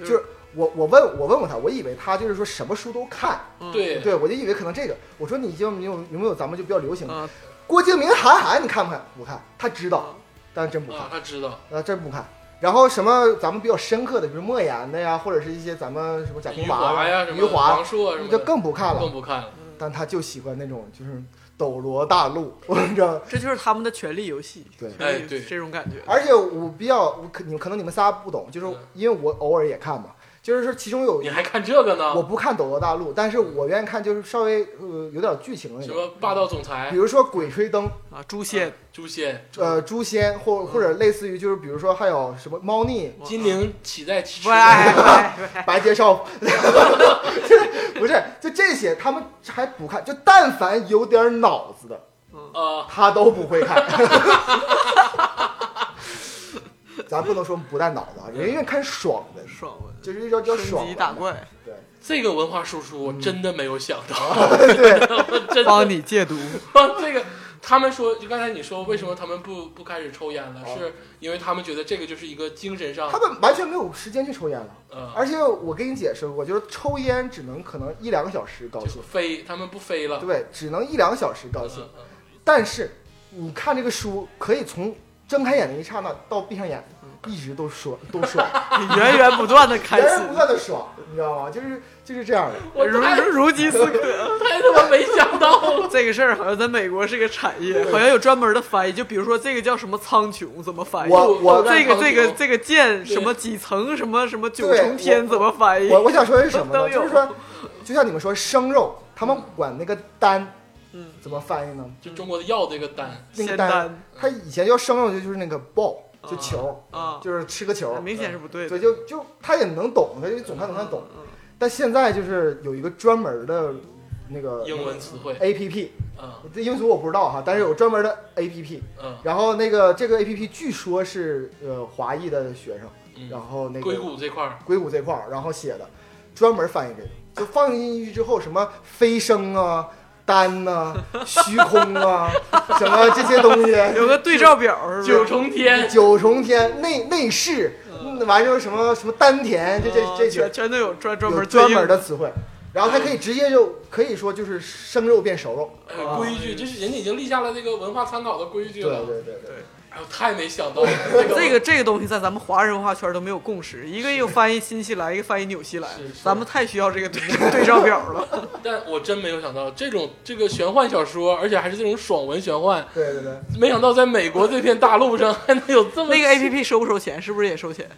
S1: 就是我我问我问过他，我以为他就是说什么书都看，
S3: 嗯，
S2: 对，
S1: 对我就以为可能这个，我说你就你有有没有咱们就比较流行的
S3: 嗯，
S1: 郭敬明韩寒你看不看？不看，他知
S2: 嗯
S1: 道，但是真不看
S2: 啊，，他知道，
S1: 啊真不看。然后什么咱们比较深刻的，比如莫言的呀，或者是一些咱们什么贾
S2: 余
S1: 平
S2: 华
S1: 凹
S2: 呀，什么
S1: 余华
S2: 王朔啊什
S1: 你
S2: 么
S1: 就
S2: 的，
S1: 更不看
S2: 更
S1: 了。
S2: 不看了。
S1: 但他就喜欢那种就是斗罗大陆，我这
S3: 这就是他们的权力游戏，
S1: 对
S3: 权力
S2: 哎对
S3: 这种感觉。
S1: 而且我比较，我可你可能你们仨不懂，就是因为我偶尔也看嘛，就是说其中有
S2: 嗯你还看这个
S1: 我
S2: 呢？
S1: 不看斗罗大陆，但是我愿意看就是稍微呃有点剧情的那
S2: 什
S1: 种，
S2: 么嗯霸道总
S1: 比
S2: 裁、
S1: 如说《鬼吹灯》
S3: 啊，诛仙，
S2: 诛仙、
S1: 呃《诛仙》或
S2: 嗯
S1: 或者类似于就是比如说还有什么猫腻、
S2: 金陵岂在咫尺
S3: 喂，喂喂
S1: 白介绍， <laughs> 就是不是就这些，他们还不看，就但凡有点脑子的，
S2: 啊，
S1: 他都不会
S2: <laughs>
S1: 看。咱不能说不带脑子啊，
S2: 嗯
S1: 人家看爽的，
S3: 爽文，
S1: 就是叫叫
S3: 升
S1: 爽
S3: 级
S1: 文
S3: 打
S1: 的。 <laughs>
S3: 怪，
S1: 对，
S2: 这个文化输出
S1: 嗯
S2: 我真的没有想到，
S1: 哦
S2: <laughs> 我真的 <laughs>
S3: 帮你戒毒。
S2: 这个。他们说，就刚才你说，为什么他们不不开始抽烟了？
S1: 哦
S2: 是因为他们觉得这个就是一个精神上
S1: 他，们完全没有时间去抽烟了。
S2: 呃，
S1: 而且我跟你解释过，就是抽烟只能可能一两个小时高
S2: 就
S1: 兴
S2: 是，飞，他们不飞了。
S1: 对，只能一两个小时高兴
S2: 嗯。嗯
S1: 但是你看这个书，可以从睁开眼的一刹那到闭上眼，
S3: 嗯
S1: 一直都爽，都爽，
S3: 你源源不断的
S1: 源
S3: 开
S1: 源不
S3: 心，
S1: 断的爽，你知道吗？就是就是这样的。
S2: 我
S3: 如
S2: 太
S3: 如如饥似渴。
S2: 太他妈没想到了。
S3: <laughs> 这个事儿好像在美国是个产业，好像有专门的翻译，就比如说这个叫什么苍穹，怎么翻译？
S1: 我我
S3: 这个
S2: 苍穹
S3: 这个这个剑什么几层什么什么九
S1: 对
S3: 重天
S1: 我
S3: 怎么翻译？
S1: 我我想说的是什么
S3: 哎 <laughs> 都
S1: 呢？
S3: 有
S1: 就是说，就像你们说生肉，他们管那个丹，
S3: 嗯，
S1: 怎么翻译呢？
S2: 就中国的药这个单，
S1: 那
S3: 仙
S1: 个
S3: 丹
S1: 丹，他以前叫生肉就就是那个 ball，就球，
S3: 啊，
S1: 就是吃个球，
S3: 明显是不对的
S1: 对，。就就他也能懂，他就总看能看懂。
S2: 嗯
S1: 但现在就是有一个专门的那个
S2: 英文词汇，
S1: A P P，
S2: 嗯
S1: 这英文我不知道哈，但是有专门的 A P P。
S2: 嗯，
S1: 然后那个这个 A P P 据说是呃华裔的学
S2: 嗯
S1: 生，然后那个
S2: 硅谷这块儿，
S1: 硅谷这块儿，然后写的，专门翻译这个，就放进去之后什么飞升啊。单呐、虚空啊，什么这些东西，
S3: 有个对照表是啊
S2: 九
S3: 不是？
S2: 重 <laughs> 天，
S1: 九重天内内饰，嗯完之后什么什么丹田，这
S3: 啊
S1: 这
S2: 哦
S1: 这
S3: 全
S1: 些
S3: 全都有专专
S1: 有
S3: 门
S1: 专门的词汇，然后还可以直接就可以说就是生肉变熟肉，
S2: 呃规矩，这是人家已经立下了这个文化参考的规矩
S1: 对
S2: 了。
S1: 对对对。
S2: 哎呦，太没想到了，这个
S3: <laughs> 这个这个东西在咱们华人文化圈都没有共识，一个有翻译新西兰，一个翻译纽西兰
S2: 是是，
S3: 咱们太需要
S1: <laughs>
S3: 这个对对照表了。 <laughs>
S2: 但我真没有想到，这种这个玄幻小说，而且还是这种爽文玄幻，
S1: 对对对，
S2: 没想到在美国这片大陆上还能有这么
S3: 那个 A P P 收不收钱？是不是也收钱？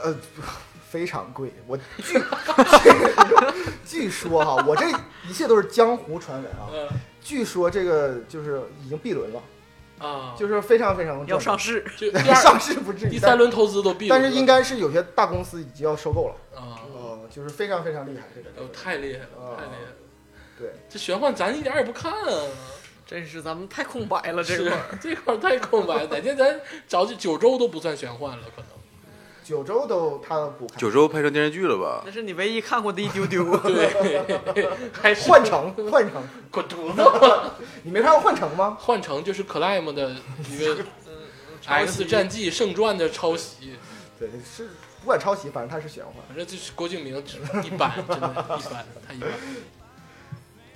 S1: 呃，非常贵。
S2: <laughs>
S1: 我据据说哈，我这一切都是江湖传闻啊。
S2: 呃
S1: 据说这个就是已经 B 轮了，
S2: 啊，
S1: 就是非常非常
S3: 要上
S1: 市，
S3: 市？
S1: <laughs>
S2: 就第二、
S1: 上市不至于，
S2: 第三轮投资都闭了，
S1: 但，但是应该是有些大公司已经要收购了。
S2: 啊，
S1: 呃，就是非常非常厉害，这个
S2: 哎呦太厉害了，
S1: 啊
S2: 太厉害了！
S1: 对，
S2: 这玄幻咱一点儿也不看啊，
S3: 真是咱们太空白了这
S2: 是
S3: 块儿。
S2: 这块儿太空白了，哪天咱找去九州都不算玄幻了，可能。
S1: 九州都他不看，
S4: 九州拍成电视剧了吧
S3: 那？是你唯一看过的一丢丢。
S2: 对，还是
S1: 换乘换乘，
S2: 滚犊子！
S1: 你没看过换乘吗？
S2: 幻城就是 Climb 的一个呃
S3: 抄
S2: X
S3: 袭
S2: 战记圣传的抄袭，
S1: 对，是不管抄袭，反正他是玄幻。
S2: 反正就是郭敬明一般，真的，一般，太一般。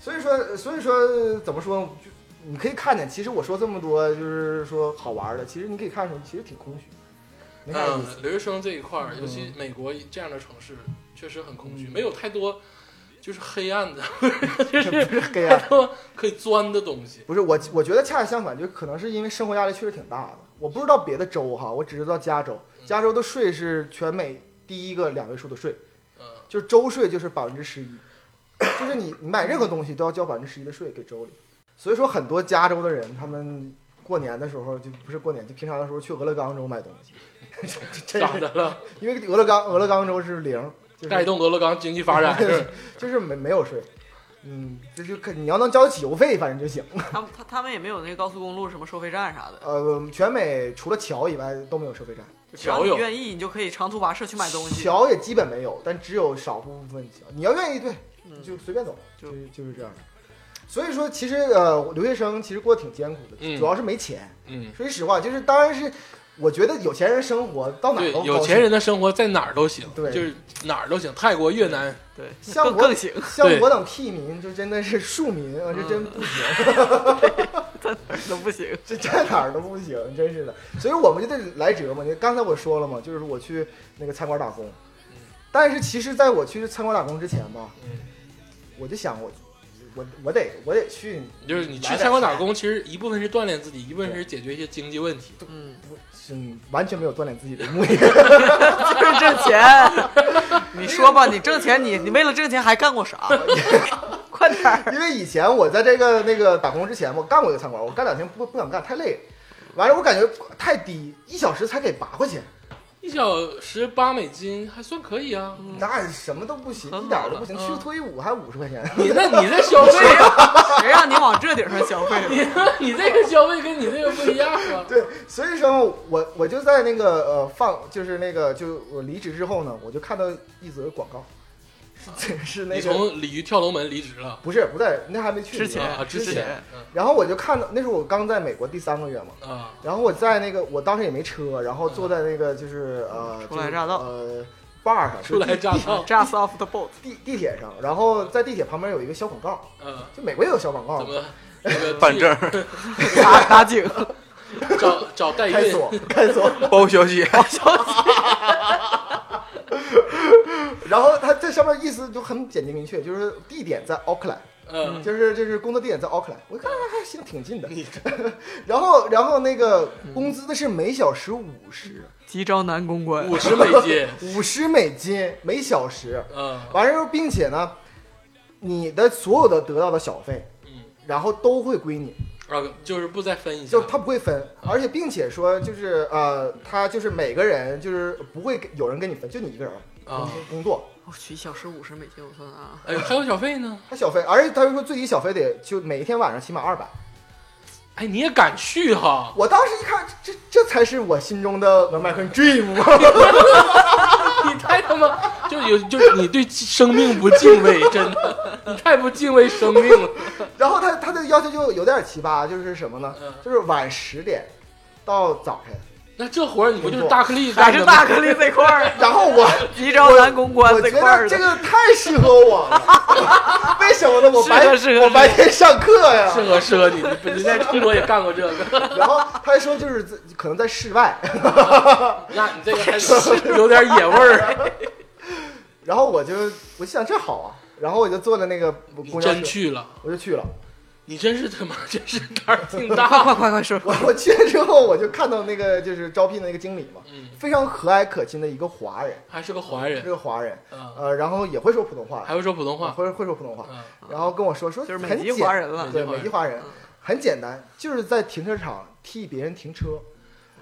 S1: 所以说，所以说怎么说？就你可以看见，其实我说这么多，就是说好玩的，其实你可以看出，其实挺空虚，没啥意思。
S2: 嗯，留学生这一块儿，尤其美国这样的城市，确实很
S1: 嗯
S2: 空虚，没有太多就是黑暗的，就是
S1: 不是黑
S2: 太
S1: 暗，
S2: 多可以钻的东西。
S1: 不是我，我觉得恰恰相反，就可能是因为生活压力确实挺大的。我不知道别的州哈，我只知道加州，加州的税是全美第一个两位数的税，
S2: 嗯，
S1: 就是州税就是百分之十一，就是你你买任何东西都要交百分之十一的税给州里。所以说，很多加州的人，他们过年的时候就不是过年，就平常的时候去俄勒冈州买东西， <laughs> 这
S2: 咋的了？
S1: 因为俄勒冈俄勒冈州是零，就是
S2: 带动俄勒冈经济发
S1: <laughs>
S2: 展啊是
S1: 就是没没有税。嗯，这就可你要能交起油费，反正就行。
S3: 他们他他们也没有那个高速公路什么收费站啥的，
S1: 呃，全美除了桥以外都没有收费站，
S3: 只要
S2: 小
S3: 你
S2: 有
S3: 愿意，你就可以长途跋涉去买东西。
S1: 桥也基本没有，但只有少部分桥。你要愿意，对，
S3: 嗯
S1: 你就随便走，
S3: 就
S1: 就是就是这样的。所以说，其实呃，留学生其实过得挺艰苦的，
S2: 嗯
S1: 主要是没钱。
S2: 嗯。
S1: 说句实话，就是当然是，我觉得有钱人生活到哪
S2: 对
S1: 儿都，
S2: 有
S1: 高兴
S2: 钱人的生活在哪儿都行，
S1: 对
S2: 就是哪儿都行，泰国、越南，
S3: 对，
S1: 像
S3: 更
S1: 我
S3: 更行。 <laughs>
S1: 像
S2: 对嗯
S1: 我等屁民，就真的是庶民啊，这真不行。
S3: 都不行。
S1: 这站哪儿都不行，真是的。所以我们就得来折嘛。就刚才我说了嘛，就是我去那个餐馆打工，
S3: 嗯
S1: 但是其实在我去餐馆打工之前吧，
S2: 嗯
S1: 我就想我我我得我得去，
S2: 就是你去餐馆打工，其实一部分是锻炼自己，一部分是解决一些经济问题。
S3: 嗯，
S1: 嗯，完全没有锻炼自己的目的。 <laughs>
S3: 就是挣钱。你说吧，你挣钱，你你为了挣钱还干过啥？ <laughs> 快点儿！
S1: 因为以前我在这个那个打工之前，我干过一个餐馆，我干两天不不想干，太累了。完了，我感觉太低，一小时才给八块钱，
S2: 一小时八美金还算可以啊。
S1: 那什么都不行，
S3: 嗯很
S1: 一点儿都
S3: 好嗯
S1: 不行。
S2: 了
S1: 去退伍还五十块钱，
S2: 你那你这消费，
S3: 谁让你往这顶上消费了？
S2: 你你这个消费跟你这个不一样啊。
S1: 对，所以说我我就在那个呃放，就是那个就我离职之后呢，我就看到一则广告，这是
S2: 啊你
S1: 那个
S2: 从鲤鱼跳龙门离职了
S1: 不是不在那还没去
S3: 之
S1: 呢
S3: 前
S2: 啊？之
S3: 之
S2: 前
S3: 前
S1: 然后我就看到那时候我刚在美国第三个月嘛，
S2: 嗯啊，
S1: 然后我在那个我当时也没车，然后坐在那个就是呃
S3: 嗯初来乍到
S1: 就是呃 bar 上，
S2: 初来
S1: 就是
S2: 乍
S3: <laughs>
S2: 到，
S3: Just off the boat，
S1: 地地地铁上，然后在地铁旁边有一个小广告，
S2: 嗯，
S1: 就美国也有小广告
S2: 怎
S1: 嘛，
S2: 么那个
S4: 办证儿、
S3: 打打井，
S2: 找找代
S1: 开
S2: 孕嗯
S1: 锁开锁，
S4: <laughs>
S1: <laughs>
S4: 包小姐，
S1: 然后它这上面意思就很简洁明确，就是地点在奥克兰。
S2: 嗯，
S1: 就是就是工作地点在奥克兰，我一看还行，挺近的。 <laughs> 然后然后那个工资的是每小时五十，
S3: 急招男公关。
S2: 五十美金，
S1: 五十美金每小时。
S2: 嗯
S1: 完了之后，并且呢，你的所有的得到的小费，
S2: 嗯，
S1: 然后都会归你，
S2: 啊，就是嗯不再分一下啊
S1: 就，他不会分，而且并且说就是呃，他就是每个人就是不会给有人跟你分，就你一个人
S2: 啊
S1: 工作。
S3: 我去，一小时五十美金，我算算啊，
S2: 哎，还有小费呢，
S1: 他小费，而且他就说最低小费得就每天晚上起码二百。
S2: 哎，你也敢去哈？
S1: 我当时一看，这这这才是我心中的 American dream 啊！
S2: 你太他妈就有就是你对生命不敬畏，真的，你太不敬畏生命了。
S1: 然后他要求就有点奇葩，就是什么呢
S2: 嗯？
S1: 就是晚十点到早晨，
S2: 那这活儿你不就是大颗粒
S3: 还
S2: 干
S3: 是
S2: 的
S3: 大
S2: 吗？
S3: 颗粒这块儿，
S1: 然后
S2: <laughs>
S1: 我
S3: 急招咱公关
S1: 我
S3: 这
S1: 觉
S3: 块儿
S1: 得这。
S3: 的
S1: 个太适合我
S2: <laughs>
S1: 了，为什么呢？我白
S3: 适合适合
S1: 我白天上课呀，
S2: 适合适合你，啊你你在中国也干过这个，
S1: 然后他说就是自可能在室外， <laughs>
S2: 那你这个还是有点野味儿。
S1: 然后我就我想这好啊，然后我就坐在那个公
S2: 你
S1: 交
S2: 真
S1: 车，
S2: 去了，
S1: 我就去了。
S2: 你真是他妈真是胆儿挺
S3: 快快
S2: 大。
S3: 快快说！
S1: 我 <laughs> 我去了之后，我就看到那个就是招聘的那个经理嘛，
S2: 嗯，
S1: 非常和蔼可亲的一个华人，
S2: 还是个华
S1: 是
S2: 人，
S1: 个华人，
S2: 嗯，
S1: 呃，然后也会说普通话
S2: 还，会说普通话，
S1: 会会说普通话，
S2: 嗯，
S1: 然后跟我说说
S3: 就是美
S1: 很
S3: 籍
S1: 简
S3: 华人了，
S1: 对
S2: 美籍华人
S1: 美籍华人
S2: 嗯
S1: 很简单，就是在停车场替别人停车。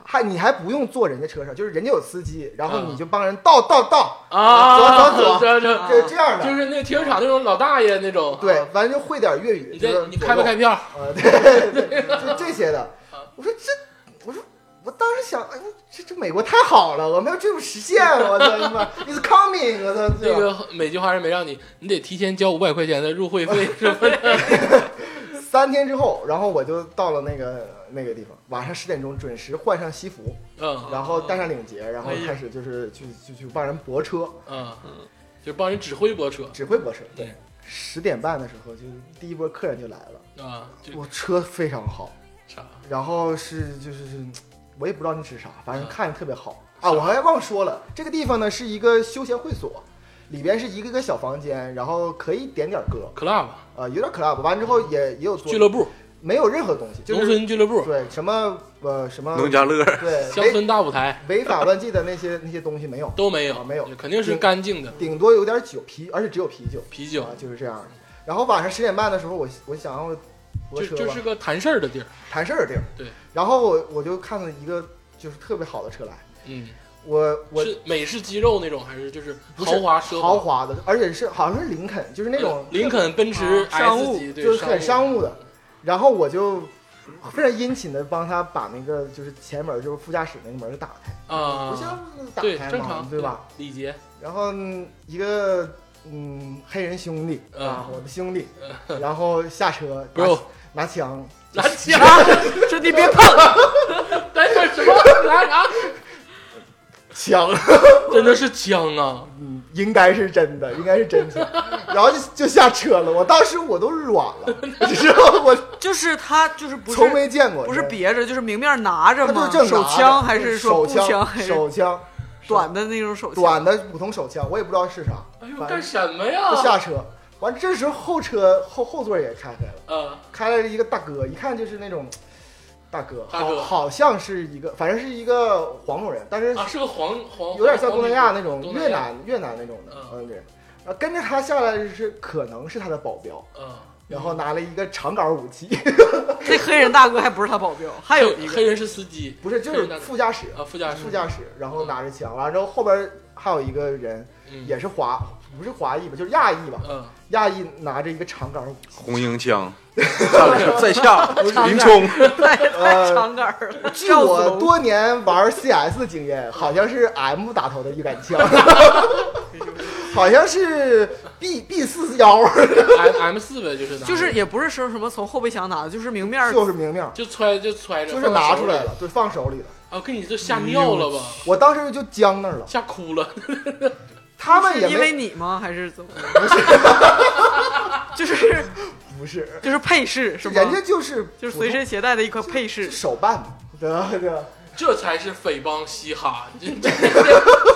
S1: 还你还不用坐人家车上，就是人家有司机，然后
S2: 嗯
S1: 你就帮人倒倒倒，
S2: 啊，
S1: 走走走
S2: 这这
S1: 这这样的，
S2: 就是那停车场那种老大爷那种。啊
S1: 对，完就会点粤语。
S2: 你
S1: 就
S2: 这
S1: 是
S2: 你开没开嗯票？
S1: 呃，对对，就这些的。我说这，我说我当时想，哎，这这美国太好了，我们要追求实现，我操他妈，is coming，我操，
S2: 那个美籍华人没让你，你得提前交五百块钱的入会费，是不是？
S1: 三天之后，然后我就到了那个那个地方，晚上十点钟准时换上西服，
S2: 嗯，
S1: 然后戴上领结，然后
S3: 哎呀
S1: 开始就是去去去帮人泊车，
S2: 嗯，就是帮人指挥泊车
S1: 指挥泊车。
S2: 嗯
S1: 对，十点半的时候就第一波客人就来了，
S2: 啊，就
S1: 我车非常好。
S2: 啥
S1: 然后是就是是，我也不知道那是啥，反正看着特别好啊！我还忘说了，这个地方呢是一个休闲会所，里边是一个个小房间，然后可以点点歌，
S2: club
S1: 呃，有点 club，完之后也也有做
S2: 俱乐部，
S1: 没有任何东西，就
S2: 农
S1: 是
S2: 村俱乐部，
S1: 对哎什么呃什么
S4: 农家乐，
S1: <laughs> 对
S2: <laughs> 乡
S1: 违
S2: 村大舞台
S1: 违法乱纪的那些那些东西没有，
S2: 都没有，
S1: 啊没有
S2: 肯定是干净的
S1: 顶多有点酒啤，而且只有啤酒，
S2: 啤酒
S1: 啊，，就是这样的。然后晚上十点半的时候，我我想要泊
S2: 就
S1: 车吧，
S2: 就是个谈事儿的地儿。
S1: 谈事儿的地儿，
S2: 对。
S1: 然后我我就看到一个就是特别好的车来。
S2: 嗯，
S1: 我我
S2: 是美式鸡肉那种，还是就是
S1: 不是
S2: 豪华奢
S1: 豪华的，而且是好像是林肯，就是那种
S2: 呃林肯、奔驰
S3: 啊、商
S2: S
S3: 务
S2: 级，对，
S1: 就是很
S2: 商务。
S1: 商务的。然后我就非常殷勤的帮他把那个就是前门，就是副驾驶那个门给打开，
S2: 啊
S1: 不，像打
S2: 对，
S1: 开
S2: 正
S1: 嘛
S2: 常，，
S1: 对吧？？
S2: 礼
S1: <laughs>
S2: 节，
S1: 然后嗯一个嗯黑人兄弟
S2: 嗯
S1: 啊，我的兄弟，
S3: 嗯
S1: 然后下车
S2: Bro
S1: 拿拿枪，
S2: 拿枪，
S1: <laughs>
S3: 说你别碰，
S2: <laughs> 来点什么？拿
S1: <laughs>
S2: 啥？
S1: 枪，
S2: 真的是枪啊！
S1: 嗯，应该是真的，应该是真
S3: <laughs>
S1: 枪，然后就就下车了。我当时我都软
S3: <laughs>
S1: 了，你知道吗我
S3: 就是他就是不
S1: 从
S3: 是
S1: 没见过，
S3: 不是
S1: 真的
S3: 别着，就是明面拿着
S1: 他就
S3: 吗
S1: 是？正
S3: 手
S1: 拿着
S3: 枪还是说
S1: 手
S3: 步枪
S1: 枪
S3: 还？是
S1: 手枪，
S3: 短的那种手枪？
S1: 短的普通手枪，我也不知道是啥。
S2: 哎呦，
S1: 反
S2: 干
S1: 正
S2: 什么
S1: 就
S2: 呀？
S1: 下车，完这时候后车后后座也开开了，
S2: 啊，
S1: 开来一个大哥，一看就是那种大哥，
S2: 大哥
S1: 好好像是一个，反正是一个黄种人，但是
S2: 啊，是个黄黄，
S1: 有点像东南亚
S2: 黄皮
S1: 那种
S2: 东南
S1: 越
S2: 亚
S1: 南越南那种的
S2: 嗯
S1: 嗯对。然后跟着他下来的是可能是他的保镖，
S2: 肤啊，
S1: 然后拿了一个长杆武器， <laughs>
S3: 那黑人大哥还不是他保镖，还有一个
S2: 黑人是司机
S1: 不是就
S2: 黑人大
S1: 是
S2: 哥
S1: 副驾驶，
S2: 啊，副驾驶
S1: 副，驾驶，然后拿着枪，完了之后后边还有一个人
S2: 嗯
S1: 也是华，不是华裔吧，就是亚裔吧，
S2: 嗯，
S1: 亚裔拿着一个长杆武
S2: <laughs>
S1: 器，
S4: 红缨枪，在下林冲，
S3: 太太
S1: <laughs> 呃
S3: 长杆儿了。
S1: 据我多年玩 CS 的经验，好像是 M 打头的预感
S3: <laughs>
S1: 枪，好像是 B B 四幺，
S2: M M 四呗，就是拿
S3: 就是也不是说什么从后备箱拿的，就是明面
S1: <laughs>
S3: 儿
S1: 就是明面，
S2: 就揣就揣着，
S1: 就是拿出来了，对，放手里了。
S2: 啊，跟你这吓尿
S3: 哎
S2: 了吧，
S1: 我当时就僵那儿了，
S2: 吓哭了， <laughs>
S1: 他们
S3: 是
S1: 也
S3: 因为
S1: 没
S3: 你吗？还是
S1: <laughs>
S3: 怎么？就是
S1: 不是，
S3: 就是配饰是吗？
S1: 人家就是
S3: 就是随身携带的一颗配饰
S1: 是，手办嘛，对吧？对吧？
S2: 这才是匪帮嘻哈，这这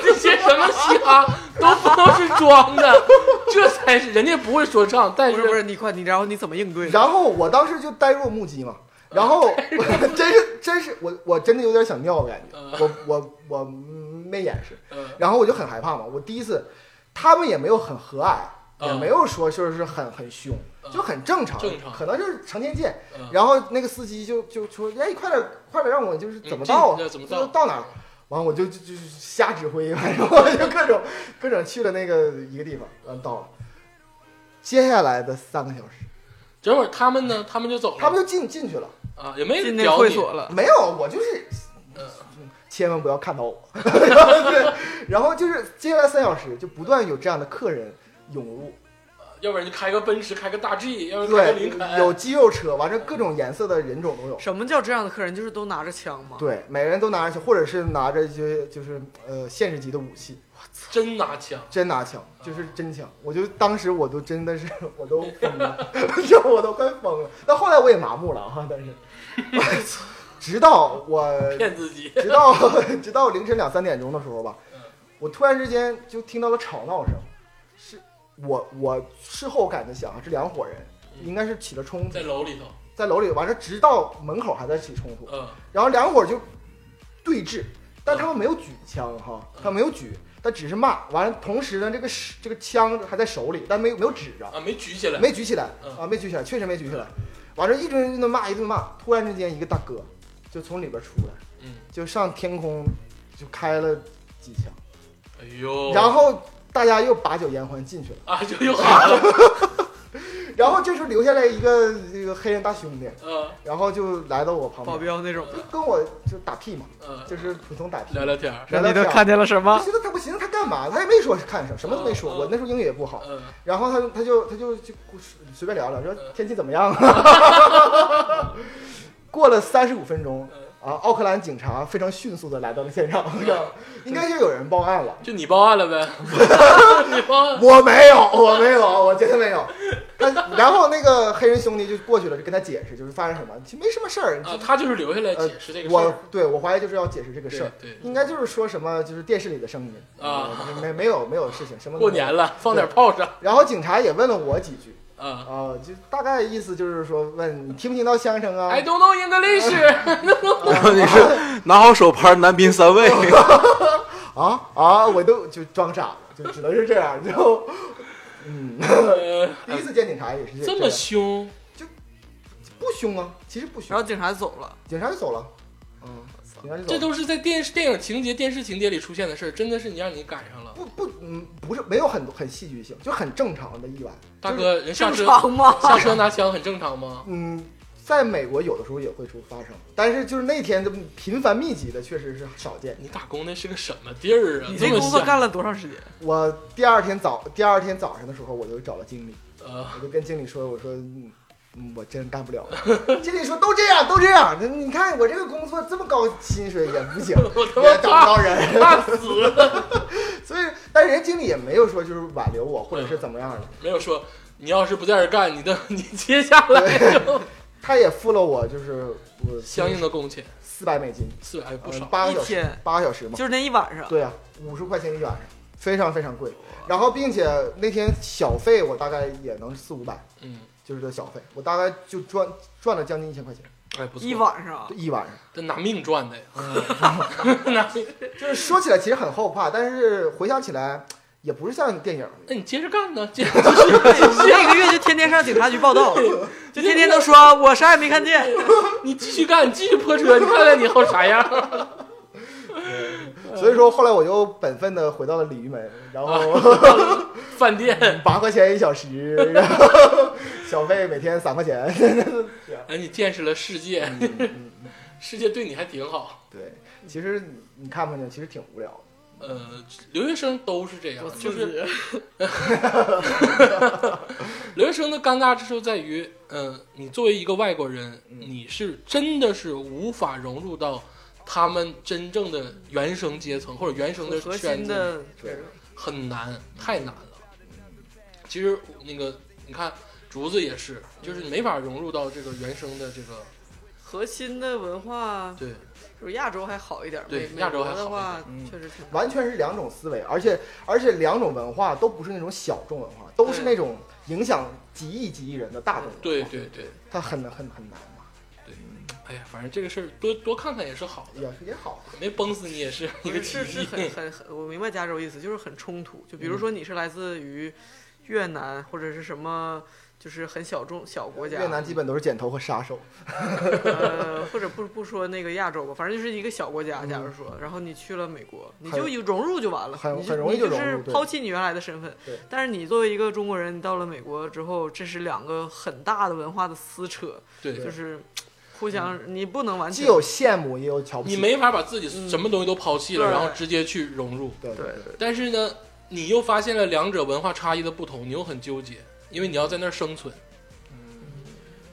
S2: 这些什么嘻哈都不都是装的，这才是人家不会说唱，但
S3: 不是不是，你快你然后你怎么应对？
S1: 然后我当时就呆若木鸡嘛，然
S3: <laughs>
S1: 后真是真是我我真的有点想尿的感觉，
S3: 嗯
S1: 我我我没掩饰，
S2: 嗯
S1: 然后我就很害怕嘛，我第一次，他们也没有很和蔼，也
S2: 嗯
S1: 没有说就是很很凶，就很正常，
S2: 正常
S1: 可能就是成天见
S2: 嗯。
S1: 然后那个司机就就说，哎，快点快点让我就是怎么
S2: 嗯进
S1: 到啊
S2: 要怎么
S1: 就
S2: 到嗯
S1: 是到哪儿。完，我就就就瞎指挥， <laughs> 反正我就各种各种去了那个一个地方，完到了。接下来的三个小时，
S2: 这会儿他们呢，他们就走
S1: 他们
S2: 了
S1: 就进进去了，
S2: 啊，也没
S3: 进那
S2: 聊
S3: 会
S2: 你，
S3: 所了，
S1: 没有，我就是
S2: 嗯
S1: 千万不要看到我。 <laughs> 对，然后就是接下来三小时就不断有这样的客人涌入，
S2: 要不然就开个奔驰，开个大 G，要不然开个
S1: 对
S2: 林肯，，
S1: 有肌肉车，完事各种颜色的人种都有。
S3: 什么叫这样的客人？就是都拿着枪吗？
S1: 对，每个人都拿着，或者是拿着一些就是呃现实级的武器，
S2: 真拿枪。
S1: 真拿枪，就是真枪。我就当时我都真的是我都疯了， <laughs> 就我都快疯了。但后来我也麻木了啊哈，但是直到我
S2: 骗自己，
S1: 直到直到凌晨两三点钟的时候吧，我突然之间就听到了吵闹声，是我我事后感觉想啊，是两伙人，应该是起了冲突
S2: 在，楼里头，
S1: 在楼里完事直到门口还在起冲突，
S2: 嗯，
S1: 然后两伙就对峙，但他们没有举枪哈，他没有举，他只是骂，完了同时呢，这个是这个枪还在手里，但没有没有指着，
S2: 啊，没举起来，
S1: 没举起来
S2: 嗯
S1: 啊，没举起来，确实没举起来。完了，一顿顿骂，一顿骂。突然之间，一个大哥就从里边出来，
S2: 嗯，
S1: 就上天空就开了几枪，
S2: 哎呦，
S1: 然后大家又把酒言欢进去了。
S2: 啊，就又喊了， <laughs>
S1: 然后这时候留下来一个一个黑人大兄弟，
S2: 嗯
S1: 然后就来到我旁
S3: 保
S1: 边，
S3: 镖那种。
S1: 就跟我就打屁嘛，
S2: 嗯，
S1: 就是普通打屁。
S2: 聊聊天儿，
S1: 聊聊天
S3: 见了什
S1: 我？寻思他不寻思他干嘛？他也没说是看什么，什么都没说。
S2: 嗯嗯
S1: 我那时候英语也不好，
S2: 嗯，
S1: 然后他就他就他就就随便聊聊，说
S2: 嗯
S1: 天气怎么样？啊过了三十五分钟，啊，奥克兰警察非常迅速的来到了现场，应该就有人报案了。
S2: 就你报案了呗， <laughs> 你报案，
S1: 我没有，我没有，我绝对没有。但然后那个黑人兄弟就过去了，就跟他解释，就是发生什么，其实没什么事儿。
S2: 啊，他就是留下来
S1: 呃
S2: 解释这个事
S1: 我
S2: 儿，
S1: 对我怀疑就是要解释这个事儿，
S2: 对对
S1: 应该就是说什么就是电视里的声音呃
S2: 啊，
S1: 没没有没有事情，什么都
S2: 过
S1: 没有
S2: 年了，放点炮仗，
S1: 然后警察也问了我几句，
S2: 啊
S1: 啊、就大概意思就是说问你听不听到枪声啊？
S2: ，I don't know English，
S4: 然后你是拿好手牌，男宾三位，
S1: 啊啊！我都就装傻了，就只能是这样。然后，嗯，
S2: 呃
S1: 第一次见警察也是样
S2: 这
S1: 嗯
S2: 么凶，
S1: 不凶啊，其实不
S3: 然
S1: 凶
S3: 后，警察走了，
S1: 警察就走了，嗯，警察就走
S2: 这
S1: 了。
S2: 都是在电视电影情节、电视情节里出现的事儿，真的是你让你赶上了，
S1: 不不，嗯，不是没有很很戏剧性，就很正常的意外。
S2: 大
S1: 就是，
S2: 哥，人下
S3: 正
S2: 车
S1: <laughs>
S3: 常吗？
S2: 下车拿枪很正常吗？
S1: 嗯，在美国有的时候也会出发生，但是就是那天这么频繁密集的，确实是少见。
S2: 你打工那是个什么地儿啊？
S3: 你
S2: 这
S3: 这
S2: 么
S3: 工作
S2: 小，
S3: 干了多长时间？
S1: 我第二天早第二天早上的时候，我就找了经理，
S2: 呃， <laughs>
S1: 我就跟经理说，我说，嗯，嗯我真干不了。
S2: <laughs>
S1: 经理说都这样，都这样。那你看我这个工作这么高薪水也不
S2: <laughs>
S1: 行，
S2: 我他
S1: 也
S2: 妈
S1: 找不
S2: 怕
S1: 到人。
S2: 怕死了，
S1: 所以，但是人家经理也没有说就是挽留我或者是怎么样的，
S2: 没有说你要是不在这儿干，你的 <laughs> 你接下来就
S1: 他也付了我就是我
S2: 相应的工钱
S1: 四百美金，呃
S2: 四百不少，
S1: 八个小
S3: 一
S1: 时
S3: 天，
S1: 八个小时嘛。
S3: 就是那一晚上。
S1: 对呀、五十块钱一晚上，非常非常贵。然后，并且那天小费我大概也能四五百，
S2: 嗯，
S1: 就是这小费，我大概就赚赚了将近一千块钱
S2: 哎不错，
S3: 一晚上，
S1: 一晚上。
S2: 这拿命赚的呀，拿命。
S1: 就是说起来其实很后怕，但是回想起来也不是像电影
S2: 哎那你接着干 <laughs> 呢，接着
S3: 那个月就天天上警察局报道，就天天都说我啥也没看见。
S2: 你继续干，你继续破车，你看看你后啥样。
S1: 里，所以说后来我就本分的回到了鲤鱼门，然后
S2: 饭店，
S1: <laughs> 八块钱一小时，然后小费每天三块钱。 <laughs>
S2: 哎，你见识了世界， <laughs> 世界对你还挺好。
S1: 对，其实你看不见，其实挺无聊的。
S2: 呃，留学生都是这样，就
S3: 就是是
S2: <laughs> 留学生的尴尬之处在于，嗯、你作为一个外国人，
S3: 嗯
S2: 你是真的是无法融入到他们真正的原生阶层或者原生的
S3: 核
S2: 圈
S3: 心
S2: 子里，
S3: 的，
S1: 对，
S2: 很难，太难了。其实那个你看，竹子也是，就是你没法融入到这个原生的这个
S3: 核心的文化，
S2: 对
S3: 就是亚洲还好一点。
S2: 对
S3: 美美
S2: 亚洲还
S3: 国的
S2: 好
S3: 话
S1: 一点嗯
S3: 确实挺难。
S1: 完全是两种思维，而且而且两种文化都不是那种小众文化，都是那种影响几亿几亿人的大众文化。
S2: 对，对对。
S1: 它很很很难嘛，
S2: 哎呀，反正这个事儿多多看看也是好的，
S1: 也也好。
S2: 没崩死你也是一个
S3: 不是
S2: 奇
S3: 是
S2: 迹嗯
S3: 是。
S2: <laughs>
S3: 很很很，我明白加州意思，就是很冲突。就比如说你是来自于越南或者是什么，就是很小众小国家，
S1: 越南基本都是剪头和杀手。
S3: 呃，或者不不说那个亚洲吧，反正就是一个小国家。假如说，然后你去了美国，你就
S1: 嗯很
S3: 有融入就完了，
S1: 很
S3: 你
S1: 很容易
S3: 就
S1: 就
S3: 你
S1: 融
S3: 是
S1: 入对
S3: 抛弃你原来的身份
S1: 对。
S3: 但是你作为一个中国人，你到了美国之后，这是两个很大的文化的撕扯，
S2: 对，
S3: 就是互相你不能完
S1: 嗯既
S3: 全 <laughs>
S1: 有羡慕，也有瞧不起。
S2: 你没法把自己什么东西都抛弃了，
S3: 嗯对
S2: 然后直接去融入。
S1: 对
S3: 对对
S2: 但是呢，你又发现了两者文化差异的不同，你又很纠结。因为你要在那儿生存。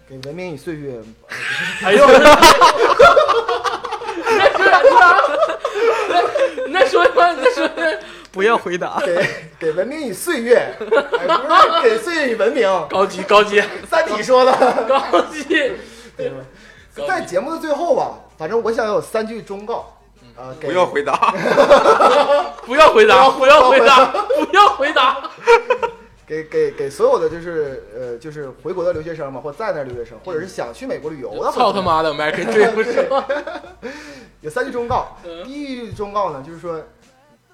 S1: 给文明以岁月，
S2: <laughs> 哎呦， <laughs> 那是啥？你再说一遍，你再说一遍，
S3: 不要回答。
S1: 给给文明以岁月，哎不是给岁月以文明。
S2: 高级高级
S1: 三体说的。
S2: 高级，高
S1: 在
S2: 级
S1: 节目的最后吧，反正我想有三句忠告，
S2: 嗯
S1: 啊，给
S4: 不要回答，
S2: 不要回答，不要回答，不 <laughs> 要回答。
S1: 给给给所有的就是呃就是回国的留学生嘛，或在那儿留学生，或者是想去美国旅游的，
S2: 嗯操他！妈的，American Dream <laughs> 是吧？
S1: 有三句忠告，
S2: 嗯
S1: 第一句忠告呢，就是说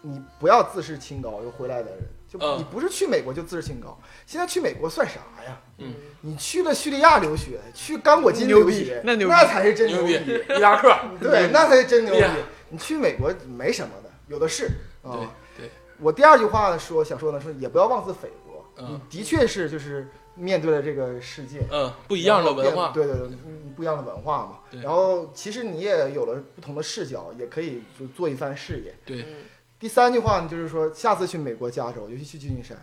S1: 你不要自视清高，有回来的人。就
S2: 嗯
S1: 你不是去美国就自视清高，现在去美国算啥呀？
S2: 嗯，
S1: 你去了叙利亚留学，去刚果金留学，
S3: 那牛逼那牛逼
S1: 那才是真
S2: 牛逼
S1: 逼。，
S2: 伊拉克，
S1: 对，那才是真牛逼
S2: 厉害。
S1: 你去美国没什么的，有的是啊。
S2: 对对，
S1: 我第二句话呢说想说呢，说也不要妄自菲薄。
S2: 嗯
S1: 你的确是就是面对了这个世界
S2: 嗯，不一样的文
S1: 然
S2: 化
S1: 后，对对对，嗯不一样的文化嘛
S2: 对。
S1: 然后其实你也有了不同的视角，也可以就做一番事业。
S2: 对，
S1: 第三句话呢，就是说下次去美国加州，尤其去旧金山。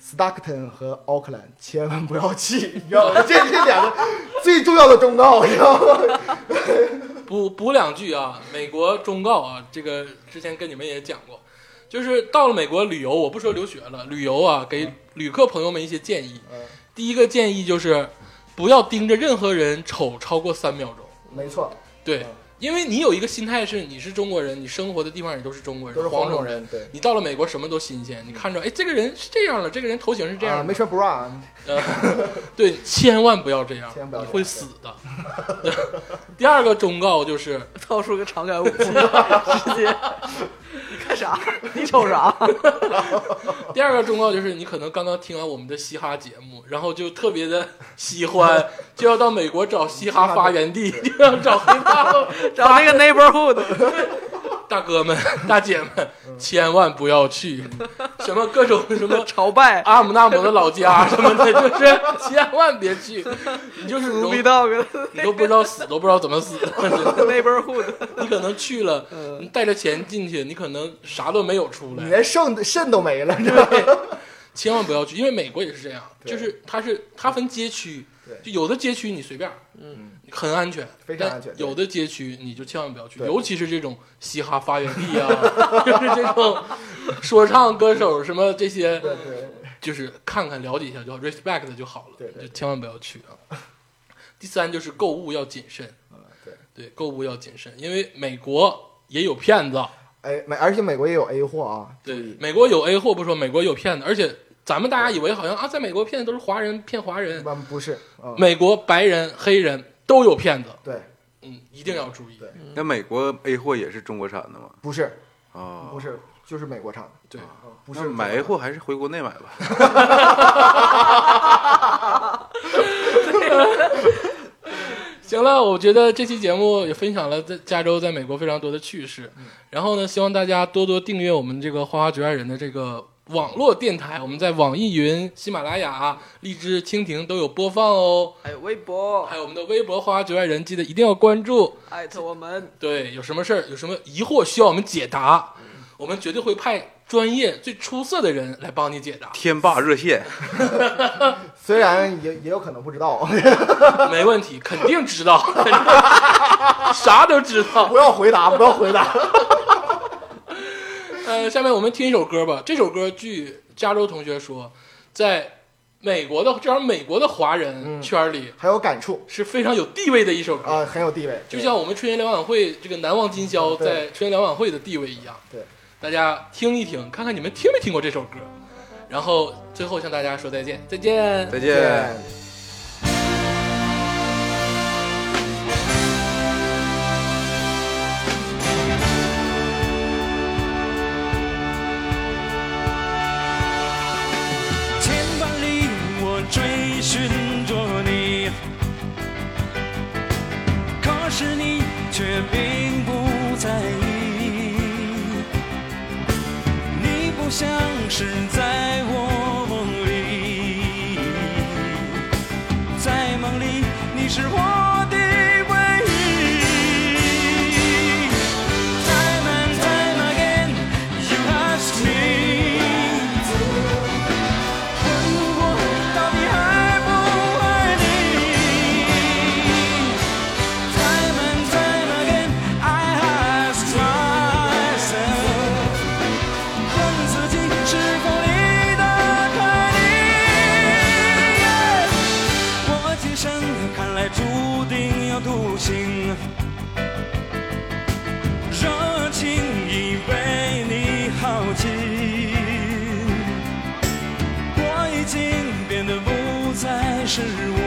S1: Stockton 和 Oakland 千万不要去，你知道
S2: <laughs>
S1: 吗？这这两个最重要的忠告，你知道吗？
S2: 补补两句啊，美国忠告啊，这个之前跟你们也讲过，就是到了美国旅游，我不说留学了，旅游啊，给旅客朋友们一些建议。
S1: 嗯，
S2: 第一个建议就是，不要盯着任何人瞅超过三秒钟。
S1: 没错，
S2: 对
S1: 嗯，
S2: 因为你有一个心态是你是中国人，你生活的地方也都是中国人，
S1: 都是
S2: 黄
S1: 黄种
S2: 人。
S1: 人，对。
S2: 你到了美国什么都新鲜，你看着哎，这个人是这样的，这个人头型是这样
S1: 啊、
S2: 的，
S1: 没穿 bra，
S2: 呃，对，千万不要这样，
S1: 千万不要这样
S2: 会死的。 <laughs> 第二个忠告就是，
S3: 掏出个长杆武器，直接。你干啥？你瞅啥？
S2: 第二个忠告就是，你可能刚刚听完我们的嘻哈节目，然后就特别的喜欢，就要到美国找嘻哈发源地，就要找黑怕
S3: 找那个 neighborhood，
S2: 大哥们、大姐们，千万不要去，什么各种什么
S3: 朝拜
S1: 啊
S2: 阿姆纳姆的老家什么的，就是千万别去，你就是容
S3: ，Ruby Dog
S2: 你都不知道死都不知道怎么死的，真的
S3: neighborhood，
S2: 你可能去了，你带着钱进去，你可能啥都没有出
S1: 你
S2: 来。
S1: 连肾肾都没了，你知道吗？
S2: 千万不要去，因为美国也是这样，
S1: 对
S2: 就是它是它分街区
S1: 对，
S2: 就有的街区你随便，嗯，很安全，
S1: 非常安全
S2: 但有的街区你就千万不要去，
S1: 对
S2: 尤其是这种嘻哈发源地啊， <laughs> 就是这种说唱歌手什么这些，
S1: 对对，
S2: 就是看看了解一下就好，respect 就好了，
S1: 对对
S2: 就千万不要去啊。第三就是购物要谨慎，
S1: 嗯对，
S2: 对，购物要谨慎，因为美国也有骗子，啊
S1: 哎美，而且美国也有 A 货啊，
S2: 对，美国有 A 货不说，美国有骗子，而且咱们大家以为好像啊，在美国骗的都是华人骗华
S1: 一
S2: 人，
S1: 般不是啊、嗯，
S2: 美国白人、黑人都有骗子，
S1: 对，
S2: 嗯，一定要注意。
S1: 对
S4: 那美国 A 货也是中国产的吗？
S1: 不是
S4: 啊，
S1: 不是，就是美国产的，
S2: 哦对
S1: 嗯不
S4: 那
S1: 是
S4: 买 A 货还是回国内买吧。，
S2: 行了，我觉得这期节目也分享了在加州在美国非常多的趣事，然后呢，希望大家多多订阅我们这个《花花局外人》的这个网络电台，我们在网易云、喜马拉雅、荔枝、蜻蜓都有播放哦，
S3: 还有微博
S2: 还，有我们的微博“花花局外人”，记得一定要关注。
S3: 艾特我们，
S2: 对，有什么事儿，有什么疑惑需要我们解答，我们绝对会派专业最出色的人来帮你解答
S4: 天霸热线，
S1: 虽然也也有可能不知道， <laughs>
S2: 没问题，肯定知道， <laughs> 啥都知道。
S1: 不要回答，不要回答， <laughs>
S2: 呃，下面我们听一首歌吧，这首歌据加州同学说，在美国的至少美国的华人圈里
S1: 很有感触
S2: 是非常有地位的一首歌，
S1: 啊、很有地位，
S2: 就
S1: 对嗯
S2: 像我们春节联欢会这个《难忘今宵》
S1: 对
S2: 在春节联欢会的地位一样。
S1: 对，
S2: 大家听一听，看看你们听没听过这首歌，然后最后向大家说再见，再见，
S4: 再
S1: 对
S4: 见。
S6: 千百里我追寻着你，可是你却并不在意。你不像是在我梦里，在梦里你是我的唯一。Time and time again, you ask me。问我到母亲。我已经变得不再是我，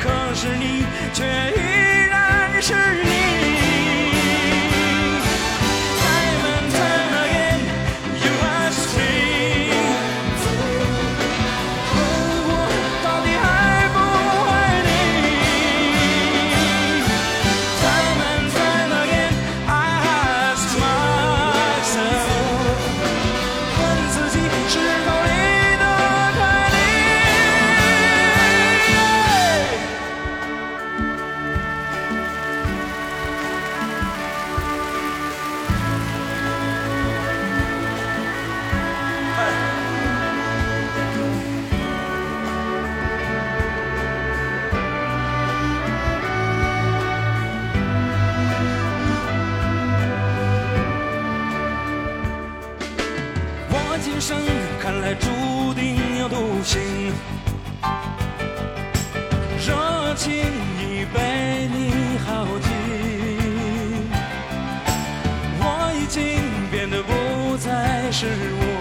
S6: 可是你却依然是你。Time and time again, you ask me，问我到底爱不爱你？Time and time again, I ask myself，问自己是否离得开你？我今生看来注定要独行，热情已被你耗尽，我已经变得不再是我。